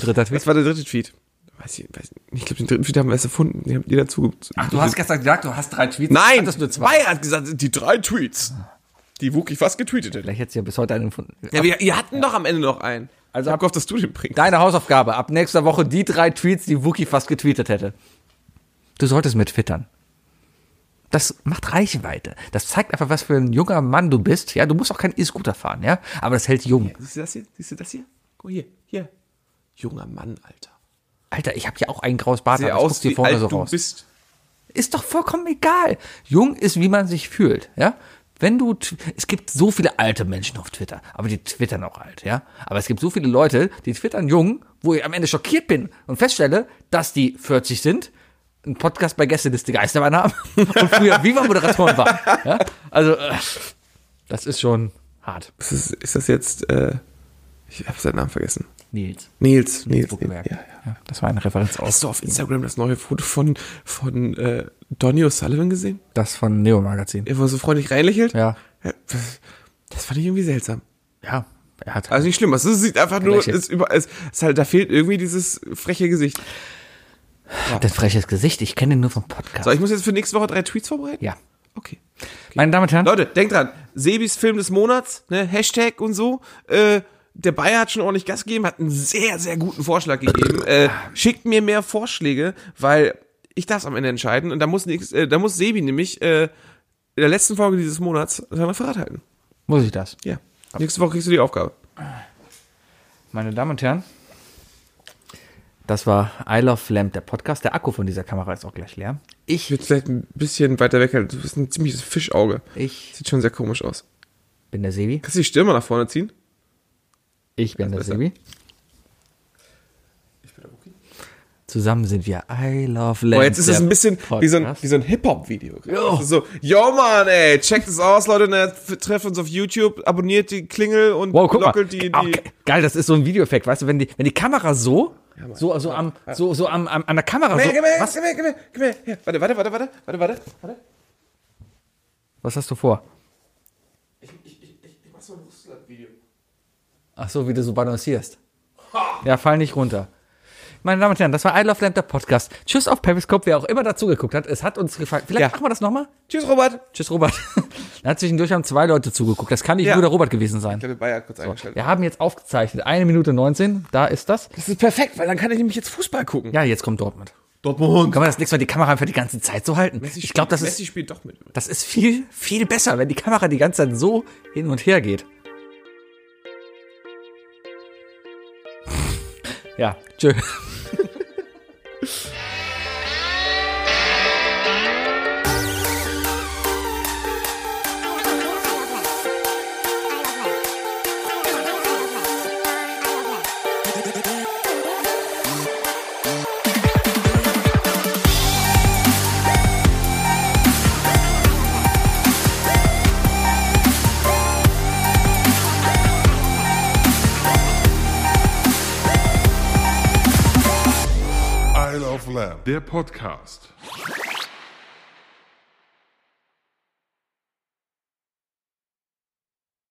S3: dritter
S2: Das
S3: Tweet.
S2: war der dritte Tweet. Weiß ich, weiß ich, ich glaube, den dritten Tweet haben wir erst erfunden. Den habt ihr dazu. Ach,
S3: gestern gesagt, du hast drei Tweets.
S2: Nein!
S3: das nur zwei.
S2: Maya hat gesagt, die drei Tweets, die Wookie fast getweetet hätte.
S3: Vielleicht hättest du ja bis heute einen gefunden.
S2: Ja, wir, ihr hatten doch am Ende noch einen. Also ich
S3: Also
S2: hab
S3: ab-
S2: gehofft, dass du den bringst.
S3: Deine Hausaufgabe. Ab nächster Woche die drei Tweets, die Wookie fast getweetet hätte. Du solltest mit twittern. Das macht Reichweite. Das zeigt einfach, was für ein junger Mann du bist. Ja, du musst auch keinen E-Scooter fahren, ja. Aber das hält jung.
S2: Siehst du das hier? Siehst du das hier? Guck hier, hier. Junger Mann, Alter.
S3: Alter, ich habe ja auch einen graues Bart.
S2: Sehr
S3: aber es
S2: aus,
S3: guckt hier
S2: wie alt du
S3: raus.
S2: bist.
S3: Ist doch vollkommen egal. Jung ist, wie man sich fühlt, ja? Wenn du, tw- es gibt so viele alte Menschen auf Twitter, aber die twittern auch alt, ja? Aber es gibt so viele Leute, die twittern jung, wo ich am Ende schockiert bin und feststelle, dass die 40 sind, einen Podcast bei Gästeliste Geisterbahn haben und früher Viva-Moderatoren waren, ja? Also, äh, das ist schon hart.
S2: Ist das, ist das jetzt, äh, ich habe seinen Namen vergessen.
S3: Nils.
S2: Nils, Nils. Nils,
S3: Buckenberg.
S2: Ja,
S3: Ja,
S2: ja.
S3: das war eine Referenz auf
S2: Hast du auf Instagram das neue Foto von, von äh, Donny O'Sullivan gesehen?
S3: das von Neo Magazin.
S2: Er war so freundlich reinlächelt?
S3: Ja.
S2: Ja, Das, das fand ich irgendwie seltsam.
S3: Ja, er hat.
S2: Also nicht schlimm, es sieht einfach nur,
S3: Lächeln.
S2: ist über, es ist halt, da fehlt irgendwie dieses freche Gesicht.
S3: hat ein freches Gesicht, ich kenne ihn nur vom Podcast.
S2: So, ich muss jetzt für nächste Woche drei Tweets vorbereiten?
S3: ja.
S2: Okay.
S3: Meine Damen und Herren,
S2: Leute, denkt dran, Sebis Film des Monats, ne, Hashtag und so. Äh, der Bayer hat schon ordentlich Gas gegeben, hat einen sehr, sehr guten Vorschlag gegeben. Äh, schickt mir mehr Vorschläge, weil ich darf am Ende entscheiden. Und da muss, nix, äh, da muss Sebi nämlich äh, in der letzten Folge dieses Monats seinen Verrat halten.
S3: muss ich das?
S2: Ja. Nächste Woche kriegst du die Aufgabe.
S3: Meine Damen und Herren, das war I Love Lamp, der Podcast. Der Akku von dieser Kamera ist auch gleich leer.
S2: Ich würde vielleicht ein bisschen weiter weg halten. Du bist ein ziemliches Fischauge.
S3: Ich
S2: Sieht schon sehr komisch aus.
S3: bin der Sebi.
S2: Kannst du die Stirn mal nach vorne ziehen?
S3: Ich bin der
S2: besser.
S3: Sebi. Zusammen sind wir I Love Lamp.
S2: Boah, jetzt ist
S3: der
S2: es ein bisschen wie so ein,
S3: Podcast.
S2: wie so ein Hip-Hop-Video.
S3: Jo.
S2: Es ist So, yo man, ey, checkt es aus, Leute, ne, f- trefft uns auf YouTube, abonniert die Klingel und
S3: Wow, guck mal.
S2: lockelt die, die.
S3: Ah, ge- geil, das ist so ein Videoeffekt, weißt du, wenn die, wenn die Kamera so, so, so am, so, so am, am, an der Kamera
S2: Hey,
S3: so.
S2: komm her,
S3: Was,
S2: komm her, komm her, komm her, her. Warte, warte, warte, warte, warte, warte, warte.
S3: was hast du vor? Ach so, wie du so balancierst. Ja, fall nicht runter. Meine Damen und Herren, das war I Love Lamp, der Podcast. Tschüss auf Periscope, wer auch immer dazugeguckt hat. Es hat uns gefallen. Vielleicht
S2: Ja.
S3: machen wir das nochmal.
S2: Tschüss, Robert.
S3: Tschüss, Robert. da hat zwischendurch haben zwei Leute zugeguckt. Das kann nicht
S2: Ja.
S3: nur der Robert gewesen sein.
S2: Ich habe Bayer kurz eingeschaltet.
S3: Wir haben jetzt aufgezeichnet. Eine Minute 19, da ist das.
S2: Das ist perfekt, weil dann kann ich nämlich jetzt Fußball gucken.
S3: Ja, jetzt kommt Dortmund.
S2: Dortmund.
S3: Kann man das nächste Mal die Kamera einfach die ganze Zeit so halten? ich glaube, das
S2: Messi
S3: ist,
S2: spielt doch mit.
S3: das ist viel, viel besser, wenn die Kamera die ganze Zeit so hin und her geht. Ja, tschö.
S6: I Love Lamb.
S7: Der Podcast.